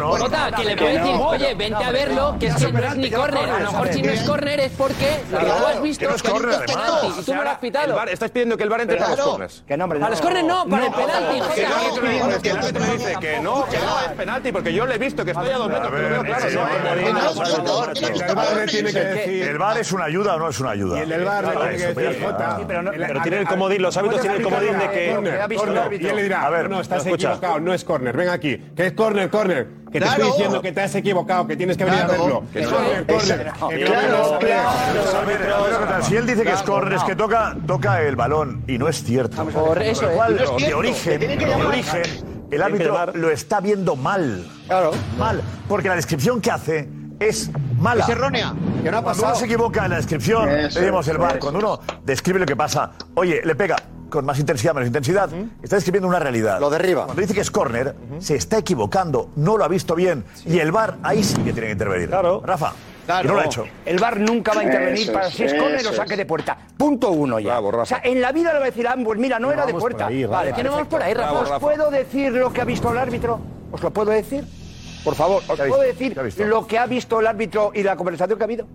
[SPEAKER 10] Jota, que le puedes decir, oye, vente a verlo, que es que no es ni córner. A lo mejor si no es córner es porque lo que tú has visto es que hay un penalti y tú no lo has
[SPEAKER 11] El
[SPEAKER 10] pitado.
[SPEAKER 11] VAR- Estáis pidiendo que el bar entre para los
[SPEAKER 10] Claro.
[SPEAKER 11] corners.
[SPEAKER 10] Que no, hombre, Para no. los corners no, para el penalti,
[SPEAKER 11] Que
[SPEAKER 10] Jota.
[SPEAKER 11] no, que el árbitro- que el árbitro dice que no, que no es penalti, porque yo le he visto que estoy a dos metros, pero veo claro. no, no, no, no, no, no, no, no,
[SPEAKER 2] El VAR ¿El VAR es una ayuda o no es una ayuda?
[SPEAKER 5] El del bar le tiene que decir, Jota.
[SPEAKER 30] Pero tiene el comodín, los hábitos tienen el comodín de que.
[SPEAKER 5] Corner. Y él le dirá,
[SPEAKER 30] A ver,
[SPEAKER 5] no, estás
[SPEAKER 30] escucha.
[SPEAKER 5] equivocado, no es córner, ven aquí. Que es córner, córner. Que te
[SPEAKER 30] Claro.
[SPEAKER 5] estoy diciendo que te has equivocado, que tienes que venir
[SPEAKER 2] Claro.
[SPEAKER 5] a verlo.
[SPEAKER 2] Que
[SPEAKER 5] Que
[SPEAKER 2] no.
[SPEAKER 5] córner, córner.
[SPEAKER 2] Exacto.
[SPEAKER 5] Que
[SPEAKER 2] Claro,
[SPEAKER 5] córner, córner.
[SPEAKER 2] A ver, a ver, Jonathan, Si él dice que es corner, es que toca, toca el balón y no es cierto. Por
[SPEAKER 10] eso
[SPEAKER 2] lo
[SPEAKER 10] es.
[SPEAKER 2] cual,
[SPEAKER 10] No es
[SPEAKER 2] de
[SPEAKER 10] cierto.
[SPEAKER 2] origen,
[SPEAKER 10] Tiene que
[SPEAKER 2] de
[SPEAKER 10] llamar.
[SPEAKER 2] origen, el árbitro lo está viendo mal. Claro. Mal. Porque la descripción que hace es mala.
[SPEAKER 23] Es errónea. Que no ha
[SPEAKER 2] Cuando
[SPEAKER 23] pasado.
[SPEAKER 2] uno se equivoca en la descripción,
[SPEAKER 23] Eso,
[SPEAKER 2] tenemos el bar.
[SPEAKER 23] eso.
[SPEAKER 2] Cuando uno describe lo que pasa, oye, le pega con más intensidad, menos intensidad, está describiendo una realidad. Lo derriba. Cuando dice que es córner, se está equivocando, no lo ha visto bien. Y el bar ahí sí que tiene que intervenir. Claro. Rafa. Y no lo ha hecho.
[SPEAKER 3] El VAR nunca va a intervenir
[SPEAKER 2] Eso
[SPEAKER 3] para
[SPEAKER 2] es,
[SPEAKER 3] si es córner
[SPEAKER 2] eso
[SPEAKER 3] o
[SPEAKER 2] es.
[SPEAKER 3] saque de puerta. Punto uno ya. o sea, en la vida le va a decir a ambos, mira, no,
[SPEAKER 10] No
[SPEAKER 3] era de
[SPEAKER 10] vamos por
[SPEAKER 3] puerta.
[SPEAKER 10] ahí, Rafa.
[SPEAKER 3] vale,
[SPEAKER 10] Que no vamos
[SPEAKER 3] perfecto.
[SPEAKER 10] por ahí, Rafa.
[SPEAKER 3] ¿Os
[SPEAKER 10] Bravo, Rafa.
[SPEAKER 3] puedo decir lo que ha visto el árbitro? ¿Os lo puedo decir? Por favor, ¿os puedo decir lo que ha visto el árbitro y la conversación que ha habido?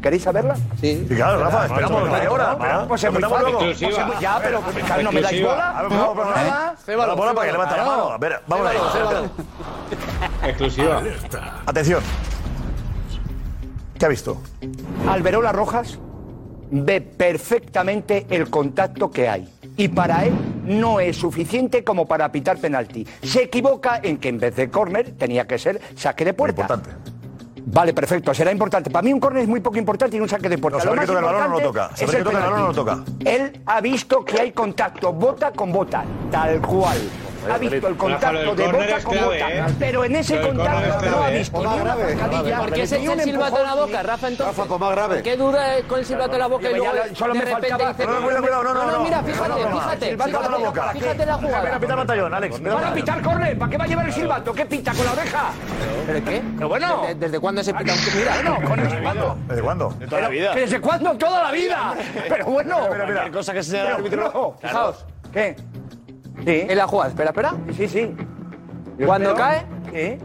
[SPEAKER 3] ¿Queréis saberla? Sí.
[SPEAKER 2] Sí, claro, Rafa, esperamos media hora.
[SPEAKER 3] Bueno, Pues es muy
[SPEAKER 2] Contamos
[SPEAKER 3] fácil.
[SPEAKER 2] luego.
[SPEAKER 3] Pues es muy- Ya, pero pues, claro, no me dais
[SPEAKER 2] Exclusiva.
[SPEAKER 3] bola.
[SPEAKER 2] A ver, por favor, por favor.
[SPEAKER 3] Nada.
[SPEAKER 2] Dale la bola para que levante la
[SPEAKER 3] Claro.
[SPEAKER 2] mano. A ver, vamos ahí.
[SPEAKER 17] Exclusiva.
[SPEAKER 2] Atención. ¿Qué ha visto?
[SPEAKER 3] Alberola Rojas ve perfectamente el contacto que hay. Y para él no es suficiente como para pitar penalti. Se equivoca en que en vez de córner tenía que ser saque de puerta. Vale, perfecto, será importante. Para mí un córner es muy poco importante y un saque de puerta.
[SPEAKER 2] No,
[SPEAKER 3] Lo
[SPEAKER 2] saber que
[SPEAKER 3] más
[SPEAKER 2] toca el balón o no
[SPEAKER 3] importante
[SPEAKER 2] toca.
[SPEAKER 3] es
[SPEAKER 2] Saber que toca el balón o no
[SPEAKER 3] penalti.
[SPEAKER 2] toca.
[SPEAKER 3] Él ha visto que hay contacto, bota con bota, tal cual. Ha visto el
[SPEAKER 17] Rafa,
[SPEAKER 3] contacto
[SPEAKER 17] lo del
[SPEAKER 3] de
[SPEAKER 17] córner
[SPEAKER 3] bota
[SPEAKER 17] es
[SPEAKER 3] con
[SPEAKER 17] clave,
[SPEAKER 3] bota.
[SPEAKER 17] ¿eh?
[SPEAKER 3] Pero en ese
[SPEAKER 17] Lo del córner
[SPEAKER 3] contacto
[SPEAKER 17] es
[SPEAKER 3] no ha
[SPEAKER 17] clave, ¿eh?
[SPEAKER 3] visto
[SPEAKER 17] O
[SPEAKER 3] ni
[SPEAKER 17] más
[SPEAKER 3] una
[SPEAKER 17] grave, más
[SPEAKER 3] zancadilla,
[SPEAKER 10] ¿Por qué se
[SPEAKER 3] ni
[SPEAKER 10] echa
[SPEAKER 3] un
[SPEAKER 10] el silbato a la
[SPEAKER 3] empujón,
[SPEAKER 10] boca,
[SPEAKER 3] ni-
[SPEAKER 10] Rafa, entonces?
[SPEAKER 3] Rafa, pues más grave.
[SPEAKER 10] ¿Por qué duda eh, con el silbato a la boca y
[SPEAKER 3] Lleva
[SPEAKER 10] luego
[SPEAKER 3] ya- solo
[SPEAKER 10] de
[SPEAKER 3] me
[SPEAKER 10] repente
[SPEAKER 3] faltaba-
[SPEAKER 10] dice...
[SPEAKER 3] No, no, cuidado, cuidado, no, no, no.
[SPEAKER 10] mira,
[SPEAKER 3] No,
[SPEAKER 10] fíjate,
[SPEAKER 3] no, no, no.
[SPEAKER 10] fíjate.
[SPEAKER 3] Silbato a la
[SPEAKER 10] fíjate-
[SPEAKER 3] boca.
[SPEAKER 10] Fíjate la jugada.
[SPEAKER 2] Pita batallón, Alex. pita
[SPEAKER 3] Van a
[SPEAKER 2] batallón.
[SPEAKER 3] pitar córner, ¿para qué va a llevar el silbato? ¿Qué pita con la oreja?
[SPEAKER 10] ¿Pero qué?
[SPEAKER 3] Pero bueno.
[SPEAKER 10] ¿Desde, desde cuándo se
[SPEAKER 19] Ah,
[SPEAKER 10] pita? un-
[SPEAKER 3] Mira, bueno, con el silbato.
[SPEAKER 2] ¿Desde ¿Eh, cuándo?
[SPEAKER 3] Pero, ¿Desde cuándo? Toda la vida. Pero bueno. Cualquier cosa que sea árbitro.
[SPEAKER 10] Fijaos.
[SPEAKER 3] ¿Qué?
[SPEAKER 10] Sí. En la jugada, espera, espera.
[SPEAKER 3] Sí, sí.
[SPEAKER 10] Cuando
[SPEAKER 3] espero.
[SPEAKER 10] cae...
[SPEAKER 3] ¿Qué?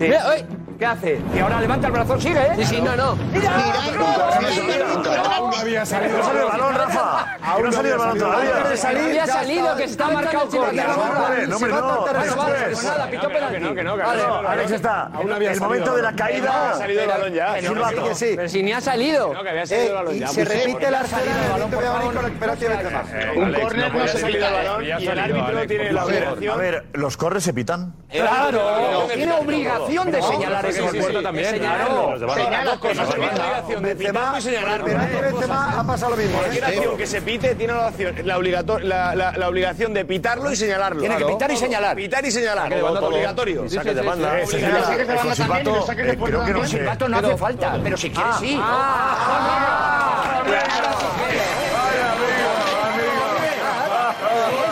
[SPEAKER 10] Mira, oye.
[SPEAKER 3] ¿Qué hace? Y ahora levanta el brazo, sigue, ¿eh?
[SPEAKER 10] Sí, sí, no, no.
[SPEAKER 3] Mira.
[SPEAKER 2] No sale el balón, Rafa. Que no ha salido el balón todavía.
[SPEAKER 10] No había salido, ya está. Está marcado córner.
[SPEAKER 2] No, hombre, no.
[SPEAKER 10] Bueno, vale,
[SPEAKER 2] después.
[SPEAKER 10] pues nada, pitó penalti.
[SPEAKER 2] Vale, Alex está. El momento de la caída.
[SPEAKER 10] Pero-
[SPEAKER 2] Silbato. Eh,
[SPEAKER 10] pero- Pero si ni ha salido. No, que había salido el balón
[SPEAKER 28] Eh, Y se repite el arsenal. Voy a venir con el penalti de
[SPEAKER 10] Eh,
[SPEAKER 28] Benzema.
[SPEAKER 2] Un córner
[SPEAKER 28] no se pita, ¿eh?
[SPEAKER 2] y
[SPEAKER 28] el árbitro
[SPEAKER 2] tiene la obligación. A ver, ¿los corres se pitan?
[SPEAKER 3] Claro, tiene obligación de
[SPEAKER 2] No,
[SPEAKER 3] señalar
[SPEAKER 2] sí, sí,
[SPEAKER 3] eso.
[SPEAKER 2] sí, sí, sí, señalarlo. Los demás.
[SPEAKER 3] Señala cosas.
[SPEAKER 4] Benzema,
[SPEAKER 28] Benzema ha pasado lo mismo. ¿eh?
[SPEAKER 4] Cualquier acción que se pite tiene la, obligación- la obligato- la- la- la obligación de pitarlo y señalarlo.
[SPEAKER 3] Tiene que
[SPEAKER 4] Claro.
[SPEAKER 3] pitar y señalar.
[SPEAKER 4] Pitar y señalar.
[SPEAKER 3] Saque de banda
[SPEAKER 4] obligatorio.
[SPEAKER 3] obligatorio. Saque de banda.
[SPEAKER 4] Sí, sí, sí.
[SPEAKER 3] Obligatorio. Saque de banda
[SPEAKER 4] Eso sí,
[SPEAKER 3] también y
[SPEAKER 4] Pato,
[SPEAKER 3] lo saque de
[SPEAKER 4] eh,
[SPEAKER 3] puerta
[SPEAKER 4] creo que no
[SPEAKER 3] también.
[SPEAKER 4] sé.
[SPEAKER 3] El vato no hace falta, pero si quiere sí.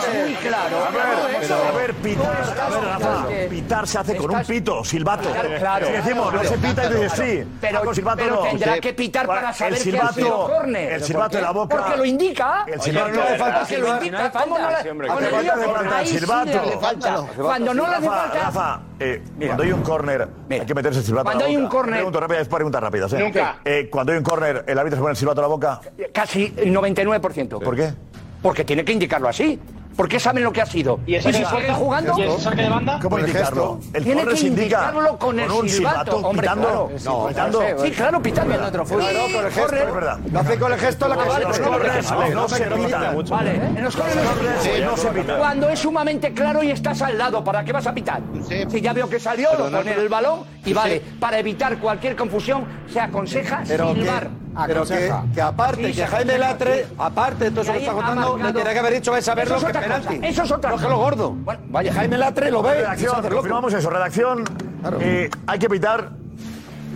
[SPEAKER 2] Es muy claro. A ver, pero, a ver, pitar, a ver, Rafa, pitar se hace con un pito, silbato.
[SPEAKER 3] Claro, claro.
[SPEAKER 2] Si decimos, no se pita y tú dices sí.
[SPEAKER 3] Pero-
[SPEAKER 2] hago silbato
[SPEAKER 3] pero
[SPEAKER 2] no.
[SPEAKER 3] tendrá que pitar para saber
[SPEAKER 2] el
[SPEAKER 3] que ha
[SPEAKER 2] silbato,
[SPEAKER 3] sido córner.
[SPEAKER 2] El
[SPEAKER 3] ¿Pero
[SPEAKER 2] silbato
[SPEAKER 3] por
[SPEAKER 2] de
[SPEAKER 3] qué?
[SPEAKER 2] la boca.
[SPEAKER 3] Porque lo indica.
[SPEAKER 2] El
[SPEAKER 3] Oye,
[SPEAKER 2] silbato
[SPEAKER 3] no hace falta
[SPEAKER 2] Porque
[SPEAKER 3] que lo indique. ¿Cómo no le- cómo le
[SPEAKER 2] falta,
[SPEAKER 3] digo?
[SPEAKER 2] hace falta
[SPEAKER 3] Ahí
[SPEAKER 2] el
[SPEAKER 3] sí le
[SPEAKER 2] silbato.
[SPEAKER 3] hace falta. Cuando no le hace
[SPEAKER 2] Rafa,
[SPEAKER 3] falta-
[SPEAKER 2] Rafa, eh, cuando hay un córner, hay que meterse el silbato a la
[SPEAKER 3] Cuando hay un
[SPEAKER 2] boca.
[SPEAKER 3] córner-
[SPEAKER 2] Pregunto rápida, es preguntas rápidas. ¿eh?
[SPEAKER 3] Nunca.
[SPEAKER 2] Eh, cuando hay un córner, el árbitro se pone el silbato a la boca.
[SPEAKER 3] Casi el 99%.
[SPEAKER 2] ¿Por qué?
[SPEAKER 3] Porque tiene que indicarlo así. Porque saben lo que ha sido. Y,
[SPEAKER 2] ese
[SPEAKER 3] si
[SPEAKER 2] saque-
[SPEAKER 3] siguen jugando.
[SPEAKER 2] ¿Y ese saque de banda? ¿Cómo
[SPEAKER 3] Por el
[SPEAKER 2] indicarlo?
[SPEAKER 3] gesto.
[SPEAKER 2] El
[SPEAKER 3] tiene
[SPEAKER 2] córner
[SPEAKER 3] que
[SPEAKER 2] se indica
[SPEAKER 3] indicarlo con el
[SPEAKER 2] con un
[SPEAKER 3] silbato.
[SPEAKER 2] silbato,
[SPEAKER 3] Hombre,
[SPEAKER 2] pitando.
[SPEAKER 3] claro.
[SPEAKER 2] No,
[SPEAKER 3] Sí, pues,
[SPEAKER 2] pitando.
[SPEAKER 3] Sí, claro, pitando. en otro fútbol.
[SPEAKER 28] No, con el gesto,
[SPEAKER 3] Corre.
[SPEAKER 28] es verdad. Lo hace con el gesto la
[SPEAKER 3] Vale,
[SPEAKER 28] cabeza.
[SPEAKER 3] pues
[SPEAKER 28] No,
[SPEAKER 3] no,
[SPEAKER 28] no,
[SPEAKER 3] no,
[SPEAKER 28] no se pita.
[SPEAKER 3] Vale, en los corners
[SPEAKER 28] no se pita.
[SPEAKER 3] Cuando es sumamente claro y estás al lado, ¿para qué vas a pitar? Si ya veo que salió, lo
[SPEAKER 28] Perdona,
[SPEAKER 3] pone
[SPEAKER 28] pero-
[SPEAKER 3] el balón y
[SPEAKER 28] Sí.
[SPEAKER 3] vale. Para evitar cualquier confusión, se aconseja
[SPEAKER 28] Pero que-
[SPEAKER 3] silbar.
[SPEAKER 28] Pero que,
[SPEAKER 19] Aconseja.
[SPEAKER 28] que aparte,
[SPEAKER 19] Sí,
[SPEAKER 28] que
[SPEAKER 19] se
[SPEAKER 28] Jaime
[SPEAKER 19] aconseja,
[SPEAKER 28] Latre,
[SPEAKER 19] sí.
[SPEAKER 28] aparte de todo eso que
[SPEAKER 19] Y ahí
[SPEAKER 28] está
[SPEAKER 19] ha
[SPEAKER 28] contando, le
[SPEAKER 19] marcado-
[SPEAKER 28] tenía que haber dicho es saberlo
[SPEAKER 19] Eso
[SPEAKER 28] que
[SPEAKER 19] es
[SPEAKER 28] es
[SPEAKER 19] otra
[SPEAKER 28] penalti.
[SPEAKER 19] cosa, eso es otra
[SPEAKER 28] No es que
[SPEAKER 19] cosa.
[SPEAKER 28] lo gordo.
[SPEAKER 19] Bueno,
[SPEAKER 28] vaya, Jaime Latre lo ve. y se
[SPEAKER 2] Redacción,
[SPEAKER 28] hace loco.
[SPEAKER 2] confirmamos eso. Redacción, eh, hay que pitar.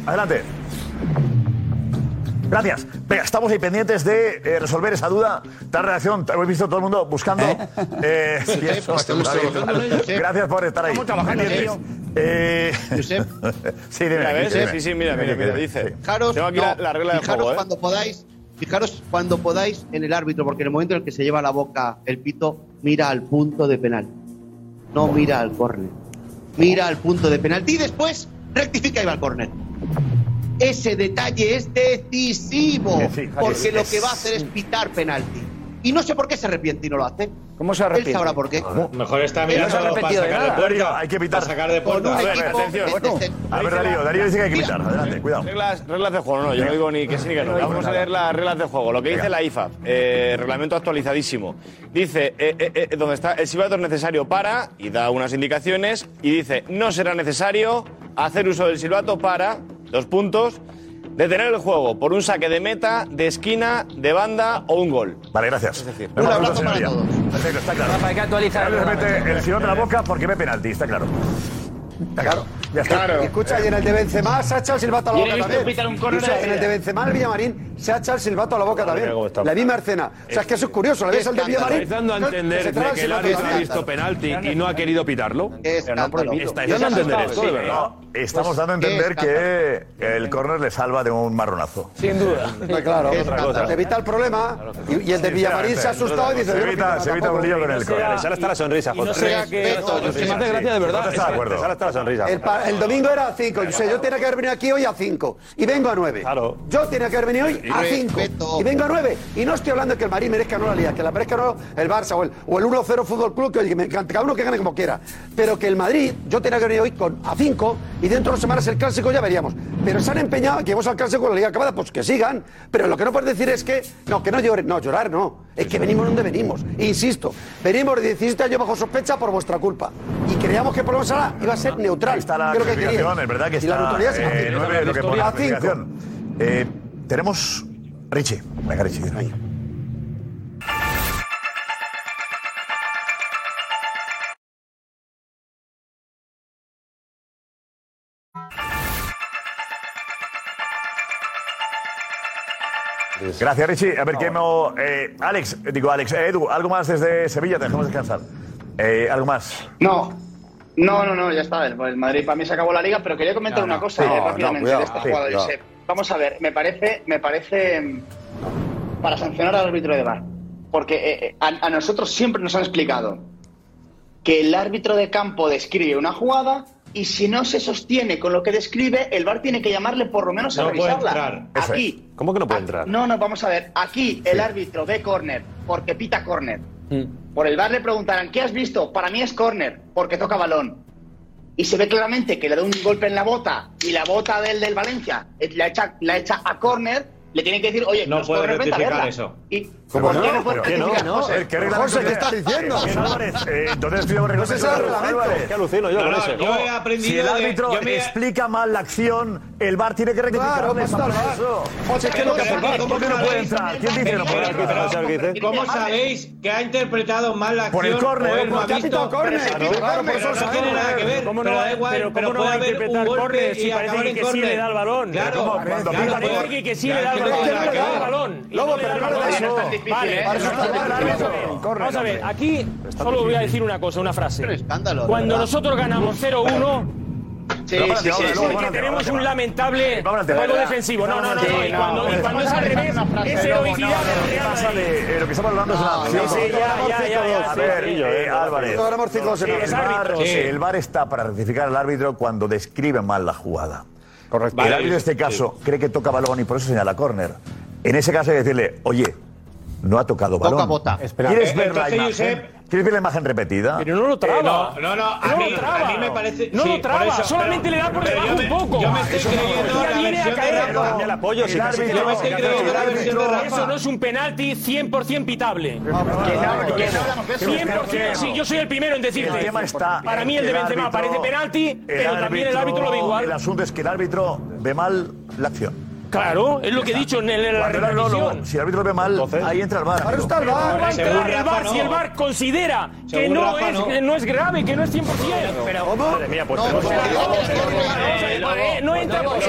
[SPEAKER 2] Adelante. Gracias. Venga, estamos ahí pendientes de eh, resolver esa duda. Tal redacción, hemos visto todo el mundo buscando. eh, Sí,
[SPEAKER 28] Josep,
[SPEAKER 2] y eso,
[SPEAKER 28] estamos
[SPEAKER 2] David,
[SPEAKER 28] trabajando en ello, Josep.
[SPEAKER 2] Gracias por estar ahí.
[SPEAKER 28] Estamos trabajando en ello.
[SPEAKER 2] Eh, sí, dime.
[SPEAKER 4] Mira, ¿ves?
[SPEAKER 2] dime.
[SPEAKER 4] Sí, sí, mira, mira, mira, dice.
[SPEAKER 23] Fijaros,
[SPEAKER 4] Tengo aquí
[SPEAKER 23] no,
[SPEAKER 4] la, la regla del
[SPEAKER 23] fijaros
[SPEAKER 4] juego, ¿eh?
[SPEAKER 23] cuando podáis, fijaros cuando podáis en el árbitro, porque en el momento en el que se lleva la boca el pito, mira al punto de penal. No mira al córner. Mira al punto de penalti y después rectifica y va al córner. Ese detalle es decisivo, porque lo que va a hacer es pitar penalti. Y no sé por qué se arrepiente y no lo hace.
[SPEAKER 31] ¿Cómo se
[SPEAKER 23] arrepiente? Él sabrá por qué.
[SPEAKER 2] Mejor está
[SPEAKER 23] Él no se ha
[SPEAKER 2] mirando para
[SPEAKER 23] arrepentido de
[SPEAKER 2] sacar de
[SPEAKER 23] nada.
[SPEAKER 2] puerta. Hay que evitar. sacar de ¿eh?
[SPEAKER 23] puerta.
[SPEAKER 2] A ver,
[SPEAKER 23] Equipo, este,
[SPEAKER 2] atención. A ver, Darío, Darío dice que hay que evitar. Adelante, cuidado.
[SPEAKER 4] Reglas, reglas de juego, no, yo no digo ni que sí ni que no. Vamos a leer las reglas de juego. Lo que dice la IFAB, eh, reglamento actualizadísimo. Dice, eh, eh, eh, donde está el silbato es necesario para, y da unas indicaciones, y dice, no será necesario hacer uso del silbato para, dos puntos, detener el juego por un saque de meta, de esquina, de banda o un gol.
[SPEAKER 2] Vale, gracias.
[SPEAKER 4] Un
[SPEAKER 2] abrazo para todos. Perfecto, está claro.
[SPEAKER 4] Hay que actualizar el
[SPEAKER 2] Ahora le
[SPEAKER 4] reglamento.
[SPEAKER 2] mete el silón de la boca porque ve penalti, está claro. Está claro. Ya está.
[SPEAKER 28] Claro. Escucha, y en el de Benzema se ha echado el silbato a la Y en boca el también. pitar un córner Escucha, de- en el de Benzema, el Villamarín, se ha echado el silbato a la boca también.
[SPEAKER 11] cómo está.
[SPEAKER 28] La misma escena. O sea, es que eso es curioso. La ves al de Villamarín.
[SPEAKER 11] Estáis dando a entender
[SPEAKER 28] se
[SPEAKER 11] de
[SPEAKER 28] traga
[SPEAKER 11] que el
[SPEAKER 28] silbato
[SPEAKER 11] árbitro
[SPEAKER 28] a
[SPEAKER 11] ha
[SPEAKER 28] la
[SPEAKER 11] visto
[SPEAKER 28] boca.
[SPEAKER 11] penalti y no ha querido pitarlo. Estáis dando a entender esto, de verdad.
[SPEAKER 2] Estamos dando a entender que el córner le salva de un marronazo.
[SPEAKER 28] Sin duda. Está Eh, claro.
[SPEAKER 2] Es otra cosa.
[SPEAKER 28] Se evita el problema. Y, y el de Villamarín se ha asustado y dice...
[SPEAKER 2] Se
[SPEAKER 28] "Yo no quiero
[SPEAKER 2] evita,
[SPEAKER 28] nada
[SPEAKER 2] se evita un
[SPEAKER 28] tampoco".
[SPEAKER 2] lío con el córner.
[SPEAKER 11] sale hasta la sonrisa,
[SPEAKER 28] no
[SPEAKER 11] José.
[SPEAKER 28] sea que-
[SPEAKER 11] No,
[SPEAKER 28] no,
[SPEAKER 11] no,
[SPEAKER 28] sí,
[SPEAKER 11] sí,
[SPEAKER 28] sí,
[SPEAKER 11] más de gracia de
[SPEAKER 28] sí,
[SPEAKER 11] verdad.
[SPEAKER 28] no está de acuerdo.
[SPEAKER 11] Te sale hasta la sonrisa.
[SPEAKER 28] El, pa- el domingo era a 5. Yo, sé, yo tenía que haber venido aquí hoy a 5. Y vengo a 9. Yo tenía que haber venido hoy a 5. Y vengo a 9. Y no estoy hablando de que el Madrid merezca o no la liga, que la merezca o no el Barça o el, o el 1-0 Fútbol Club, que oye, que me encanta, cada uno que gane como quiera. Pero que el Madrid, yo tenía que haber venido hoy con a 5 y dentro de dos semanas el clásico ya veríamos. Pero se han empeñado a que vos al clásico con la liga acabada, pues que sigan. Pero lo que no puedes decir es que, no, que no lloren. No, llorar no. Es que venimos donde venimos. Insisto, venimos de 17 años bajo sospecha por vuestra culpa. Y creíamos que por lo menos ahora iba a ser neutral.
[SPEAKER 2] Está la
[SPEAKER 28] Creo que quería.
[SPEAKER 2] notificación, es verdad que
[SPEAKER 28] Y la
[SPEAKER 2] está
[SPEAKER 28] neutralidad se
[SPEAKER 2] eh,
[SPEAKER 28] mantiene.
[SPEAKER 2] nueve, lo que pone la
[SPEAKER 28] A cinco.
[SPEAKER 2] notificación. Eh, tenemos Richie. Venga, Richie. Ahí. Gracias, Richie. A ver, ¿qué no. eh, Alex, eh, digo, Alex, eh, Edu, algo más desde Sevilla, te dejamos descansar. Eh, algo más.
[SPEAKER 20] No, no, no, no, ya está. El, el Madrid para mí se acabó la liga, pero quería comentar
[SPEAKER 2] No, no.
[SPEAKER 20] una cosa
[SPEAKER 2] No,
[SPEAKER 20] eh,
[SPEAKER 2] no,
[SPEAKER 20] rápidamente
[SPEAKER 2] cuidado,
[SPEAKER 20] de esta
[SPEAKER 2] sí,
[SPEAKER 20] jugada,
[SPEAKER 2] cuidado.
[SPEAKER 20] Josep. Vamos a ver, me parece, me parece mm, para sancionar al árbitro de VAR. Porque eh, eh, a, a nosotros siempre nos han explicado que el árbitro de campo describe una jugada y si no se sostiene con lo que describe, el VAR tiene que llamarle por lo menos a revisarla.
[SPEAKER 11] Eso es.
[SPEAKER 20] Aquí,
[SPEAKER 11] ¿Cómo que no puede entrar?
[SPEAKER 20] no, no, vamos a ver. Aquí el árbitro ve córner porque pita córner.
[SPEAKER 10] Mm.
[SPEAKER 20] Por el bar le preguntarán, ¿qué has visto? Para mí es córner porque toca balón. Y se ve claramente que le da un golpe en la bota y la bota del, del Valencia eh, la echa, la echa a córner. Le tienen que decir, oye,
[SPEAKER 22] No
[SPEAKER 20] no es
[SPEAKER 22] puede
[SPEAKER 20] córner, vete a
[SPEAKER 22] rectificar
[SPEAKER 20] verla.
[SPEAKER 22] eso.
[SPEAKER 20] Y,
[SPEAKER 22] ¿Cómo
[SPEAKER 20] ¿por qué
[SPEAKER 22] no?
[SPEAKER 20] no puede
[SPEAKER 22] ¿Pero qué no?
[SPEAKER 20] rectificar,
[SPEAKER 22] No,
[SPEAKER 20] José?
[SPEAKER 22] a ver, ¿qué reglamento José, ¿qué tiene? estás diciendo?
[SPEAKER 2] Eh, Miguel Álvarez, eh, entonces estoy de acuerdo
[SPEAKER 22] No sé si es el reglamento.
[SPEAKER 2] Álvarez.
[SPEAKER 22] Qué alucino yo con ese. yo he aprendido
[SPEAKER 2] Si el
[SPEAKER 22] de-
[SPEAKER 2] árbitro
[SPEAKER 22] yo me-
[SPEAKER 2] explica mal la acción, el VAR tiene que rectificarle.
[SPEAKER 22] Claro, pues está el VAR.
[SPEAKER 2] José, es que no,
[SPEAKER 22] Pero
[SPEAKER 2] que-
[SPEAKER 22] es que
[SPEAKER 2] ¿cómo que no puede entrar? ¿Quién dice que no puede entrar?
[SPEAKER 22] ¿Cómo sabéis que ha interpretado mal la acción?
[SPEAKER 2] Por el córner,
[SPEAKER 22] o él
[SPEAKER 2] ¿eh?
[SPEAKER 22] no ha
[SPEAKER 2] Porque ha
[SPEAKER 22] visto?
[SPEAKER 2] pitado córner,
[SPEAKER 22] Claro,
[SPEAKER 2] pitado
[SPEAKER 22] claro,
[SPEAKER 2] córner,
[SPEAKER 22] pero eso
[SPEAKER 2] claro.
[SPEAKER 22] no tiene nada que ver.
[SPEAKER 2] ¿Cómo no
[SPEAKER 22] pero
[SPEAKER 2] va-
[SPEAKER 22] da igual,
[SPEAKER 2] pero cómo no
[SPEAKER 22] puede
[SPEAKER 2] va a
[SPEAKER 22] haber un
[SPEAKER 2] interpretar
[SPEAKER 22] golpe
[SPEAKER 2] córner si
[SPEAKER 22] y
[SPEAKER 2] parece
[SPEAKER 22] acabar
[SPEAKER 2] que sí le
[SPEAKER 22] en córner?
[SPEAKER 2] da el balón?
[SPEAKER 22] Claro,
[SPEAKER 2] Pero ¿cómo? Cuando
[SPEAKER 22] claro,
[SPEAKER 2] pita
[SPEAKER 22] puede-
[SPEAKER 2] córner y que sí le
[SPEAKER 22] claro,
[SPEAKER 2] da el
[SPEAKER 22] que
[SPEAKER 2] balón.
[SPEAKER 22] no tiene
[SPEAKER 2] Le da el
[SPEAKER 22] nada que ver.
[SPEAKER 2] balón. Y
[SPEAKER 22] Lobo,
[SPEAKER 2] no le da
[SPEAKER 22] pero
[SPEAKER 2] el
[SPEAKER 22] no
[SPEAKER 2] balón.
[SPEAKER 22] lo veas tan difícil,
[SPEAKER 19] Vale,
[SPEAKER 22] ¿eh?
[SPEAKER 19] vamos a ver, vamos a ver, aquí solo voy a decir una cosa, una frase. Cuando
[SPEAKER 22] ¿verdad?
[SPEAKER 19] nosotros ganamos 0-1,
[SPEAKER 22] Sí,
[SPEAKER 19] es
[SPEAKER 22] sí, sí,
[SPEAKER 19] porque
[SPEAKER 22] sí, vamos al tema,
[SPEAKER 19] tenemos
[SPEAKER 22] vamos al
[SPEAKER 19] un
[SPEAKER 22] tema.
[SPEAKER 19] lamentable
[SPEAKER 22] Vamos al tema.
[SPEAKER 19] juego
[SPEAKER 22] ¿Verdad?
[SPEAKER 19] defensivo. No, no, no,
[SPEAKER 22] Sí,
[SPEAKER 19] no, y
[SPEAKER 22] no,
[SPEAKER 19] cuando, y
[SPEAKER 22] no,
[SPEAKER 19] cuando
[SPEAKER 22] no,
[SPEAKER 19] es al
[SPEAKER 22] no,
[SPEAKER 19] revés,
[SPEAKER 22] no, no,
[SPEAKER 19] es
[SPEAKER 22] no,
[SPEAKER 19] heroicidad
[SPEAKER 22] no, no,
[SPEAKER 19] del Real
[SPEAKER 2] Pasa
[SPEAKER 19] Madrid.
[SPEAKER 2] de eh, lo que estamos hablando es
[SPEAKER 19] No,
[SPEAKER 2] una.
[SPEAKER 19] sí, sí, ya, ya, ya, ya,
[SPEAKER 2] A
[SPEAKER 19] sí,
[SPEAKER 2] ver,
[SPEAKER 19] sí.
[SPEAKER 2] eh, Álvarez.
[SPEAKER 19] Nosotros ganamos 5-2 en
[SPEAKER 2] el,
[SPEAKER 19] el
[SPEAKER 2] bar,
[SPEAKER 19] árbitro.
[SPEAKER 2] sí,
[SPEAKER 19] Sí.
[SPEAKER 2] el VAR está para rectificar al árbitro cuando describe mal la jugada. Correcto.
[SPEAKER 22] Vale,
[SPEAKER 2] el árbitro en este caso cree que toca balón y por eso señala córner. En ese caso hay que decirle, oye, no ha tocado balón.
[SPEAKER 22] bota.
[SPEAKER 2] ¿Quieres
[SPEAKER 22] Eh,
[SPEAKER 2] ver la
[SPEAKER 22] entonces,
[SPEAKER 2] imagen?
[SPEAKER 22] Josep-
[SPEAKER 2] ¿Quieres ver la imagen repetida? Pero
[SPEAKER 19] no lo
[SPEAKER 22] Eh, no, no, no, a,
[SPEAKER 19] No
[SPEAKER 22] mí,
[SPEAKER 19] lo traba.
[SPEAKER 22] a mí me parece.
[SPEAKER 19] No
[SPEAKER 22] sí,
[SPEAKER 19] lo traba,
[SPEAKER 22] por eso,
[SPEAKER 19] solamente
[SPEAKER 22] pero-
[SPEAKER 19] le da por
[SPEAKER 22] pero
[SPEAKER 19] debajo
[SPEAKER 22] yo
[SPEAKER 19] un
[SPEAKER 22] me-
[SPEAKER 19] poco.
[SPEAKER 22] Yo me estoy
[SPEAKER 19] Eso no,
[SPEAKER 22] creyendo
[SPEAKER 19] ya
[SPEAKER 22] la
[SPEAKER 19] viene a
[SPEAKER 22] versión de
[SPEAKER 19] caer.
[SPEAKER 22] Rafa.
[SPEAKER 19] Cambia el
[SPEAKER 22] apoyo, si
[SPEAKER 19] El
[SPEAKER 22] casi que
[SPEAKER 19] árbitro-
[SPEAKER 22] no me estoy creyendo la versión de Rafa.
[SPEAKER 19] Eso no es un penalti 100% pitable.
[SPEAKER 22] que no hablamos de eso.
[SPEAKER 19] 100%, sí, yo soy el primero en decirte.
[SPEAKER 2] El tema está
[SPEAKER 19] Para mí
[SPEAKER 2] en
[SPEAKER 19] el de
[SPEAKER 2] que
[SPEAKER 19] Benzema
[SPEAKER 2] árbitro-
[SPEAKER 19] parece penalti, pero también el árbitro lo ve igual.
[SPEAKER 2] El asunto es que el árbitro ve mal la acción.
[SPEAKER 19] Claro, es lo que he dicho en, el, en la
[SPEAKER 2] Cuando el árbitro lo-
[SPEAKER 19] repetición.
[SPEAKER 2] si el árbitro lo ve mal, ahí entra el bar.
[SPEAKER 19] Claro, está el VAR.
[SPEAKER 2] Según
[SPEAKER 19] el
[SPEAKER 2] Rafa,
[SPEAKER 19] VAR,
[SPEAKER 2] no.
[SPEAKER 19] si el VAR considera que
[SPEAKER 2] Según
[SPEAKER 19] no,
[SPEAKER 2] Rafa,
[SPEAKER 19] es,
[SPEAKER 2] no.
[SPEAKER 19] que no es grave, que no es 100%. Pero, ¿cómo? No entra por Porque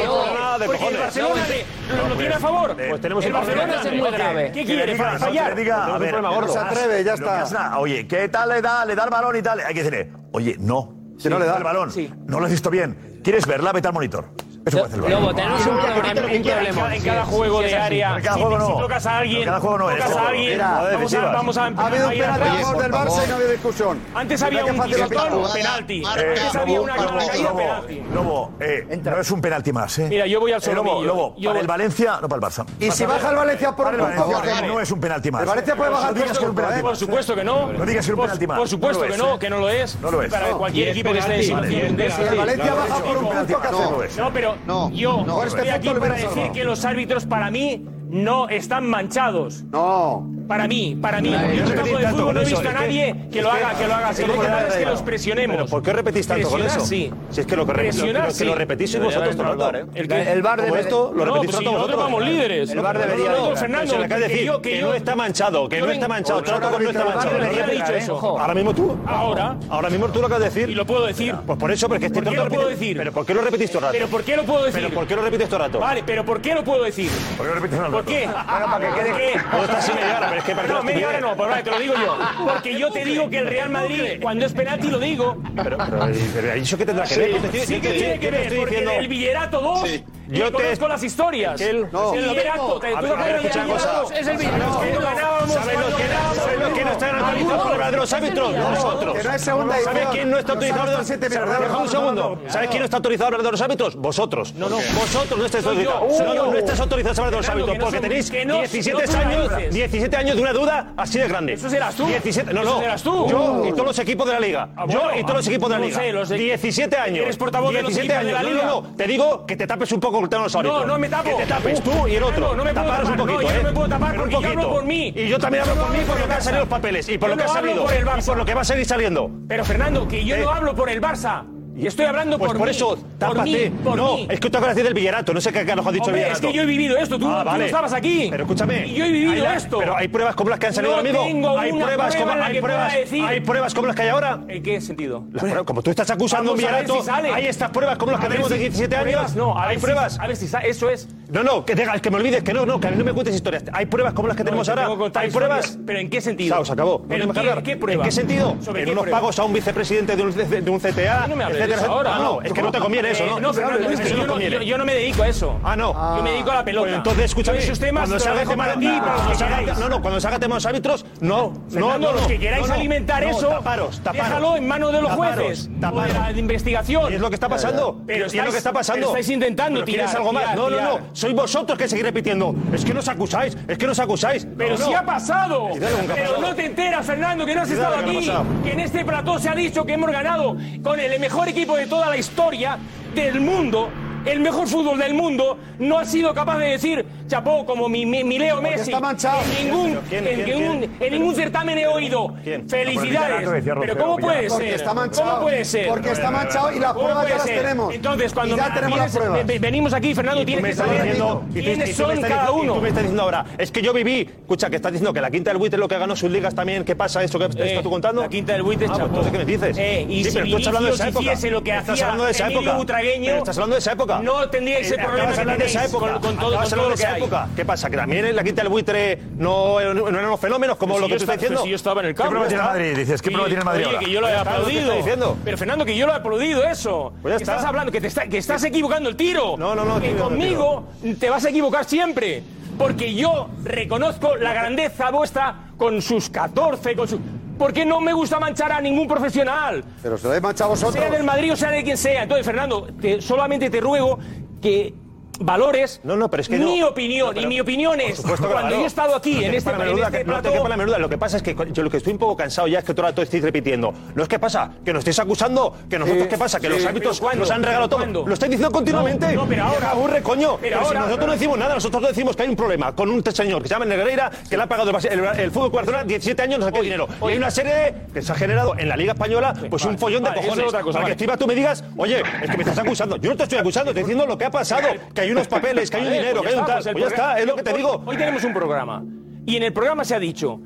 [SPEAKER 19] el Barcelona le- lo- lo tiene a favor.
[SPEAKER 7] Pues tenemos
[SPEAKER 19] El
[SPEAKER 7] un problema
[SPEAKER 19] Barcelona es
[SPEAKER 7] grande.
[SPEAKER 19] muy grave. ¿Qué quiere?
[SPEAKER 2] diga,
[SPEAKER 19] ¿Para
[SPEAKER 2] no, que
[SPEAKER 19] fallar?
[SPEAKER 2] le diga, a ver, no se atreve, ya está. Oye, ¿qué tal le da? Le da el balón y tal. Hay que decirle, oye, no. Que no le da el balón. No lo has visto bien. ¿quieres verla? Vete al monitor. Eso puede hacer el
[SPEAKER 19] Lobo,
[SPEAKER 2] VAR.
[SPEAKER 19] tenemos un problema. En cada- en cada- en cada juego de área,
[SPEAKER 2] En cada
[SPEAKER 19] si-
[SPEAKER 2] juego no.
[SPEAKER 19] si tocas a alguien,
[SPEAKER 2] En cada juego no.
[SPEAKER 19] tocas
[SPEAKER 2] eso.
[SPEAKER 19] a alguien,
[SPEAKER 2] Mira,
[SPEAKER 19] vamos a-
[SPEAKER 2] defensivas.
[SPEAKER 19] vamos a-
[SPEAKER 28] Ha habido un penalti
[SPEAKER 19] Ahí atrás.
[SPEAKER 28] a favor del
[SPEAKER 19] Por favor.
[SPEAKER 28] Barça y no ha habido discusión.
[SPEAKER 19] Antes
[SPEAKER 28] Mira
[SPEAKER 19] había
[SPEAKER 28] qué
[SPEAKER 19] un
[SPEAKER 28] fácil
[SPEAKER 19] tirotón,
[SPEAKER 28] está jugada.
[SPEAKER 19] penalti.
[SPEAKER 28] Marca.
[SPEAKER 19] Antes había una gran caída, penalti.
[SPEAKER 2] Lobo, eh, no es un penalti más, ¿eh?
[SPEAKER 19] Mira, yo voy al
[SPEAKER 2] Eh, Lobo,
[SPEAKER 19] solomillo.
[SPEAKER 2] Lobo,
[SPEAKER 19] Yo
[SPEAKER 2] para
[SPEAKER 19] voy-
[SPEAKER 2] el Valencia, no para el Barça.
[SPEAKER 28] Y si baja el Valencia por
[SPEAKER 2] Para el
[SPEAKER 28] un punto,
[SPEAKER 2] Valencia,
[SPEAKER 28] ¿qué?
[SPEAKER 2] no es un penalti más.
[SPEAKER 28] El Valencia puede bajar
[SPEAKER 2] No digas que es un
[SPEAKER 28] por un
[SPEAKER 2] penalti
[SPEAKER 28] punto,
[SPEAKER 19] Por
[SPEAKER 2] más.
[SPEAKER 19] supuesto que no.
[SPEAKER 2] No digas que es un
[SPEAKER 19] Por-
[SPEAKER 2] penalti más.
[SPEAKER 19] Por supuesto
[SPEAKER 2] No lo
[SPEAKER 19] que
[SPEAKER 2] es,
[SPEAKER 19] no,
[SPEAKER 2] ¿eh?
[SPEAKER 19] que no lo es.
[SPEAKER 2] No lo es.
[SPEAKER 19] Para
[SPEAKER 2] No.
[SPEAKER 19] cualquier
[SPEAKER 2] Y es
[SPEAKER 19] equipo que esté
[SPEAKER 2] penalti.
[SPEAKER 19] desinfluyendo.
[SPEAKER 2] Vale,
[SPEAKER 19] Sí,
[SPEAKER 2] y el
[SPEAKER 19] sí,
[SPEAKER 2] Valencia
[SPEAKER 19] claro,
[SPEAKER 2] baja
[SPEAKER 19] sí.
[SPEAKER 2] por un punto, ¿qué este hacemos?
[SPEAKER 19] No, pero
[SPEAKER 2] No.
[SPEAKER 19] yo
[SPEAKER 2] No,
[SPEAKER 19] estoy
[SPEAKER 2] perfecto,
[SPEAKER 19] aquí
[SPEAKER 2] lo
[SPEAKER 19] para
[SPEAKER 2] hubiera
[SPEAKER 19] decir
[SPEAKER 2] salvado.
[SPEAKER 19] que los árbitros para mí no están manchados.
[SPEAKER 28] No.
[SPEAKER 19] Para mí, para mí.
[SPEAKER 7] Ay,
[SPEAKER 19] Yo en
[SPEAKER 7] no
[SPEAKER 19] el campo de
[SPEAKER 7] repetís tanto
[SPEAKER 19] fútbol no he
[SPEAKER 7] con eso,
[SPEAKER 19] visto a
[SPEAKER 7] es que-
[SPEAKER 19] nadie que
[SPEAKER 7] es
[SPEAKER 19] lo
[SPEAKER 7] que-
[SPEAKER 19] haga, que lo haga.
[SPEAKER 7] es
[SPEAKER 19] Si
[SPEAKER 7] que
[SPEAKER 19] lo que
[SPEAKER 7] no
[SPEAKER 19] haga
[SPEAKER 7] puede
[SPEAKER 19] es que
[SPEAKER 7] haber.
[SPEAKER 19] los presionemos.
[SPEAKER 7] Pero ¿por qué repetís tanto con
[SPEAKER 19] Presionar,
[SPEAKER 7] eso?
[SPEAKER 19] sí.
[SPEAKER 7] Si es que lo que-
[SPEAKER 19] Presionar,
[SPEAKER 7] lo que-
[SPEAKER 19] sí.
[SPEAKER 7] lo repetís sois vosotros todo el rato.
[SPEAKER 19] El que-
[SPEAKER 7] El VAR
[SPEAKER 19] Como
[SPEAKER 7] debe-
[SPEAKER 19] esto, lo
[SPEAKER 7] No,
[SPEAKER 19] repetís
[SPEAKER 7] pues
[SPEAKER 19] tanto
[SPEAKER 7] si nosotros
[SPEAKER 19] vosotros.
[SPEAKER 7] vamos líderes.
[SPEAKER 19] El VAR
[SPEAKER 7] No, no,
[SPEAKER 19] debería
[SPEAKER 7] no,
[SPEAKER 19] de
[SPEAKER 7] no,
[SPEAKER 19] entrar.
[SPEAKER 7] Fernando,
[SPEAKER 19] Pero se le acaba de
[SPEAKER 7] que
[SPEAKER 19] decir
[SPEAKER 7] yo-
[SPEAKER 19] que
[SPEAKER 7] yo-
[SPEAKER 19] no está manchado, que
[SPEAKER 7] Yo
[SPEAKER 19] no
[SPEAKER 7] ven-
[SPEAKER 19] está manchado.
[SPEAKER 7] Otro
[SPEAKER 19] Trato con no está
[SPEAKER 7] árbitro
[SPEAKER 19] manchado.
[SPEAKER 7] del VAR
[SPEAKER 19] Lo
[SPEAKER 7] debería
[SPEAKER 19] dicho
[SPEAKER 7] de
[SPEAKER 19] eso.
[SPEAKER 7] entrar, ¿eh? Ahora mismo tú.
[SPEAKER 19] Ahora.
[SPEAKER 7] Ahora mismo tú lo acabas de decir. Y
[SPEAKER 19] lo puedo decir.
[SPEAKER 7] Pues por eso, porque es que
[SPEAKER 19] ¿Por qué
[SPEAKER 7] tanto
[SPEAKER 19] lo puedo
[SPEAKER 7] repetís-
[SPEAKER 19] decir?
[SPEAKER 7] Pero ¿por qué lo repetís todo el rato?
[SPEAKER 19] ¿Pero por qué lo puedo decir?
[SPEAKER 7] Pero ¿por qué lo repetís todo el rato?
[SPEAKER 19] Vale, pero ¿por qué lo puedo decir?
[SPEAKER 2] ¿Por qué lo repites
[SPEAKER 19] ¿Por qué?
[SPEAKER 7] para que quede-
[SPEAKER 19] ¿Por qué?
[SPEAKER 7] Puedo estar así media hora, pero es que para que
[SPEAKER 19] No,
[SPEAKER 7] las
[SPEAKER 19] media hora
[SPEAKER 7] tuviera.
[SPEAKER 19] no, pero vale, te lo digo yo. Porque yo te digo que el Real Madrid, cuando es penalti, lo digo.
[SPEAKER 7] Pero, pero, pero ¿y eso qué tendrá que
[SPEAKER 19] Sí,
[SPEAKER 7] ver? Yo te estoy-
[SPEAKER 19] sí
[SPEAKER 7] yo
[SPEAKER 19] que
[SPEAKER 7] te-
[SPEAKER 19] tiene
[SPEAKER 7] yo
[SPEAKER 19] que
[SPEAKER 7] te
[SPEAKER 19] ver,
[SPEAKER 7] estoy
[SPEAKER 19] porque
[SPEAKER 7] diciendo-
[SPEAKER 19] del Billerato 2
[SPEAKER 7] Sí.
[SPEAKER 19] yo conozco las historias.
[SPEAKER 7] Aquel- No.
[SPEAKER 19] El
[SPEAKER 7] Es lo
[SPEAKER 19] Billerato,
[SPEAKER 7] mismo.
[SPEAKER 19] ¿te tú
[SPEAKER 7] A
[SPEAKER 19] te
[SPEAKER 7] ver,
[SPEAKER 19] acuerdas del
[SPEAKER 7] escucha una cosa.
[SPEAKER 19] Billerato? Es el Billerato. Que no ganábamos,
[SPEAKER 7] ¿Sabes lo
[SPEAKER 19] cuando
[SPEAKER 7] que-
[SPEAKER 19] ganábamos.
[SPEAKER 7] sabes lo que no está analizando el programa de los árbitros? Nosotros.
[SPEAKER 28] Que no es segunda
[SPEAKER 7] ¿Sabes
[SPEAKER 28] edición.
[SPEAKER 7] quién no está
[SPEAKER 28] Los
[SPEAKER 7] autorizado?
[SPEAKER 28] árbitros siete
[SPEAKER 7] Deja
[SPEAKER 28] minutos.
[SPEAKER 7] un segundo. ¿Sabes quién no está autorizado a hablar de los árbitros? Vosotros. No, no. Vosotros no estáis
[SPEAKER 19] Soy yo,
[SPEAKER 7] autorizados.
[SPEAKER 19] soy
[SPEAKER 7] No, no,
[SPEAKER 19] yo.
[SPEAKER 7] no estáis autorizados a hablar de los
[SPEAKER 19] Fernando,
[SPEAKER 7] árbitros
[SPEAKER 19] que no
[SPEAKER 7] porque
[SPEAKER 19] son-
[SPEAKER 7] tenéis
[SPEAKER 19] que no-
[SPEAKER 7] 17
[SPEAKER 19] no tú
[SPEAKER 7] años,
[SPEAKER 19] narices.
[SPEAKER 7] 17 años de una duda así de grande.
[SPEAKER 19] Eso serás tú.
[SPEAKER 7] 17, no,
[SPEAKER 19] Eso
[SPEAKER 7] no.
[SPEAKER 19] serás tú.
[SPEAKER 7] Yo y todos los equipos de la liga.
[SPEAKER 19] Ah,
[SPEAKER 7] Yo
[SPEAKER 19] bueno,
[SPEAKER 7] y todos los equipos de la
[SPEAKER 19] no
[SPEAKER 7] liga.
[SPEAKER 19] sé, los de-
[SPEAKER 7] 17 años.
[SPEAKER 19] Eres portavoz de los
[SPEAKER 7] 17
[SPEAKER 19] equipos de
[SPEAKER 7] años.
[SPEAKER 19] la liga.
[SPEAKER 7] No, no, no. Te digo que te tapes un poco con el tema de los árbitros.
[SPEAKER 19] No, no me tapo.
[SPEAKER 7] Que te tapes tú y el otro.
[SPEAKER 19] Fernando, no me puedo
[SPEAKER 7] Taparos
[SPEAKER 19] tapar,
[SPEAKER 7] un poquito,
[SPEAKER 19] no, yo
[SPEAKER 7] ¿eh?
[SPEAKER 19] no me puedo tapar
[SPEAKER 7] Pero un
[SPEAKER 19] porque yo hablo
[SPEAKER 7] poquito.
[SPEAKER 19] por mí.
[SPEAKER 7] Y yo también
[SPEAKER 19] Yo
[SPEAKER 7] hablo
[SPEAKER 19] no
[SPEAKER 7] por mí
[SPEAKER 19] hablo
[SPEAKER 7] por
[SPEAKER 19] por
[SPEAKER 7] lo que
[SPEAKER 19] el
[SPEAKER 7] han
[SPEAKER 19] Barça.
[SPEAKER 7] salido los papeles y por
[SPEAKER 19] Yo
[SPEAKER 7] lo que ha
[SPEAKER 19] no hablo
[SPEAKER 7] salido.
[SPEAKER 19] por el
[SPEAKER 7] Y por lo que va a seguir saliendo.
[SPEAKER 19] Pero Fernando, que yo
[SPEAKER 7] Eh.
[SPEAKER 19] no hablo por el Barça. Y estoy hablando
[SPEAKER 7] Pues
[SPEAKER 19] por,
[SPEAKER 7] por
[SPEAKER 19] mí.
[SPEAKER 7] eso,
[SPEAKER 19] por
[SPEAKER 7] tápate.
[SPEAKER 19] mí, por
[SPEAKER 7] no,
[SPEAKER 19] mí.
[SPEAKER 7] es que tú acabas de decir del Villarato, no sé qué nos ha dicho
[SPEAKER 19] Hombre,
[SPEAKER 7] Villarato.
[SPEAKER 19] es que yo he vivido esto, tú- tú no estabas aquí.
[SPEAKER 7] Pero escúchame.
[SPEAKER 19] Y yo he vivido
[SPEAKER 7] hay la-
[SPEAKER 19] esto.
[SPEAKER 7] Pero hay pruebas como las que han salido
[SPEAKER 19] No
[SPEAKER 7] ahora mismo.
[SPEAKER 19] tengo
[SPEAKER 7] hay
[SPEAKER 19] una prueba
[SPEAKER 7] pruebas
[SPEAKER 19] en
[SPEAKER 7] como
[SPEAKER 19] la
[SPEAKER 7] hay
[SPEAKER 19] que pueda
[SPEAKER 7] pruebas,
[SPEAKER 19] decir.
[SPEAKER 7] hay pruebas como las que hay ahora.
[SPEAKER 19] ¿En qué sentido?
[SPEAKER 7] Las pruebas- como tú estás acusando a un
[SPEAKER 19] Vamos a ver
[SPEAKER 7] Villarato,
[SPEAKER 19] si sale.
[SPEAKER 7] hay estas pruebas como las que
[SPEAKER 19] A ver
[SPEAKER 7] tenemos de
[SPEAKER 19] si-
[SPEAKER 7] 17 años.
[SPEAKER 19] pruebas no, a
[SPEAKER 7] hay
[SPEAKER 19] ver si-
[SPEAKER 7] pruebas.
[SPEAKER 19] a ver si sale, eso es.
[SPEAKER 7] No, no, que, te, que me olvides, que no, no, que a mí no me cuentes historias. Hay pruebas como las que
[SPEAKER 19] No,
[SPEAKER 7] tenemos
[SPEAKER 19] te
[SPEAKER 7] ahora.
[SPEAKER 19] tengo que contar
[SPEAKER 7] hay
[SPEAKER 19] historias,
[SPEAKER 7] pruebas.
[SPEAKER 19] pero ¿en qué sentido?
[SPEAKER 7] Sao, se
[SPEAKER 19] ¿Pero
[SPEAKER 7] acabó. No
[SPEAKER 19] en
[SPEAKER 7] tenemos que
[SPEAKER 19] qué,
[SPEAKER 7] hablar.
[SPEAKER 19] qué prueba?
[SPEAKER 7] ¿En qué sentido?
[SPEAKER 19] ¿Sobre
[SPEAKER 7] en
[SPEAKER 19] qué
[SPEAKER 7] unos
[SPEAKER 19] prueba?
[SPEAKER 7] pagos a un vicepresidente de un, C- de un CTA,
[SPEAKER 19] No me hables de
[SPEAKER 7] etcétera,
[SPEAKER 19] eso
[SPEAKER 7] etcétera.
[SPEAKER 19] ahora.
[SPEAKER 7] Ah, no, es que no te conviene eso,
[SPEAKER 19] Eh,
[SPEAKER 7] ¿no?
[SPEAKER 19] no, Fernando,
[SPEAKER 7] Eso
[SPEAKER 19] es que
[SPEAKER 7] no
[SPEAKER 19] yo, no,
[SPEAKER 7] conviene.
[SPEAKER 19] yo- yo no me dedico a eso.
[SPEAKER 7] Ah, no.
[SPEAKER 19] Yo me dedico a la pelota.
[SPEAKER 7] Pues entonces, escúchame.
[SPEAKER 19] Yo esos temas
[SPEAKER 7] cuando
[SPEAKER 19] te los
[SPEAKER 7] salga
[SPEAKER 19] dejo
[SPEAKER 7] tema
[SPEAKER 19] para ti, para los
[SPEAKER 7] cuando
[SPEAKER 19] que
[SPEAKER 7] salga- este
[SPEAKER 19] queráis.
[SPEAKER 7] No, no, cuando salga tema de los árbitros, no, no,
[SPEAKER 19] Fernando,
[SPEAKER 7] no, no.
[SPEAKER 19] los que queráis
[SPEAKER 7] No, no.
[SPEAKER 19] alimentar
[SPEAKER 7] No,
[SPEAKER 19] eso,
[SPEAKER 7] taparos, taparos.
[SPEAKER 19] déjalo en manos de los
[SPEAKER 7] Taparos,
[SPEAKER 19] jueces. o de
[SPEAKER 7] taparos.
[SPEAKER 19] la investigación.
[SPEAKER 7] Y es lo que está pasando.
[SPEAKER 19] Pero
[SPEAKER 7] y es lo
[SPEAKER 19] estáis-
[SPEAKER 7] que está pasando.
[SPEAKER 19] pero estáis intentando
[SPEAKER 7] Pero quieres
[SPEAKER 19] tirar,
[SPEAKER 7] algo más.
[SPEAKER 19] tirar,
[SPEAKER 7] no, no,
[SPEAKER 19] tirar.
[SPEAKER 7] no. Sois vosotros que seguís repitiendo. Es que nos acusáis, es que nos acusáis.
[SPEAKER 19] Pero
[SPEAKER 7] No,
[SPEAKER 19] si
[SPEAKER 7] no.
[SPEAKER 19] ha pasado.
[SPEAKER 7] Y dale, nunca ha
[SPEAKER 19] Pero
[SPEAKER 7] pasado.
[SPEAKER 19] no te enteras, Fernando, que no has
[SPEAKER 7] Y dale,
[SPEAKER 19] estado
[SPEAKER 7] que no ha
[SPEAKER 19] aquí.
[SPEAKER 7] pasado.
[SPEAKER 19] Que en este plató se ha dicho que hemos ganado con el mejor equipo de toda la historia del mundo. El mejor fútbol del mundo no ha sido capaz de decir, chapó, como mi, mi- mi Leo
[SPEAKER 28] Porque
[SPEAKER 19] Messi.
[SPEAKER 28] está manchado.
[SPEAKER 19] En ningún,
[SPEAKER 28] Pero ¿quién,
[SPEAKER 19] en
[SPEAKER 28] quién,
[SPEAKER 19] ningún-
[SPEAKER 28] quién?
[SPEAKER 19] en ningún certamen he oído. Felicidades.
[SPEAKER 28] Villarato decía
[SPEAKER 19] Pero
[SPEAKER 28] Roncero,
[SPEAKER 19] ¿cómo puede
[SPEAKER 28] Villarato.
[SPEAKER 19] ser?
[SPEAKER 28] Porque está manchado.
[SPEAKER 19] ¿Cómo puede ser?
[SPEAKER 28] Porque está manchado y las
[SPEAKER 19] ¿Cómo
[SPEAKER 28] pruebas
[SPEAKER 19] puede
[SPEAKER 28] ya las
[SPEAKER 19] ser?
[SPEAKER 28] tenemos.
[SPEAKER 19] Entonces,
[SPEAKER 28] Y
[SPEAKER 19] cuando
[SPEAKER 28] ya tenemos las
[SPEAKER 19] vienes-
[SPEAKER 28] pruebas.
[SPEAKER 19] ve- venimos aquí, Fernando,
[SPEAKER 7] Y tú
[SPEAKER 19] tienes
[SPEAKER 7] me
[SPEAKER 19] que
[SPEAKER 7] estás
[SPEAKER 19] saber
[SPEAKER 7] diciendo- y tú- y
[SPEAKER 19] quiénes
[SPEAKER 7] tú me
[SPEAKER 19] son
[SPEAKER 7] estás
[SPEAKER 19] cada
[SPEAKER 7] dic- y
[SPEAKER 19] uno.
[SPEAKER 7] tú me estás diciendo ahora, es que yo viví, escucha, que estás diciendo que la quinta del buitre es lo que ganó sus ligas también, ¿qué pasa eso que te estás tú contando? La quinta
[SPEAKER 19] Eh, del buitre,
[SPEAKER 7] ah, pues, entonces, ¿qué me dices?
[SPEAKER 19] Eh, y
[SPEAKER 7] sí,
[SPEAKER 19] si
[SPEAKER 7] pero tú estás hablando de esa
[SPEAKER 19] Vinicius
[SPEAKER 7] época.
[SPEAKER 19] hiciese lo que
[SPEAKER 7] estás
[SPEAKER 19] hacía
[SPEAKER 7] hablando de esa
[SPEAKER 19] Emilio
[SPEAKER 7] época.
[SPEAKER 19] Butragueño,
[SPEAKER 7] Pero estás hablando de esa época. Eh,
[SPEAKER 19] no tendría ese
[SPEAKER 7] acabas
[SPEAKER 19] problema que
[SPEAKER 7] hablando de esa
[SPEAKER 19] tenéis
[SPEAKER 7] época.
[SPEAKER 19] con- con todo- con
[SPEAKER 7] Acabas hablando
[SPEAKER 19] todo
[SPEAKER 7] de
[SPEAKER 19] lo que
[SPEAKER 7] esa
[SPEAKER 19] hay.
[SPEAKER 7] época. ¿Qué pasa? Que también en la quinta del buitre no, no eran los fenómenos como
[SPEAKER 19] Pero
[SPEAKER 7] lo
[SPEAKER 19] si
[SPEAKER 7] que
[SPEAKER 19] yo
[SPEAKER 7] tú
[SPEAKER 19] estaba-
[SPEAKER 7] estás diciendo.
[SPEAKER 19] pero si yo estaba en el
[SPEAKER 7] ¿Qué
[SPEAKER 19] campo.
[SPEAKER 7] prueba tiene el
[SPEAKER 19] está.
[SPEAKER 7] Madrid? Dices, ¿qué
[SPEAKER 19] Y-
[SPEAKER 7] prueba tiene el Madrid
[SPEAKER 19] Oye,
[SPEAKER 7] ahora?
[SPEAKER 19] que yo lo he
[SPEAKER 7] Ya está, lo que
[SPEAKER 19] aplaudido.
[SPEAKER 7] estoy diciendo.
[SPEAKER 19] Pero Fernando, que yo lo he aplaudido eso.
[SPEAKER 7] Pues ya
[SPEAKER 19] que
[SPEAKER 7] está.
[SPEAKER 19] estás hablando, que, te está- que estás equivocando el tiro. No, no,
[SPEAKER 7] no,
[SPEAKER 19] Que
[SPEAKER 7] tío, no,
[SPEAKER 19] conmigo te vas a equivocar siempre. Porque yo reconozco la grandeza vuestra con sus 14, con sus... Porque no me gusta manchar a ningún profesional.
[SPEAKER 28] Pero se lo habéis manchado vosotros.
[SPEAKER 19] Sea del Madrid o sea de quien sea. Entonces, Fernando, te- solamente te ruego que valores
[SPEAKER 7] pero es que
[SPEAKER 19] mi
[SPEAKER 7] no.
[SPEAKER 19] opinión.
[SPEAKER 7] No,
[SPEAKER 19] y
[SPEAKER 7] pero
[SPEAKER 19] mi opinión es,
[SPEAKER 7] supuesto que
[SPEAKER 19] cuando yo he
[SPEAKER 7] la valoro.
[SPEAKER 19] estado aquí,
[SPEAKER 7] No te
[SPEAKER 19] en este,
[SPEAKER 7] quepa la
[SPEAKER 19] en
[SPEAKER 7] menuda,
[SPEAKER 19] este
[SPEAKER 7] que-
[SPEAKER 19] plató,
[SPEAKER 7] No te quepa la menuda. Lo que pasa es que co- yo lo que estoy un poco cansado ya es que todo el rato estáis repitiendo. No es que pasa que nos estáis acusando, que nosotros
[SPEAKER 19] Sí,
[SPEAKER 7] qué pasa, que
[SPEAKER 19] Eh, sí.
[SPEAKER 7] los árbitros
[SPEAKER 19] ¿Pero cuándo?
[SPEAKER 7] nos han regalado
[SPEAKER 19] ¿Pero
[SPEAKER 7] todo.
[SPEAKER 19] cuándo?
[SPEAKER 7] Lo estáis diciendo continuamente.
[SPEAKER 19] No, no, pero ahora-
[SPEAKER 7] Me aburre, coño.
[SPEAKER 19] pero
[SPEAKER 7] si
[SPEAKER 19] ahora-
[SPEAKER 7] nosotros no decimos nada, nosotros decimos que hay un problema con un señor que se llama Negreira, que le ha pagado el, Barça- el, el Fútbol Club Barcelona 17 años, no sé qué dinero. Y hay una serie de- que se ha generado en la Liga Española, pues un follón de
[SPEAKER 19] vale, eso es
[SPEAKER 7] cojones.
[SPEAKER 19] otra cosa,
[SPEAKER 7] Para que
[SPEAKER 19] vale.
[SPEAKER 7] encima tú me digas, oye, es que me estás acusando. Yo no te estoy acusando, te estoy diciendo lo que ha pasado, que hay hay unos papeles, que hay un
[SPEAKER 19] Vale,
[SPEAKER 7] dinero, que hay
[SPEAKER 19] pues
[SPEAKER 7] un
[SPEAKER 19] está,
[SPEAKER 7] tal.
[SPEAKER 19] pues el
[SPEAKER 7] Pues ya
[SPEAKER 19] programa-
[SPEAKER 7] está, es lo que te
[SPEAKER 19] hoy-
[SPEAKER 7] digo.
[SPEAKER 19] Hoy tenemos un programa y en el programa se ha dicho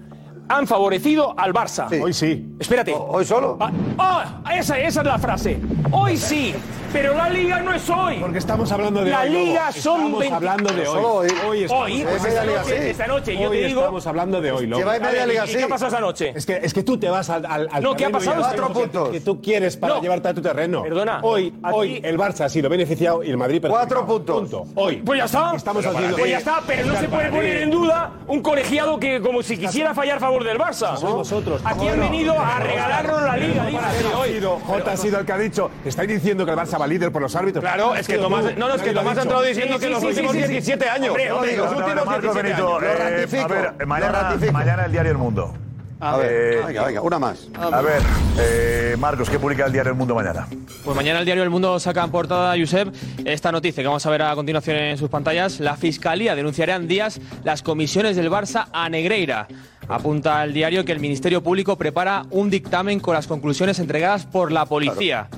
[SPEAKER 19] han favorecido al Barça.
[SPEAKER 7] Sí. Hoy sí.
[SPEAKER 19] Espérate.
[SPEAKER 28] hoy solo.
[SPEAKER 19] Ah, esa, esa es la frase. Hoy sí, pero la liga no es hoy. Porque
[SPEAKER 5] estamos hablando de
[SPEAKER 19] la
[SPEAKER 5] hoy, Lobo.
[SPEAKER 19] liga son
[SPEAKER 5] Estamos
[SPEAKER 19] 20
[SPEAKER 5] hablando de hoy. Hoy estamos-
[SPEAKER 19] Hoy,
[SPEAKER 5] Lleva
[SPEAKER 19] pues
[SPEAKER 5] media
[SPEAKER 19] esta
[SPEAKER 5] liga
[SPEAKER 19] noche,
[SPEAKER 5] así.
[SPEAKER 19] esta noche, yo
[SPEAKER 5] Hoy
[SPEAKER 19] te digo.
[SPEAKER 5] estamos hablando de hoy, Lobo.
[SPEAKER 19] Lleváis media A ver, liga ¿y así. qué ha pasado esa noche?
[SPEAKER 5] Es que, es que tú te vas al. al, al
[SPEAKER 19] No, ¿qué ha
[SPEAKER 5] terreno y
[SPEAKER 19] pasado? este
[SPEAKER 5] haces lo
[SPEAKER 19] Cuatro
[SPEAKER 5] que-
[SPEAKER 19] puntos.
[SPEAKER 5] Que tú quieres para
[SPEAKER 19] No.
[SPEAKER 5] llevarte a tu terreno.
[SPEAKER 19] Perdona.
[SPEAKER 5] Hoy,
[SPEAKER 19] A ti-
[SPEAKER 5] hoy el Barça ha sido beneficiado y el Madrid perjudicado.
[SPEAKER 19] Cuatro puntos.
[SPEAKER 5] Punto. Hoy.
[SPEAKER 19] Pues ya está.
[SPEAKER 5] Estamos
[SPEAKER 19] Pero para
[SPEAKER 5] haciendo.
[SPEAKER 19] ti. Pues ya está, pero no se puede poner en duda un colegiado que como si quisiera fallar a favor del Barça.
[SPEAKER 5] vosotros.
[SPEAKER 19] Aquí han venido a regalarnos la liga. digo,
[SPEAKER 5] Jota ha sido- Jota ha sido el que ha dicho. Estáis diciendo que el Barça va líder por los árbitros.
[SPEAKER 11] Claro,
[SPEAKER 5] Has
[SPEAKER 11] es que
[SPEAKER 5] sido
[SPEAKER 11] Tomás-
[SPEAKER 5] tú.
[SPEAKER 11] no, no, es que
[SPEAKER 5] Nadie lo
[SPEAKER 11] Tomás
[SPEAKER 5] ha
[SPEAKER 11] ha entrado
[SPEAKER 5] dicho.
[SPEAKER 11] diciendo que los últimos 17 años.
[SPEAKER 5] Hombre,
[SPEAKER 11] No,
[SPEAKER 5] hombre,
[SPEAKER 11] digo,
[SPEAKER 5] los
[SPEAKER 11] no,
[SPEAKER 5] últimos
[SPEAKER 11] no, Marcos
[SPEAKER 5] 17
[SPEAKER 11] Benito,
[SPEAKER 5] años.
[SPEAKER 11] eh,
[SPEAKER 2] a ver, eh, mañana, mañana el diario El Mundo. Eh,
[SPEAKER 28] A ver, venga, venga, una más.
[SPEAKER 2] A ver, eh, Marcos, ¿qué publica el diario El Mundo mañana?
[SPEAKER 10] Pues mañana el diario El Mundo saca en portada, Josep, esta noticia que vamos a ver a continuación en sus pantallas. La Fiscalía denunciará en días las comisiones del Barça a Negreira. Apunta el diario que el Ministerio Público prepara un dictamen con las conclusiones entregadas por la policía.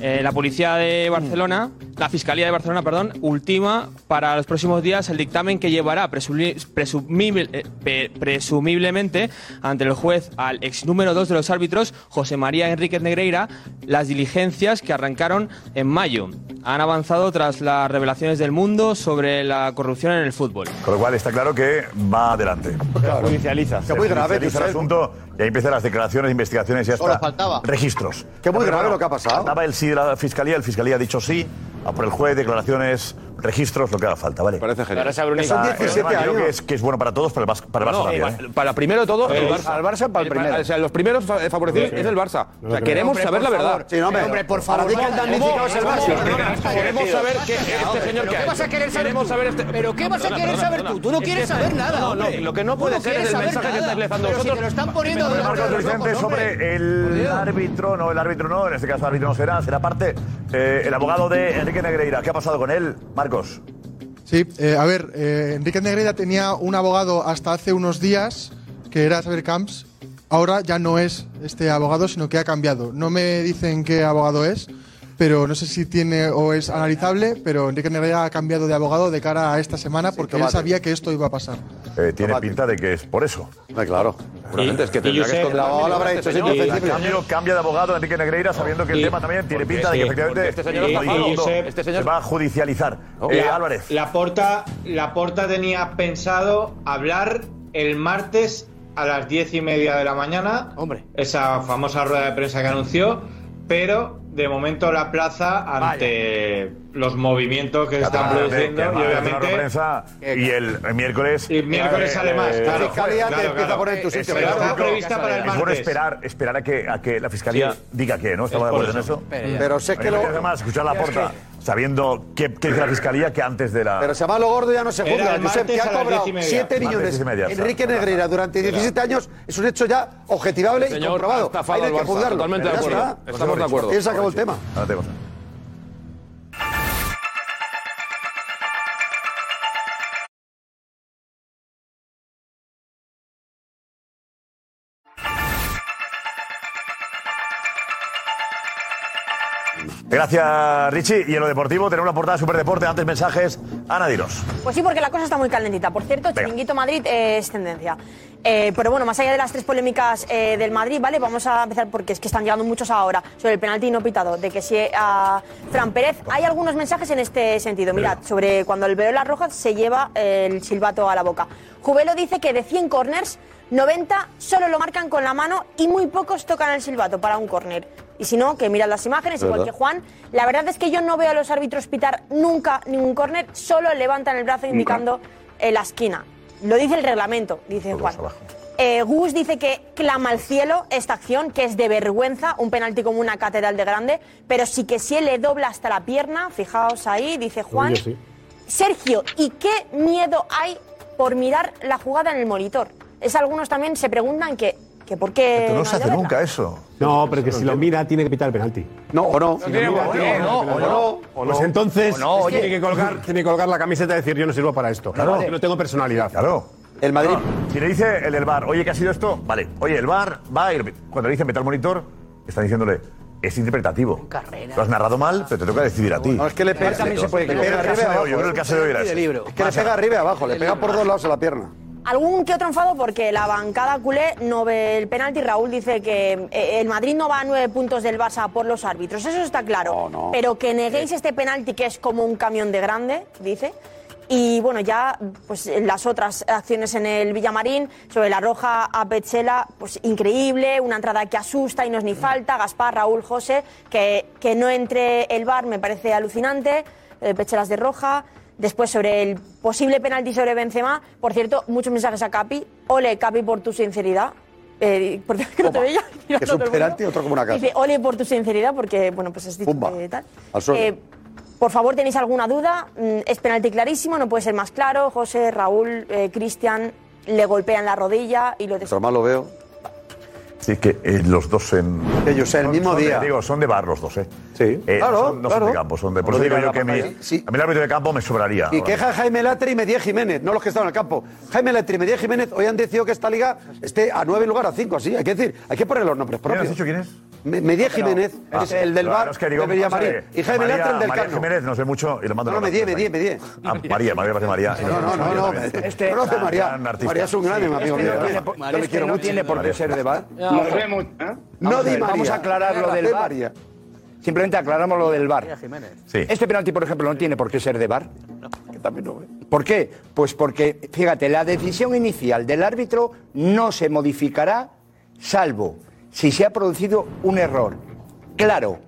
[SPEAKER 10] Eh, la policía de Barcelona, la Fiscalía de Barcelona, perdón, ultima para los próximos días el dictamen que llevará presumi- presumible- eh, pe- presumiblemente ante el juez al ex número 2 de los árbitros, José María Enríquez Negreira, las diligencias que arrancaron en mayo. Han avanzado tras las revelaciones del mundo sobre la corrupción en el fútbol.
[SPEAKER 2] Con lo cual está claro que va adelante.
[SPEAKER 10] Judicializa.
[SPEAKER 2] Se judicializa el asunto y ahí empiezan las declaraciones, investigaciones y hasta
[SPEAKER 28] Solo faltaba.
[SPEAKER 2] registros.
[SPEAKER 28] Que muy
[SPEAKER 2] Pero
[SPEAKER 28] grave
[SPEAKER 2] bueno,
[SPEAKER 28] lo que ha pasado.
[SPEAKER 2] Andaba el sí de la fiscalía, el fiscalía ha dicho sí, a por el juez, declaraciones, registros, lo que haga falta, ¿vale? Parece
[SPEAKER 28] genial. Ahora se abre un Son
[SPEAKER 2] Son
[SPEAKER 28] 17
[SPEAKER 2] Creo
[SPEAKER 28] años.
[SPEAKER 2] que es, que es bueno para todos, para el Barça, para el Barça
[SPEAKER 11] No,
[SPEAKER 2] también.
[SPEAKER 11] pa-
[SPEAKER 2] ¿eh?
[SPEAKER 11] para primero de todo,
[SPEAKER 2] El
[SPEAKER 11] el
[SPEAKER 2] Barça.
[SPEAKER 11] Barça.
[SPEAKER 2] Al Barça para el
[SPEAKER 11] Eh,
[SPEAKER 2] primero.
[SPEAKER 11] O sea, los primeros fa- favorecidos
[SPEAKER 2] Sí.
[SPEAKER 11] es el Barça. O sea,
[SPEAKER 2] creo.
[SPEAKER 11] queremos
[SPEAKER 2] Hombre,
[SPEAKER 11] saber la
[SPEAKER 2] por
[SPEAKER 11] verdad.
[SPEAKER 2] favor. Sí, no, hombre,
[SPEAKER 11] Pero
[SPEAKER 2] por favor, no
[SPEAKER 11] ¿cómo- cómo-
[SPEAKER 2] damnificados el
[SPEAKER 11] cómo-
[SPEAKER 2] Barça?
[SPEAKER 11] los primeros
[SPEAKER 2] Los primeros
[SPEAKER 11] Queremos saber
[SPEAKER 2] favorecidos.
[SPEAKER 11] que este señor que
[SPEAKER 6] ¿Pero qué vas a querer saber
[SPEAKER 11] Queremos
[SPEAKER 6] tú?
[SPEAKER 11] saber este-
[SPEAKER 6] ¿Pero qué vas a
[SPEAKER 11] Perdona,
[SPEAKER 6] querer
[SPEAKER 11] perdona,
[SPEAKER 6] saber tú?
[SPEAKER 11] perdona.
[SPEAKER 6] Tú no
[SPEAKER 11] Es
[SPEAKER 6] quieres
[SPEAKER 11] que-
[SPEAKER 6] saber nada,
[SPEAKER 11] No, no,
[SPEAKER 6] hombre.
[SPEAKER 11] lo que no
[SPEAKER 6] Tú
[SPEAKER 11] puede
[SPEAKER 6] no
[SPEAKER 11] ser
[SPEAKER 6] quieres
[SPEAKER 11] es el
[SPEAKER 6] saber
[SPEAKER 11] mensaje que
[SPEAKER 6] nada.
[SPEAKER 11] estáis lanzando
[SPEAKER 6] Pero si
[SPEAKER 11] vosotros.
[SPEAKER 6] te lo están poniendo
[SPEAKER 2] Bueno,
[SPEAKER 6] delante de
[SPEAKER 2] Marcos
[SPEAKER 6] los ojos,
[SPEAKER 2] Vicente,
[SPEAKER 6] hombre.
[SPEAKER 2] sobre el árbitro, no, el árbitro no, en este caso el árbitro no será, será parte, eh, el abogado de Enrique Negreira. ¿Qué ha pasado con él, Marcos?
[SPEAKER 8] Sí, eh, a ver, eh, Enrique Negreira tenía un abogado hasta hace unos días, que era Xavier Camps. Ahora ya no es este abogado, sino que ha cambiado. No me dicen qué abogado es, pero no sé si tiene o es analizable, pero Enrique Negreira ha cambiado de abogado de cara a esta semana porque él
[SPEAKER 2] tomate.
[SPEAKER 8] sabía que esto iba a pasar.
[SPEAKER 2] Eh, tiene pinta de que es por eso.
[SPEAKER 28] Ah, claro.
[SPEAKER 2] Seguramente
[SPEAKER 28] Y- y Josep, Este el abogado lo habrá hecho siempre ofensible.
[SPEAKER 2] cambio, cambio de abogado Enrique Negreira sabiendo que el
[SPEAKER 28] Y-
[SPEAKER 2] tema también tiene
[SPEAKER 28] porque
[SPEAKER 2] pinta de que
[SPEAKER 28] sí,
[SPEAKER 2] efectivamente
[SPEAKER 28] porque este señor
[SPEAKER 2] lo
[SPEAKER 28] es malvado.
[SPEAKER 2] dijo,
[SPEAKER 28] Josep,
[SPEAKER 2] este señor se va a judicializar. Eh,
[SPEAKER 22] la,
[SPEAKER 2] Álvarez.
[SPEAKER 22] La porta, la porta tenía pensado hablar el martes a las diez y media de la mañana. Hombre. Esa famosa rueda de prensa que anunció. Pero de momento la plaza ante los movimientos que se están
[SPEAKER 2] Catalán,
[SPEAKER 22] produciendo.
[SPEAKER 2] que
[SPEAKER 22] Y
[SPEAKER 2] además hace una
[SPEAKER 22] obviamente.
[SPEAKER 2] rueda de prensa y el, el miércoles. eh,
[SPEAKER 22] Y miércoles sale más, claro. La fiscalía te empieza a poner en tu
[SPEAKER 2] Es
[SPEAKER 22] sitio,
[SPEAKER 2] bueno,
[SPEAKER 22] pero
[SPEAKER 2] claro,
[SPEAKER 22] está prevista para el
[SPEAKER 2] Es bueno
[SPEAKER 22] martes.
[SPEAKER 2] esperar, esperar a, que, a que la fiscalía
[SPEAKER 28] Sí.
[SPEAKER 2] diga que, ¿no?
[SPEAKER 28] Es
[SPEAKER 2] ¿Estamos de
[SPEAKER 28] por
[SPEAKER 2] acuerdo en eso?
[SPEAKER 28] eso. Pero ya. Pero sé
[SPEAKER 2] A mí
[SPEAKER 28] que
[SPEAKER 2] me
[SPEAKER 28] lo-
[SPEAKER 2] parece más escuchar la
[SPEAKER 28] Es
[SPEAKER 2] porta, sabiendo qué, qué dice la fiscalía que antes de la.
[SPEAKER 28] Pero se va lo gordo ya no se
[SPEAKER 2] Era
[SPEAKER 28] juzga.
[SPEAKER 2] el
[SPEAKER 28] Josep,
[SPEAKER 2] martes
[SPEAKER 28] que
[SPEAKER 2] a
[SPEAKER 28] ha
[SPEAKER 2] las
[SPEAKER 28] cobrado
[SPEAKER 2] diez y media.
[SPEAKER 28] 7
[SPEAKER 2] Martes
[SPEAKER 28] millones.
[SPEAKER 2] diez y media,
[SPEAKER 28] Enrique
[SPEAKER 2] exacto.
[SPEAKER 28] Negreira durante 17 años es un hecho ya objetivable
[SPEAKER 2] Este
[SPEAKER 28] y
[SPEAKER 2] señor
[SPEAKER 28] comprobado.
[SPEAKER 2] ha estafado
[SPEAKER 28] Ahí no hay
[SPEAKER 2] al
[SPEAKER 28] que
[SPEAKER 2] Barça,
[SPEAKER 28] juzgarlo.
[SPEAKER 2] totalmente de
[SPEAKER 28] Ya
[SPEAKER 2] acuerdo.
[SPEAKER 28] está.
[SPEAKER 2] Estamos de acuerdo.
[SPEAKER 28] Y se acabó el tema.
[SPEAKER 2] Ahora tenemos- Gracias, Richie. Y en lo deportivo, tener una portada de Superdeporte. Antes mensajes, Ana Diros.
[SPEAKER 1] Pues sí, porque la cosa está muy calentita. Por cierto, Chiringuito Madrid eh, es tendencia. Eh, pero bueno, más allá de las tres polémicas eh, del Madrid, ¿vale? Vamos a empezar porque es que están llegando muchos ahora sobre el penalti no pitado, de que si eh, a Fran Pérez. Hay algunos mensajes en este sentido. Mirad, sobre cuando el Verola Roja se lleva el silbato a la boca. Jubelo dice que de 100 corners, 90 solo lo marcan con la mano y muy pocos tocan el silbato para un corner. Y si no, que mirad las imágenes, igual
[SPEAKER 32] ¿Verdad?
[SPEAKER 1] que Juan. La verdad es que yo no veo a los árbitros pitar nunca ningún córner, solo levantan el brazo indicando eh, la esquina. Lo dice el reglamento, dice Juan. Eh, Gus dice que clama al cielo esta acción, que es de vergüenza, un penalti como una catedral de grande, pero sí que si él le dobla hasta la pierna, fijaos ahí, dice Juan. Sergio, ¿y qué miedo hay por mirar la jugada en el monitor? Es algunos también se preguntan que, que por qué...
[SPEAKER 2] No
[SPEAKER 1] no
[SPEAKER 2] se
[SPEAKER 1] hay
[SPEAKER 2] hace
[SPEAKER 1] verla.
[SPEAKER 2] nunca eso.
[SPEAKER 5] No, pero que si lo mira tiene que pitar el penalti.
[SPEAKER 28] No, o no.
[SPEAKER 5] Si lo mira,
[SPEAKER 28] o
[SPEAKER 5] tiene que
[SPEAKER 28] no,
[SPEAKER 5] pitar el
[SPEAKER 28] o
[SPEAKER 5] penalti.
[SPEAKER 28] no, o no.
[SPEAKER 5] Pues entonces
[SPEAKER 28] O no,
[SPEAKER 5] es que
[SPEAKER 28] oye.
[SPEAKER 5] tiene, que colgar, tiene que colgar la camiseta y decir yo no sirvo para esto.
[SPEAKER 2] Claro.
[SPEAKER 5] Yo no tengo personalidad.
[SPEAKER 2] Claro.
[SPEAKER 28] El Madrid.
[SPEAKER 2] Si le dice el del bar, oye, ¿qué ha sido esto? Vale. Oye, el bar va a ir. Cuando le dicen metal monitor, están diciéndole, es interpretativo. Lo has narrado mal, pero te toca decidir a ti. No,
[SPEAKER 28] es que le pega. También se puede
[SPEAKER 2] Yo creo que
[SPEAKER 28] equivocar.
[SPEAKER 2] el caso de hoy, yo creo que el caso de hoy era este.
[SPEAKER 28] Es
[SPEAKER 2] ese.
[SPEAKER 28] que le pega arriba y abajo, le
[SPEAKER 1] El
[SPEAKER 28] pega
[SPEAKER 1] libro.
[SPEAKER 28] por dos lados a la pierna.
[SPEAKER 1] Algún que otro enfado porque la bancada culé no ve el penalti. Raúl dice que eh, el Madrid no va a nueve puntos del Barça por los árbitros. Eso está claro. Pero que neguéis este penalti que es como un camión de grande, dice. Y bueno, ya pues las otras acciones en el Villamarín, sobre la roja a Pechela, pues increíble, una entrada que asusta y no es ni falta. Gaspar, Raúl, José, que, que no entre el bar me parece alucinante. Eh, Pechelas de roja. Después sobre el posible penalti sobre Benzema, por cierto, muchos mensajes a Capi. Ole, Capi, por tu sinceridad. Eh, porque no te veía.
[SPEAKER 28] Que es un penalti y otro como una casa.
[SPEAKER 1] Dice, ole por tu sinceridad, porque, bueno, pues es dicho que tal.
[SPEAKER 28] Al suelo.
[SPEAKER 1] Eh, por favor, ¿tenéis alguna duda? Mm, Es penalti clarísimo, no puede ser más claro. José, Raúl, eh, Cristian le golpean la rodilla y lo des-
[SPEAKER 28] Pero más lo veo.
[SPEAKER 2] Sí, que eh, los dos en. Ellos el
[SPEAKER 28] mismo día.
[SPEAKER 2] digo, son de bar los dos, ¿eh? Sí.
[SPEAKER 28] Claro,
[SPEAKER 2] no son de
[SPEAKER 28] claro.
[SPEAKER 2] campo, son de. Por eso
[SPEAKER 28] Lo
[SPEAKER 2] digo
[SPEAKER 28] digo
[SPEAKER 2] yo
[SPEAKER 28] en
[SPEAKER 2] que
[SPEAKER 28] la
[SPEAKER 2] mi-
[SPEAKER 28] pantalla.
[SPEAKER 2] a mí el árbitro de campo me sobraría.
[SPEAKER 28] Y
[SPEAKER 2] ahora
[SPEAKER 28] queja a Jaime Latre y Medie Jiménez, no los que estaban en el campo. Jaime Latre y Medie Jiménez hoy han decidido que esta liga esté a nueve en lugar a cinco, así. Hay que decir, hay que poner los nombres propios.
[SPEAKER 2] dicho quién es?
[SPEAKER 28] Medie Jiménez
[SPEAKER 2] Ah,
[SPEAKER 28] es el del
[SPEAKER 2] claro,
[SPEAKER 28] bar
[SPEAKER 2] es que digo,
[SPEAKER 28] de Villamarín.
[SPEAKER 2] no sé,
[SPEAKER 28] Y Jaime
[SPEAKER 2] María-
[SPEAKER 28] Latre el del
[SPEAKER 2] María
[SPEAKER 28] Cano.
[SPEAKER 2] Jiménez, no sé mucho. Y le mando
[SPEAKER 28] No, no,
[SPEAKER 2] un
[SPEAKER 28] Medie,
[SPEAKER 2] abrazo
[SPEAKER 28] Medie,
[SPEAKER 2] también.
[SPEAKER 28] Medie.
[SPEAKER 2] Ah, María, María parece María. ah,
[SPEAKER 28] No, no, no, no. Este- Conoce a María. María es un gran amigo mío. Yo le
[SPEAKER 3] Este
[SPEAKER 28] quiero
[SPEAKER 3] no
[SPEAKER 28] mucho.
[SPEAKER 3] tiene por qué
[SPEAKER 28] María.
[SPEAKER 3] ser de bar.
[SPEAKER 28] Nos vemos,
[SPEAKER 3] Vamos
[SPEAKER 28] No
[SPEAKER 3] a ver,
[SPEAKER 28] Di María.
[SPEAKER 3] Vamos a aclarar lo del
[SPEAKER 28] Di
[SPEAKER 3] bar.
[SPEAKER 28] María.
[SPEAKER 3] Simplemente aclaramos lo del bar.
[SPEAKER 2] Sí.
[SPEAKER 3] Este penalti, por ejemplo, no tiene por qué ser de bar. ¿Por qué? Pues porque, fíjate, la decisión inicial del árbitro no se modificará salvo si se ha producido un error claro,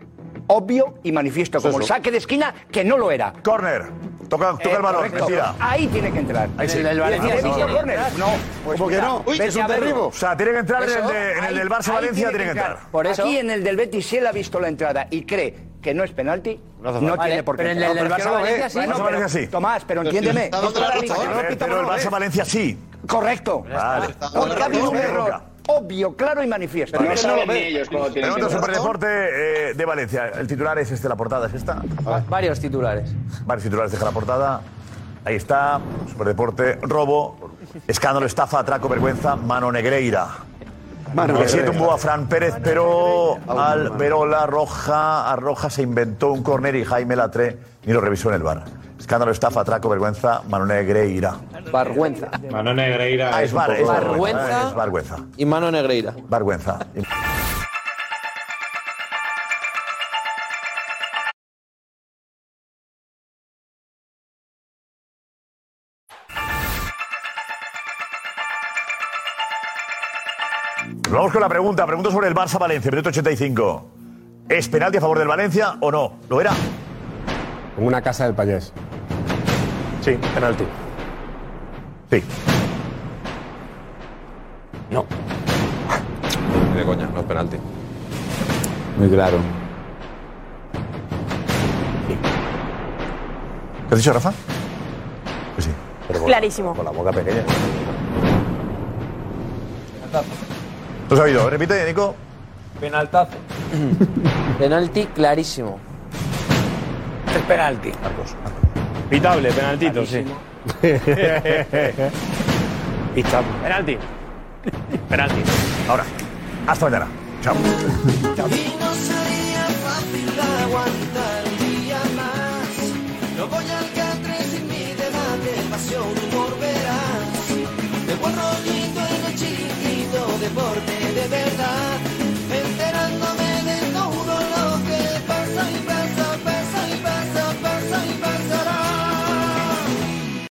[SPEAKER 3] obvio y manifiesto, como el
[SPEAKER 2] eso.
[SPEAKER 3] saque de esquina que no lo era.
[SPEAKER 2] Corner. Toca, toca el balón,
[SPEAKER 3] correcto.
[SPEAKER 2] mentira.
[SPEAKER 3] Ahí tiene que entrar.
[SPEAKER 2] Ahí sí.
[SPEAKER 3] El del Valencia
[SPEAKER 2] Ah,
[SPEAKER 3] sí
[SPEAKER 2] no,
[SPEAKER 3] tiene
[SPEAKER 2] no,
[SPEAKER 3] que entrar.
[SPEAKER 2] no.
[SPEAKER 3] Pues
[SPEAKER 2] ¿Cómo que
[SPEAKER 3] mira,
[SPEAKER 2] no?
[SPEAKER 3] vete
[SPEAKER 2] Es un
[SPEAKER 3] a verlo.
[SPEAKER 2] derribo. O sea, tiene que entrar en el de- en el del Barça
[SPEAKER 3] ahí
[SPEAKER 2] Valencia, tiene que entrar. Por eso-
[SPEAKER 3] Aquí en el del Betis, si él ha visto la entrada y cree que no es penalti, no,
[SPEAKER 2] hace falta.
[SPEAKER 3] tiene
[SPEAKER 2] Vale,
[SPEAKER 3] por qué.
[SPEAKER 2] pero en el
[SPEAKER 3] entrar.
[SPEAKER 2] del
[SPEAKER 3] Pero es que
[SPEAKER 2] Barça
[SPEAKER 3] no lo ve.
[SPEAKER 2] Valencia sí.
[SPEAKER 3] Bueno,
[SPEAKER 2] Barça
[SPEAKER 3] pero-
[SPEAKER 2] Valencia sí.
[SPEAKER 3] Tomás, pero
[SPEAKER 2] Pero si
[SPEAKER 3] entiéndeme.
[SPEAKER 2] está dando
[SPEAKER 3] esto
[SPEAKER 2] la
[SPEAKER 3] es
[SPEAKER 2] razón,
[SPEAKER 3] arbitraje,
[SPEAKER 2] pero-
[SPEAKER 3] pita
[SPEAKER 2] pero el
[SPEAKER 3] por
[SPEAKER 2] Barça
[SPEAKER 28] ¿eh?
[SPEAKER 3] no
[SPEAKER 2] Valencia sí.
[SPEAKER 3] Correcto.
[SPEAKER 2] Vale.
[SPEAKER 3] Porque ha habido un error obvio, claro y manifiesto.
[SPEAKER 2] Vale. Pregunta
[SPEAKER 3] Pero-
[SPEAKER 2] sobre deporte eh, de Valencia. El titular es este, la portada es esta.
[SPEAKER 10] Varios titulares.
[SPEAKER 2] Varios titulares deja la portada. Ahí está. Superdeporte, robo, escándalo, estafa, atraco, vergüenza, mano negreira.
[SPEAKER 28] Mano
[SPEAKER 2] Le siento
[SPEAKER 28] Negreira.
[SPEAKER 2] un búho a Fran Pérez, pero al Verola Roja, a Roja se inventó un córner y Jaime Latre ni lo revisó en el bar. Escándalo, estafa, atraco, vergüenza, mano negreira.
[SPEAKER 10] Vergüenza.
[SPEAKER 33] Mano Negreira
[SPEAKER 2] Ah, es
[SPEAKER 33] un
[SPEAKER 2] bar,
[SPEAKER 33] poco-
[SPEAKER 2] es vergüenza.
[SPEAKER 10] Vergüenza.
[SPEAKER 2] Es vergüenza.
[SPEAKER 10] Y Mano Negreira.
[SPEAKER 2] Vergüenza. Vamos con la pregunta. Pregunta sobre el Barça Valencia, minuto 85. ¿Es penalti a favor del Valencia o no? ¿Lo era?
[SPEAKER 5] En una casa del payés.
[SPEAKER 2] Sí, penalti. Sí.
[SPEAKER 11] No. Ni de coña, no es penalti.
[SPEAKER 5] Muy claro.
[SPEAKER 2] ¿Qué has dicho, Rafa? Pues sí.
[SPEAKER 1] Clarísimo.
[SPEAKER 2] Con la boca pequeña. ¿Tú has oído? Repite, Nico.
[SPEAKER 10] Penaltazo. Penalti clarísimo.
[SPEAKER 2] Es penalti.
[SPEAKER 19] Pitable, penaltito, sí.
[SPEAKER 2] Pitable.
[SPEAKER 19] Penalti.
[SPEAKER 2] Penalti. Ahora. Hasta mañana. Chao.
[SPEAKER 17] Y no sería fácil aguantar un día más. No voy al catre sin mi debate, pasión, humor verás. De buen rollito en el chiquito deporte